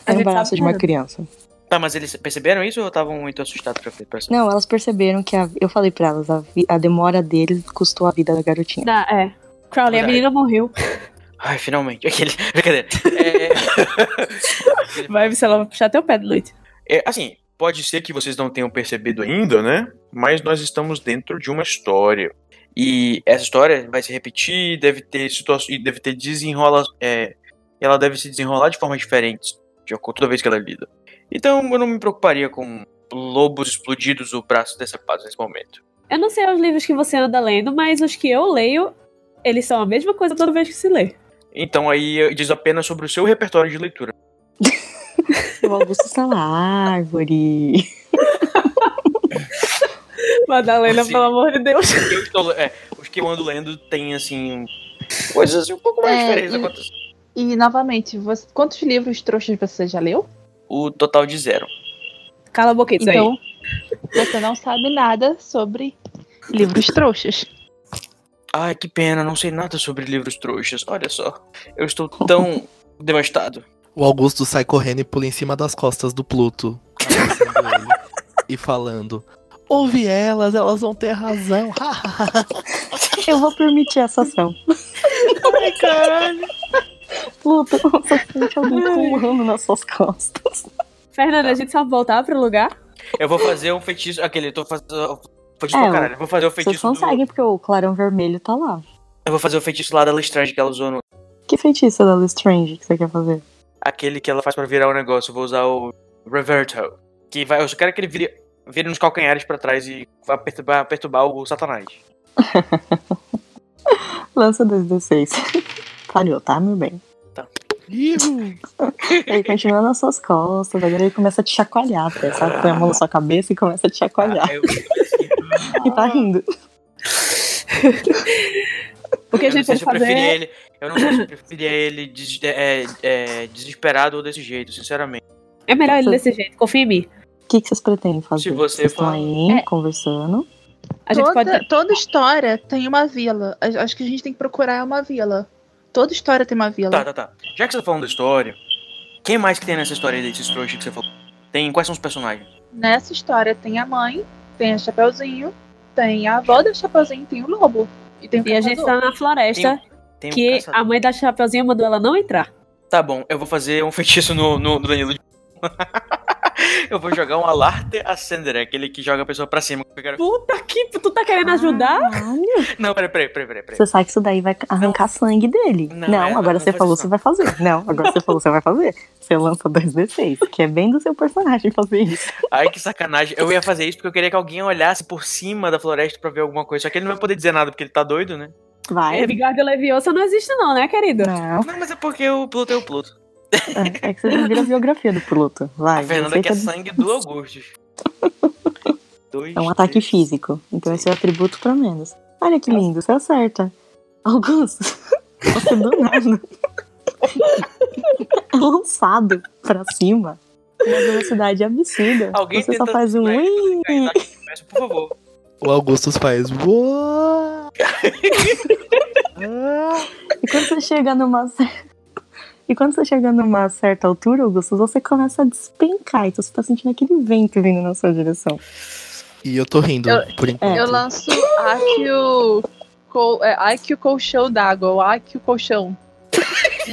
Era um gente braço sabe de uma que- criança. Tá, mas eles perceberam isso ou estavam muito assustados pra pra essa? Não, elas perceberam que a- eu falei pra elas, a, vi- a demora deles custou a vida da garotinha. Ah, é. Crowley, a Verdade. menina morreu. Ai, finalmente. [laughs] Aquele... Brincadeira. [laughs] É- Vai ver se ela vai puxar teu pé de noite. É, assim, Pode ser que vocês não tenham percebido ainda, né? Mas nós estamos dentro de uma história. e essa história vai se repetir, deve ter situações, deve ter desenrola, é, ela deve se desenrolar de formas diferentes de acordo- toda vez que ela é lida. Então, eu não me preocuparia com lobos explodidos ou braços decepados nesse momento. Eu não sei os livros que você anda lendo, mas os que eu leio, eles são a mesma coisa toda vez que se lê. Então, aí eh, diz apenas sobre o seu repertório de leitura. O um Augusto está na árvore. [laughs] Madalena, Sim. pelo amor de Deus. Os que eu, estou- é, os que eu ando lendo têm, assim, coisas assim, um pouco mais É, diferentes. e- acontecendo. E novamente, você- quantos livros trouxas você já leu? O total de zero. Cala a boquinha, isso aí. Então, você não sabe nada sobre livros trouxas. Ai, que pena, não sei nada sobre livros trouxas. Olha só, eu estou [laughs] tão devastado. O Augusto sai correndo e pula em cima das costas do Pluto, abraçando ele e falando: Ouve elas, elas vão ter razão. [laughs] [laughs] Eu vou permitir essa ação. Ai, caralho. Pluto, [laughs] você sente alguém pulando nas suas costas. Fernanda, a gente só voltar pro lugar? Eu vou fazer um feitiço. Aquele, eu tô fazendo. Feitiço É, pra caralho. Eu vou fazer o Vocês feitiço. Do, conseguem, porque o clarão vermelho tá lá. eu vou fazer o feitiço lá da Lestrange que ela usou no. Que feitiço da Lestrange que você quer fazer? Aquele que ela faz pra virar o negócio. Eu vou usar o Reverto. Que vai. Eu só quero que ele vire, vire nos calcanhares pra trás e vá perturbar, perturbar o Satanás. Lança 2d6. [laughs] Falhou, tá, meu bem? Ihu. [laughs] Ele continua nas suas costas, agora ele começa a te chacoalhar, tá? Sabe? Põe a mão na sua cabeça e começa a te chacoalhar. Aí Ah, eu- E tá rindo. O que a gente eu não sei pode se eu fazer preferia é ele. Eu não sei se eu preferia ele des- é, é, desesperado ou desse jeito, sinceramente. é melhor ele desse jeito, confia em mim. O que, que vocês pretendem fazer? Se você vocês estão for- aí É. conversando. A gente toda, pode. toda história tem uma vila. A- Acho que a gente tem que procurar uma vila. Toda história tem uma vila. Tá, tá, tá. Já que você tá falando da história, quem mais que tem nessa história aí desses trouxas que você falou? Tem. Quais são os personagens? Nessa história tem a mãe, tem a Chapeuzinho, tem a avó da Chapeuzinho, tem o lobo. E tem o E a gente caçador. tá na floresta Tem um o que caçador. a mãe da Chapeuzinha mandou ela não entrar. Tá bom, eu vou fazer um [laughs] feitiço no, no no Danilo. [laughs] eu vou jogar um Alarte Ascender, aquele que joga a pessoa pra cima. Eu quero- Puta que tu tá querendo ajudar? Caralho. Não, peraí, peraí, peraí, peraí. peraí. Você sabe que isso daí vai arrancar sangue dele. Não, Não, é, agora não você faz falou, isso você vai fazer. Não, agora você falou, você vai fazer. Você lança 2d6, que é bem do seu personagem fazer isso. Ai, que sacanagem. Eu ia fazer isso porque eu queria que alguém olhasse por cima da floresta pra ver alguma coisa. Só que ele não vai poder dizer nada porque ele tá doido, né? Vai. É, Vigarda Leviosa não existe, não, né, querido? Não, Não, mas é porque o Pluto é o Pluto. é, é que você não vira a biografia do piloto. A Vai. Fernanda quer aceita- sangue do Augustus. Dois, tá É um ataque três. físico. Então esse é o atributo pra menos. Olha É. que lindo, você acerta. Augusto, [laughs] você do nada. é lançado pra cima. Uma velocidade absurda. Alguém você só tenta faz um. segurar ele "Ui". Aí, Nath, peço, Por favor. O Augusto faz. "Uá". E quando você chega numa certa. E quando você chega numa certa altura, Augusto, você começa a despencar. Então você tá sentindo aquele vento vindo na sua direção. E eu tô rindo, Eu- por enquanto. Eu lanço IQ. Co, é, IQ colchão d'água, ou IQ colchão. [laughs]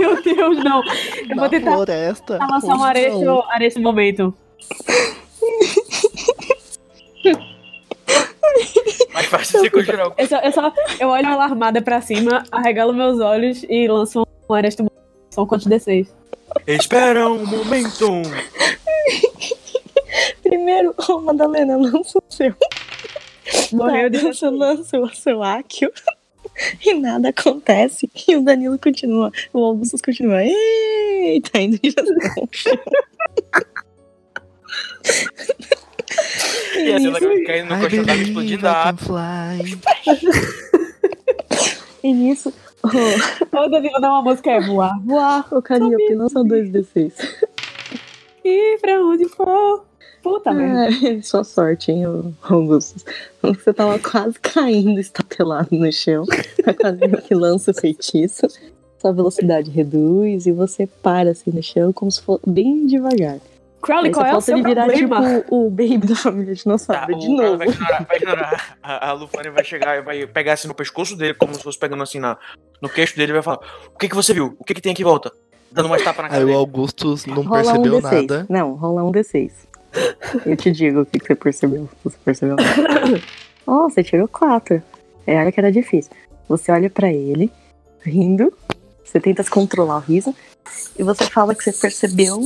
Meu Deus, não. Eu Na vou tentar floresta. lançar um Hoje areço, não. areço momento. Mais fácil você conjurar o Eu só, eu só eu olho alarmada pra cima, arregalo meus olhos e lanço um aresto momento. São quantos D6? Espera um momento! Primeiro, [laughs] ô Madalena, lança o seu. Morreu de Você lança o seu Akio. [laughs] E nada acontece. E o Danilo continua. O Augustus continua. Eita, indo em direção. E a cena caindo no colchão d'água tá explodindo ah, a água. E nisso, o, O Danilo dá uma música, é voar. o, o Calliope lança dois D6. E pra onde for. Puta merda. É, sua sorte, hein, ô, Augustus. Você tava quase caindo, estatelado no chão. Tá A Calliope lança o feitiço. Sua velocidade reduz e você para assim no chão, como se fosse bem devagar. Crowley, Aí só qual é o falta seu ele virar, problema? tipo, o baby da família Tá, dinossauro o de cara novo. Vai ignorar, vai ignorar. A, a Lufane vai chegar e vai pegar assim no pescoço dele, como se fosse pegando assim na, no queixo dele e vai falar: O que que você viu? O que que tem aqui em volta? Dando uma tapa na cara Aí o dele. Augustus não Rola percebeu um D6. nada. Não, rola um D6. Eu te digo o que, que você percebeu. se Você percebeu [laughs] nada. oh, você tirou quatro. É, olha que era difícil. Você olha pra ele, rindo. Você tenta se controlar o riso. E você fala que você percebeu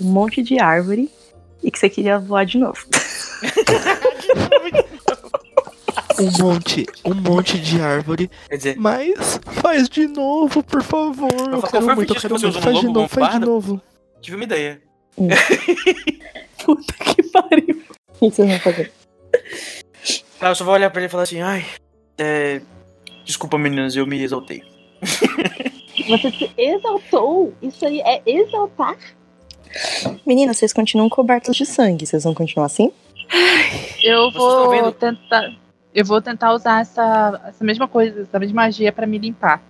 um monte de árvore e que você queria voar de novo. Um monte, um monte de árvore. Quer dizer, Mas faz de novo, por favor. Eu Qual quero foi o muito, feitiço eu quero que você muito. usou no Faz de lobo novo, faz de bombardo? novo. tive uma ideia. Puta que pariu. O que vocês vão fazer? Aí eu só vou olhar pra ele e falar assim: Ai, é, Desculpa, meninas, eu me exaltei. Você se exaltou. Isso aí é exaltar. Meninas, vocês continuam cobertos de sangue. Vocês vão continuar assim? Eu estão vou vendo? tentar. Eu vou tentar usar essa, essa mesma coisa, essa mesma magia pra me limpar.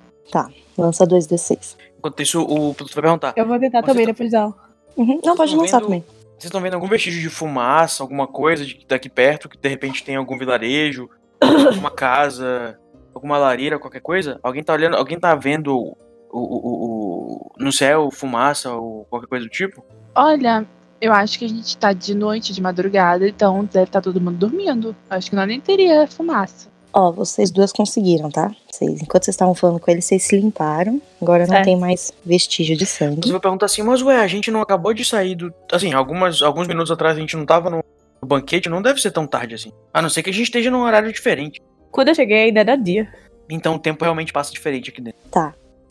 Lança dois D6. Enquanto isso, o Pluto vai perguntar: Eu vou tentar Você também tá- depois da aula. Uhum. Não, Vocês pode estão lançar vendo- também. Vocês estão vendo algum vestígio de fumaça, alguma coisa de- daqui perto, que de repente tem algum vilarejo, alguma casa, alguma lareira, qualquer coisa? Alguém tá olhando, alguém tá vendo o, o- o- o- no céu fumaça ou qualquer coisa do tipo? Olha, eu acho que a gente tá de noite, de madrugada, então deve estar todo mundo dormindo. Acho que nós nem teria fumaça. Ó, vocês duas conseguiram, tá? Vocês, enquanto vocês estavam falando com ele, vocês se limparam. Agora não Certo. tem mais vestígio de Você sangue. vai perguntar assim, mas ué, a gente não acabou de sair do. Assim, algumas, alguns minutos atrás a gente não tava no banquete, não deve ser tão tarde assim. A não ser que a gente esteja num horário diferente. Quando eu cheguei ainda era dia. Então o tempo realmente passa diferente aqui dentro.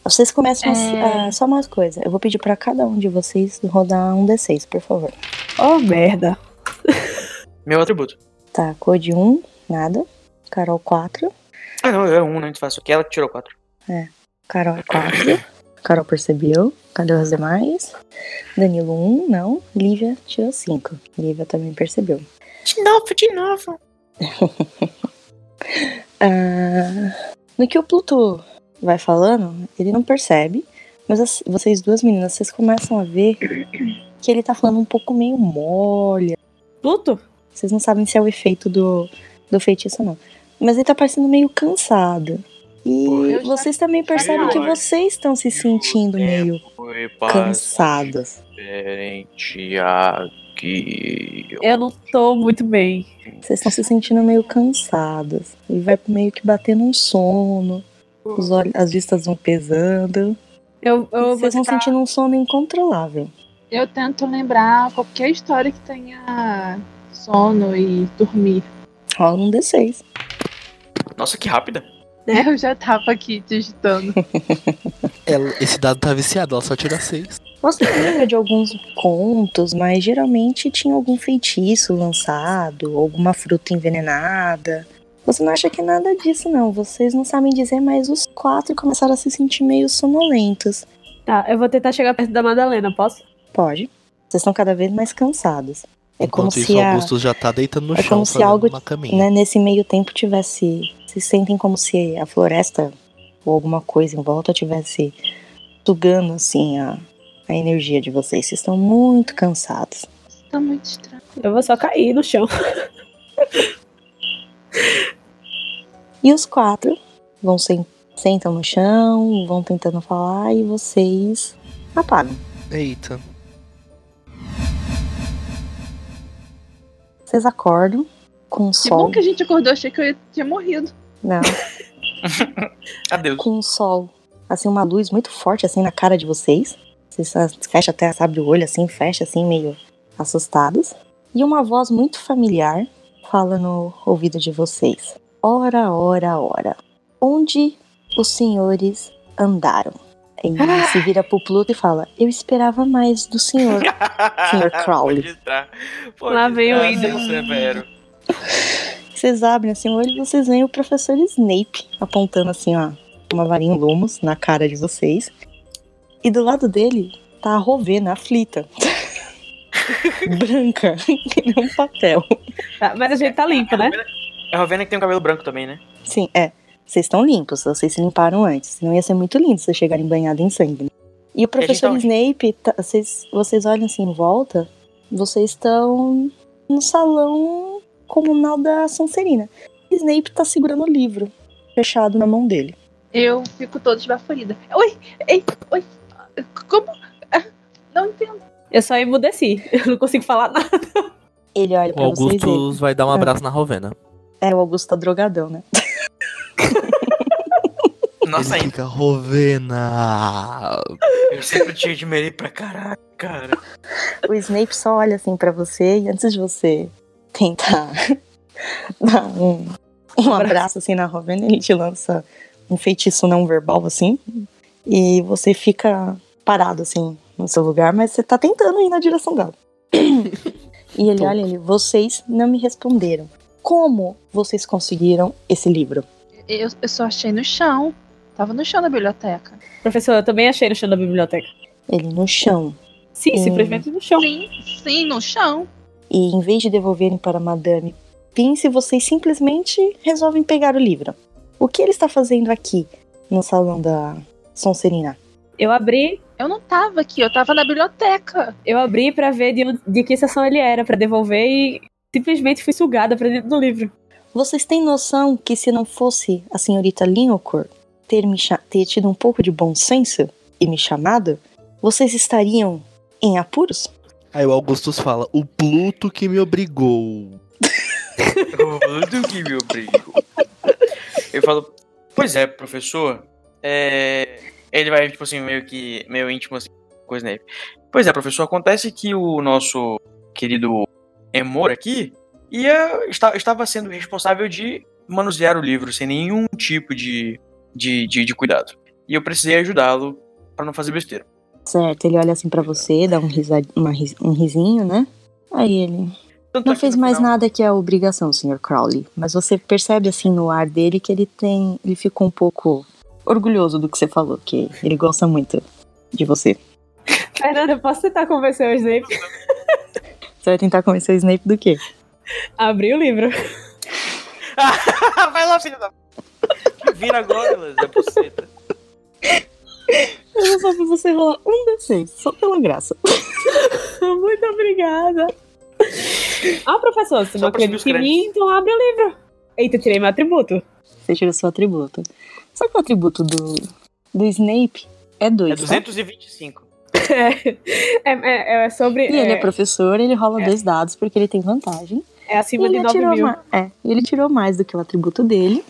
Vocês começam a- É. a- Só uma coisa. Eu vou pedir pra cada um de vocês rodar um D6, por favor. Oh, merda. Meu atributo. Tá, cor de 1, nada. Carol 4. Ah não, eu é um, né? Antes faço aquela que tirou quatro. Carol 4. [coughs] Carol percebeu. Cadê os demais? Danilo 1, não. Lívia tirou 5. Lívia também percebeu. De novo, de novo. Ah, no que o Pluto vai falando, ele não percebe, mas as- vocês duas meninas, vocês começam a ver que ele tá falando um pouco meio mole. Pluto? Vocês não sabem se é o efeito do, do feitiço ou não. Mas ele tá parecendo meio cansado. E Pois. vocês também percebem que vocês estão se sentindo meio Foi cansadas. diferente aqui. Eu não tô muito bem. Vocês estão se sentindo meio cansadas. E vai meio que batendo um sono. Os olhos, as vistas vão pesando. Eu, eu vou vocês vão tentar- sentindo um sono incontrolável. Eu tento lembrar qualquer história que tenha sono e dormir. Rola um D6. Nossa, que rápida. Eu já tava aqui digitando. Ela- esse dado tá viciado, ela só tira seis. Você lembra de alguns contos, mas geralmente tinha algum feitiço lançado, alguma fruta envenenada. Você não acha que é nada disso, não. Vocês não sabem dizer, mas os quatro começaram a se sentir meio sonolentos. Tá, eu vou tentar chegar perto da Madalena, posso? Pode. Vocês estão cada vez mais cansados. É como Enquanto se isso, o a- Augustus já tá deitando no é chão, como se fazendo algo- uma caminha. né, nesse meio tempo tivesse. Vocês sentem como se a floresta ou alguma coisa em volta tivesse sugando assim a, a energia de vocês. Vocês estão muito cansados. Isso tá muito estranho. Eu vou só cair no chão. [laughs] E os quatro vão sen- sentam no chão, vão tentando falar e vocês apagam. Eita. Vocês acordam com o Que sol. bom que a gente acordou, achei que eu ia- tinha morrido. Não, Adeus. com o sol assim, uma luz muito forte, assim, na cara de vocês. Vocês só- fecha até, abre o olho, assim, fecha, assim, meio assustados. E uma voz muito familiar fala no ouvido de vocês. Ora, ora, ora. Onde os senhores andaram? E se vira pro Pluto e fala, eu esperava mais do senhor. Senhor Crowley. [laughs] Pode entrar. Pode Lá vem o entrar, ídolo. seu Severo. Vocês abrem assim o olho e vocês veem o professor Snape apontando assim, ó, uma varinha Lumos na cara de vocês. E do lado dele tá a Rovena aflita. [laughs] Branca, [laughs] que nem um papel. Tá, mas a gente tá limpo, né? É a Rovena um que tem o cabelo branco também, né? Sim, é. Vocês estão limpos, vocês se limparam antes. Senão ia ser muito lindo vocês chegarem banhados em sangue. né? E o professor onde? Snape, tá- vocês, vocês olham assim em volta, vocês estão no salão comunal da Sonserina. Snape tá segurando o livro, fechado na mão dele. Eu fico toda esbaforida. Oi, ei, oi. Como? Ah, Não entendo. Eu só emudeci. [laughs] Eu não consigo falar nada. Ele olha O pra vocês e... Augusto vai dar um Ah. abraço na Rovena. É, o Augusto tá drogadão, né? Nossa, Ele ainda. fica Rovena. Eu sempre te admirei pra caralho, cara. O Snape só olha assim pra você e antes de você tentar [laughs] dar um, um abraço assim na Rovena, ele te lança um feitiço não verbal assim e você fica parado assim no seu lugar, mas você tá tentando ir na direção dela. e ele olha ele, vocês não me responderam. Como vocês conseguiram esse livro? Eu, eu só achei no chão. Tava no chão da biblioteca. Professor, eu também achei no chão da biblioteca. Ele no chão. Sim, Hum. simplesmente no chão. Sim, sim, no chão. e em vez de devolverem para Madame Pince, vocês simplesmente resolvem pegar o livro. O que ele está fazendo aqui no salão da Sonserina? Eu abri, Eu não tava aqui, eu tava na biblioteca. eu abri para ver de, onde- de que sessão ele era pra devolver e simplesmente fui sugada pra dentro do livro. Vocês têm noção que se não fosse a senhorita Linocor ter, me cha- ter tido um pouco de bom senso e me chamado, vocês estariam em apuros? Aí o Augustus fala, o Pluto que me obrigou. Eu do que me obrigou. Eu falo, pois é, professor. É... Ele vai, tipo assim, meio que. meio íntimo assim, com o Snape. Pois é, professor, acontece que o nosso querido Emor aqui ia, esta- estava sendo responsável de manusear o livro sem nenhum tipo de, de, de, de cuidado. E eu precisei ajudá-lo pra não fazer besteira. Certo, ele olha assim para você, dá um, risa- uma ris- um risinho, né? Aí ele. Tanto é Não que fez no mais final- nada que a obrigação, Sr. Crowley. Mas você percebe assim no ar dele que ele tem. ele ficou um pouco orgulhoso do que você falou, que ele gosta muito de você. Fernanda, eu posso tentar convencer o Snape Você vai tentar convencer o Snape do quê? a abrir o livro? [laughs] vai lá, filho da. Vira agora, Lesa, buceta. Eu vou só pra você rolar um D6, só pela graça. Muito obrigada. Ah, professor, você Só não pra subir os acredita em mim, então abre o livro. Eita, eu tirei meu atributo. Você tira o seu atributo. Só que o atributo do, do Snape é dois. É tá? 225. É, é, é sobre. E ele é é, professor, ele rola É. dois dados porque ele tem vantagem. é acima ele de 9 tirou mil. ma- é, e ele tirou mais do que o atributo dele.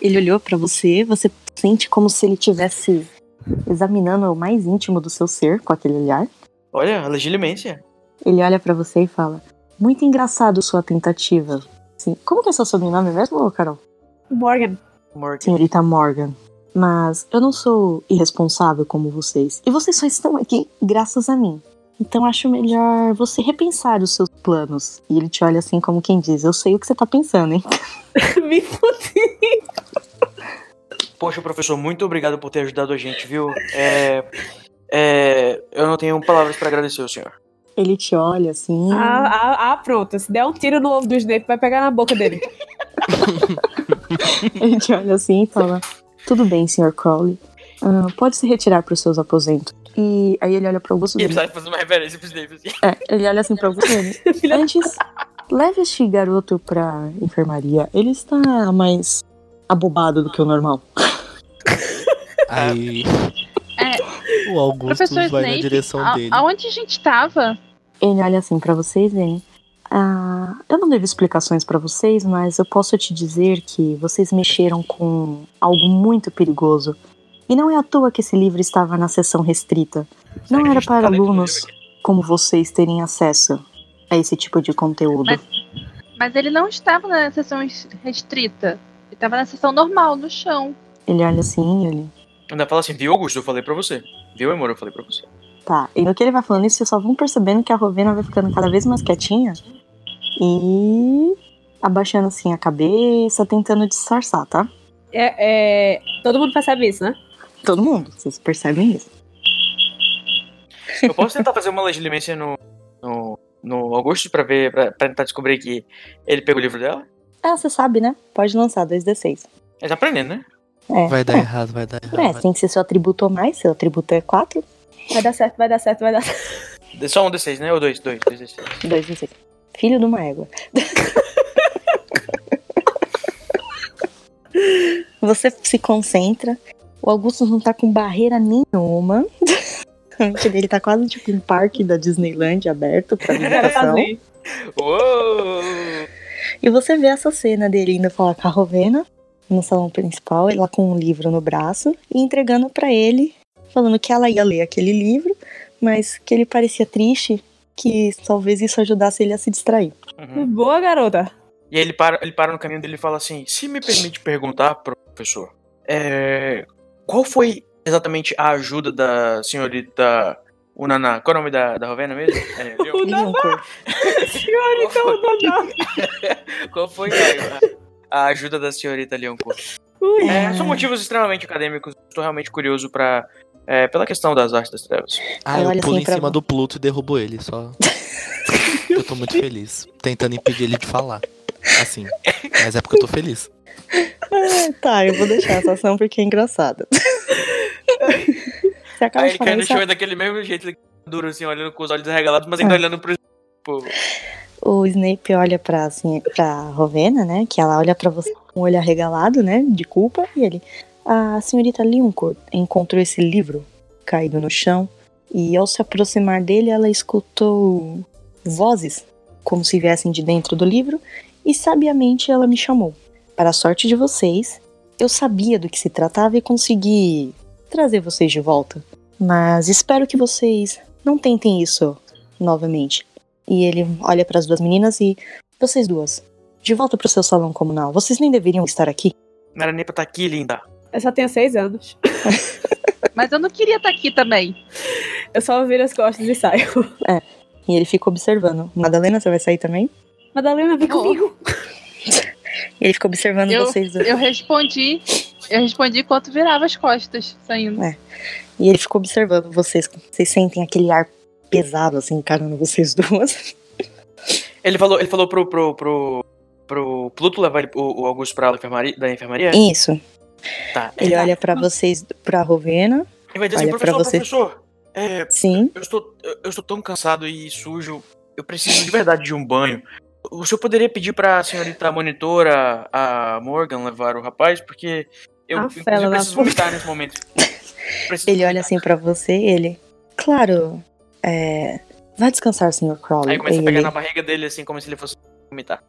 Ele olhou pra você, você sente como se ele estivesse examinando o mais íntimo do seu ser com aquele olhar. Olha, a legilimência. Ele olha pra você e fala: "Muito engraçado sua tentativa." Sim. Como que é seu sobrenome mesmo, Carol? Morgan. Morgan. Senhorita Morgan. Mas eu não sou irresponsável como vocês. E vocês só estão aqui graças a mim. Então acho melhor você repensar os seus planos. E ele te olha assim como quem diz: "Eu sei o que você tá pensando, hein?" Me fudei. Poxa, professor, muito obrigado por ter ajudado a gente, viu? É. É. Eu não tenho palavras pra agradecer o senhor. Ele te olha assim. Ah, ah, ah, pronto. Se der um tiro no ovo do Snape, vai pegar na boca dele. [laughs] Ele te olha assim e fala: Tudo bem, Sr. Crowley. Ah, pode se retirar para os seus aposentos. E aí ele olha para Augusto Gomes. fazer uma reverência pro Snape assim. É, ele olha assim para Augusto [laughs] Gomes. Antes, leve este garoto para enfermaria. Ele está mais abobado do que o normal. [laughs] Aí É. o Professor Augustus vai na Snape, direção a- dele. aonde a gente tava? Ele olha assim para vocês, ele. Ah, eu não devo explicações para vocês, mas eu posso te dizer que vocês mexeram com algo muito perigoso. E não é à toa que esse livro estava na seção restrita. Não era tá para alunos como vocês terem acesso a esse tipo de conteúdo. Mas- Mas ele não estava na sessão es- restrita. Ele estava na sessão normal, no chão. Ele olha assim, ele. Ainda fala assim, viu, Augusto? Eu falei pra você. Viu, amor? Eu falei pra você. Tá. E no que ele vai falando isso, vocês só vão percebendo que a Rovena vai ficando cada vez mais quietinha e abaixando assim a cabeça, tentando disfarçar, tá? [laughs] É, é, todo mundo percebe isso, né? Todo mundo, vocês percebem isso. Eu posso tentar fazer uma legilimência no, no, no Augusto pra ver, pra, pra tentar descobrir que ele pegou o livro dela? Ah, você sabe, né? Pode lançar 2D6. Ele tá aprendendo, né? É. Vai dar errado, vai dar errado. É, vai- tem que ser seu atributo ou mais, seu atributo é 4, Vai dar certo, vai dar certo, vai dar certo. Só um D6, né? Ou dois, dois, dois D6. 2 d 6. Filho de uma égua. [laughs] Você se concentra. O Augusto não tá com barreira nenhuma. [laughs] Ele tá quase tipo um parque da Disneyland aberto pra [laughs] visitação. Uou! E você vê essa cena dele indo falar com a Rovena no salão principal, ela com um livro no braço e entregando pra ele, falando que ela ia ler aquele livro, mas que ele parecia triste, que talvez isso ajudasse ele a se distrair. Uhum. Boa, garota. E aí ele para, ele para no caminho dele e fala assim: Se me permite perguntar, professor, é, qual foi exatamente a ajuda da senhorita Unaná? Qual é o nome da, da Rovena mesmo? É, viu? Não dá. Lincoln, Qual Senhorita foi- Unaná. Qual foi a, a ajuda da senhorita Leoncourt? Ui. É, são motivos extremamente acadêmicos. Estou realmente curioso pra, é, pela questão das artes das trevas. Ah, Aí eu olha pulo assim em pra- cima do Pluto e derrubo ele, [laughs] só. eu tô muito feliz. Tentando impedir ele de falar. Assim. Mas é porque eu tô feliz. É, tá, eu vou deixar essa ação porque é engraçada. Você acaba Aí de ele cai falar no isso. chão e daquele mesmo jeito, ele duro assim, olhando com os olhos arregalados, mas ainda olhando pro povo. O Snape olha pra, assim, pra Rovena, né? Que ela olha pra você com o olho arregalado, né? De culpa. E ele. A senhorita Lincoln encontrou esse livro caído no chão. E ao se aproximar dele, ela escutou vozes, como se viessem de dentro do livro. E sabiamente ela me chamou. Para a sorte de vocês, eu sabia do que se tratava e consegui trazer vocês de volta. Mas espero que vocês não tentem isso novamente. E ele olha para as duas meninas e. Vocês duas, de volta pro seu salão comunal. Vocês nem deveriam estar aqui. Não era nem pra estar aqui, linda. Eu só tenho seis anos. Mas eu não queria estar aqui também. Eu só viro as costas e saio. E ele fica observando. Madalena, você vai sair também? [laughs] Madalena, vem Vou. comigo. E ele fica observando Eu- vocês duas. Eu respondi. Eu respondi enquanto virava as costas, saindo. E ele fica observando vocês. Vocês sentem aquele ar pesado, assim, encarando vocês [laughs] duas. Ele falou, ele falou pro, pro, pro, pro Pluto levar ele- o, o Augusto pra aula enfermaria- da enfermaria? Isso. Tá. Ele olha para vocês, pra Rovena. Ele vai dizer assim, olha pra professor, você. professor, é, Sim. eu, estou, eu, eu estou tão cansado e sujo, eu preciso de verdade de um banho. O senhor poderia pedir pra senhorita monitora, a Morgan, levar o rapaz? Porque eu, Ah, inclusive, fela da preciso puta. vomitar nesse momento. [laughs] Preciso Ele olha vomitar. assim para você e ele. Claro. É. Vai descansar, Sr. Crowley. Aí começa a Ele- pegar na barriga dele, assim, como se ele fosse vomitar.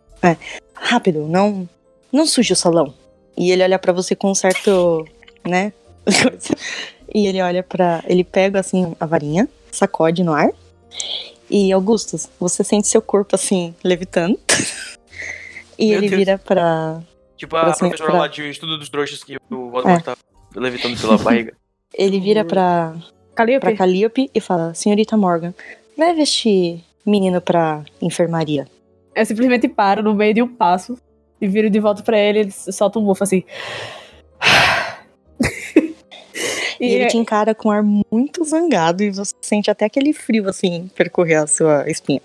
rápido, não, não suje o salão. E ele olha pra você com um certo, né? [laughs] coisa. e ele olha pra. ele pega assim a varinha, sacode no ar. E Augustus, você sente seu corpo assim levitando. [laughs] e Meu ele Deus. vira pra. Tipo a Pra sen- professora pra- É. lá de Estudo dos Trouxas que o Voldemort tá levitando pela barriga. ele vira pra Calíope, para Calliope e fala: "Senhorita Morgan, leve este menino pra enfermaria." eu simplesmente paro no meio de um passo e viro de volta pra ele e solto um mufo assim. [laughs] E, é é, ele te encara com um ar muito zangado e você sente até aquele frio assim percorrer a sua espinha.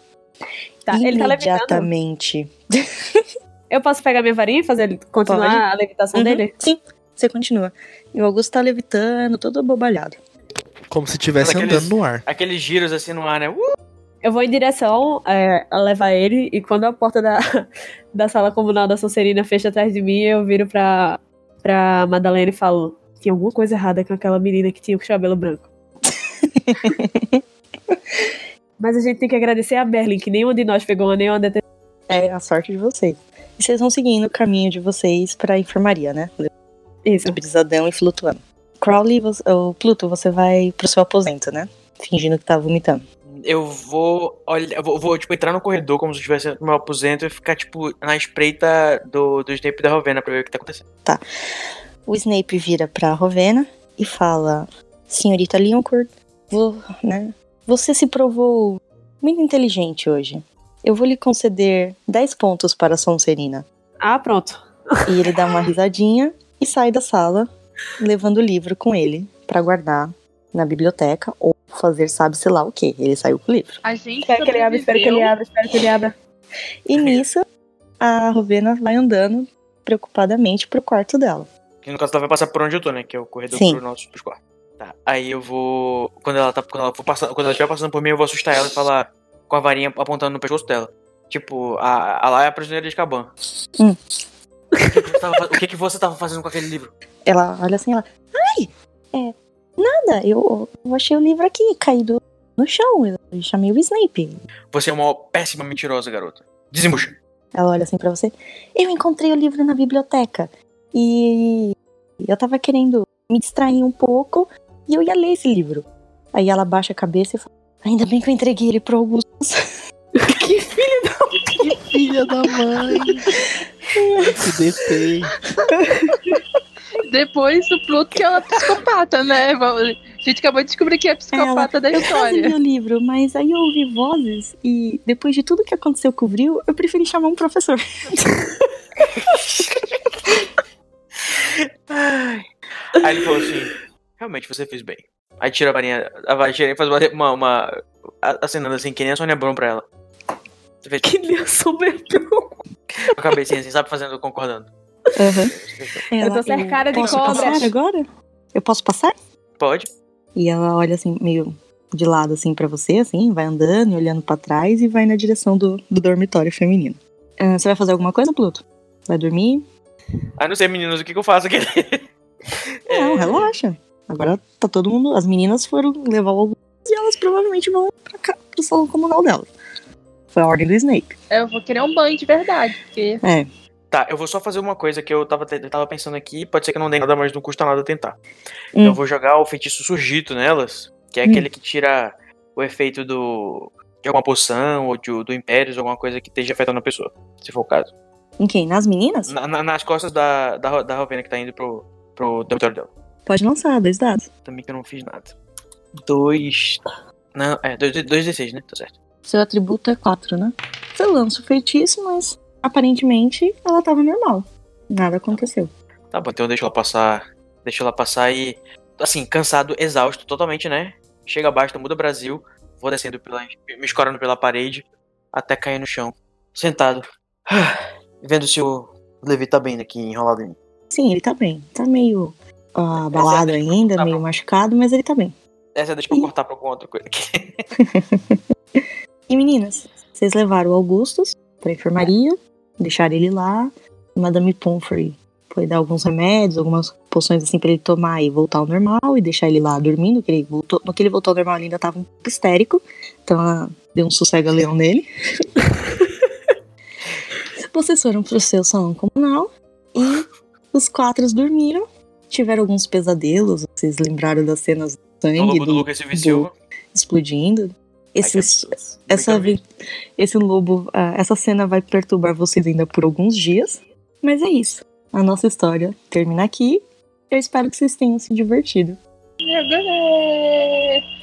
tá, ele tá levitando. Uhum. Imediatamente. Eu posso pegar minha varinha e fazer ele continuar Pode. a levitação Uhum, dele? Sim, você continua. E o Augusto tá levitando, todo abobalhado. Como se estivesse Daqueles- andando [laughs] no ar. Aqueles giros assim no ar, né? Uh! Eu vou em direção é, a levar ele, e quando a porta da, [laughs] da sala comunal da Sonserina fecha atrás de mim, eu viro pra, pra Madalena e falo: Tinha alguma coisa errada com aquela menina que tinha o cabelo branco. [laughs] Mas a gente tem que agradecer a Merlin, que nenhuma de nós pegou uma, nenhuma detenção. É a sorte de vocês. E vocês vão seguindo o caminho de vocês pra enfermaria, né? Isso. Brisadão e flutuando. Crowley, você, ou Pluto, você vai pro seu aposento, né? Fingindo que tá vomitando. Eu vou olhar, eu vou, vou, tipo, entrar no corredor como se eu estivesse no meu aposento e ficar, tipo, na espreita do, do Snape e da Rovena pra ver o que tá acontecendo. O Snape vira pra Rovena e fala: Senhorita Leoncourt, vo- né, você se provou muito inteligente hoje. Eu vou lhe conceder 10 pontos para a Sonserina. Ah, pronto. E ele dá uma risadinha e sai da sala, levando o livro com ele pra guardar na biblioteca ou fazer sabe-se lá o que. Ele saiu com o livro. A gente Espero que ele abra, espero que ele abra, espero que ele abra. E nisso, a Rovena vai andando preocupadamente pro quarto dela. Que no caso ela vai passar por onde eu tô, né? Que é o corredor Sim. pro nosso pros quartos. Tá. Aí eu vou. Quando ela tá. Quando ela for passando. Quando ela estiver passando por mim, eu vou assustar ela e falar com a varinha apontando no pescoço dela. Tipo, a, a lá é a prisioneira de Caban. Hum. O, que, que você tava, fa- o que que você tava fazendo com aquele livro? Ela olha assim, ela. Ai! É, nada, eu, eu achei o livro aqui, caído no chão. Eu chamei o Snape. Você é uma péssima mentirosa, garota. Desembucha. Ela olha assim pra você. Eu encontrei o livro na biblioteca. E eu tava querendo me distrair um pouco e eu ia ler esse livro. Aí ela baixa a cabeça e fala: Ainda bem que eu entreguei ele pro Augusto. Filha da mãe! que defeito! [laughs] Depois do Pluto, que é uma psicopata, né? Vamos- A gente acabou de descobrir que é a psicopata da Eu quase história. li o livro, mas aí eu ouvi vozes e depois de tudo que aconteceu com o Vril, eu preferi chamar um professor. Ai. Aí ele falou assim: realmente você fez bem. Aí tira a varinha, a varinha faz uma. uma, uma a- acenando assim, que nem a Sônia Brown pra ela. Você fez Que nem a sombra com a cabecinha assim, sabe, fazendo, concordando. Você fez bem. Eu tô cercada de posso cobras. passar agora? Eu posso passar? Pode? E ela olha assim, meio de lado assim pra você, assim, vai andando e olhando pra trás e vai na direção do, do dormitório feminino. Ah, você vai fazer alguma coisa, Pluto? Vai dormir? Ah, não sei, meninos, o que, que eu faço aqui? É, É. Não, relaxa. Agora tá todo mundo. As meninas foram levar o Augusto e elas provavelmente vão pra cá, pro salão comunal delas. Foi a ordem do Snape. Eu vou querer um banho de verdade, porque Tá, eu vou só fazer uma coisa que eu tava, te- eu tava pensando aqui, pode ser que não dê nada, mas não custa nada tentar. Hum. Eu vou jogar o feitiço surgito nelas, que é Hum. aquele que tira o efeito do. de alguma poção ou de, do impérios, alguma coisa que esteja afetando a pessoa, se for o caso. Em quem? Nas meninas? Na- na- nas costas da, da, Ro- da Rovena que tá indo pro, pro dormitório dela. Pode lançar, dois dados. Também que eu não fiz nada. Dois. Não, é, dois, dois D6, né? Tá certo. Seu atributo é quatro, né? Você lança o feitiço, mas aparentemente ela tava normal. Nada aconteceu. Tá bom, então deixa ela passar. Deixa ela passar e. Assim, cansado, exausto totalmente, né? Chega abaixo, muda Brasil. Vou descendo pela. me escorando pela parede. Até cair no chão. Sentado. ah, Vendo se o Levi tá bem aqui enrolado em mim. Sim, ele tá bem. Tá meio ah, abalado ainda, Tá meio bom. machucado, mas ele tá bem. Essa deixa eu cortar pra alguma outra coisa aqui. E meninas, vocês levaram o Augustus pra enfermaria, deixaram ele lá. Madame Pomfrey foi dar alguns remédios, algumas poções assim pra ele tomar e voltar ao normal e deixar ele lá dormindo, que ele voltou, no que ele voltou ao normal ele ainda tava um pouco histérico. Então ela deu um sossega-leão nele. Vocês foram pro seu salão comunal e os quatro dormiram. Tiveram alguns pesadelos, vocês lembraram das cenas do [laughs] O sangue, lobo do do, Lucas Silva e Silva. explodindo. Esses, essa Brincadeira. vi- esse lobo, ah, essa cena vai perturbar vocês ainda por alguns dias. Mas é isso. A nossa história termina aqui. Eu espero que vocês tenham se divertido. eu adorei.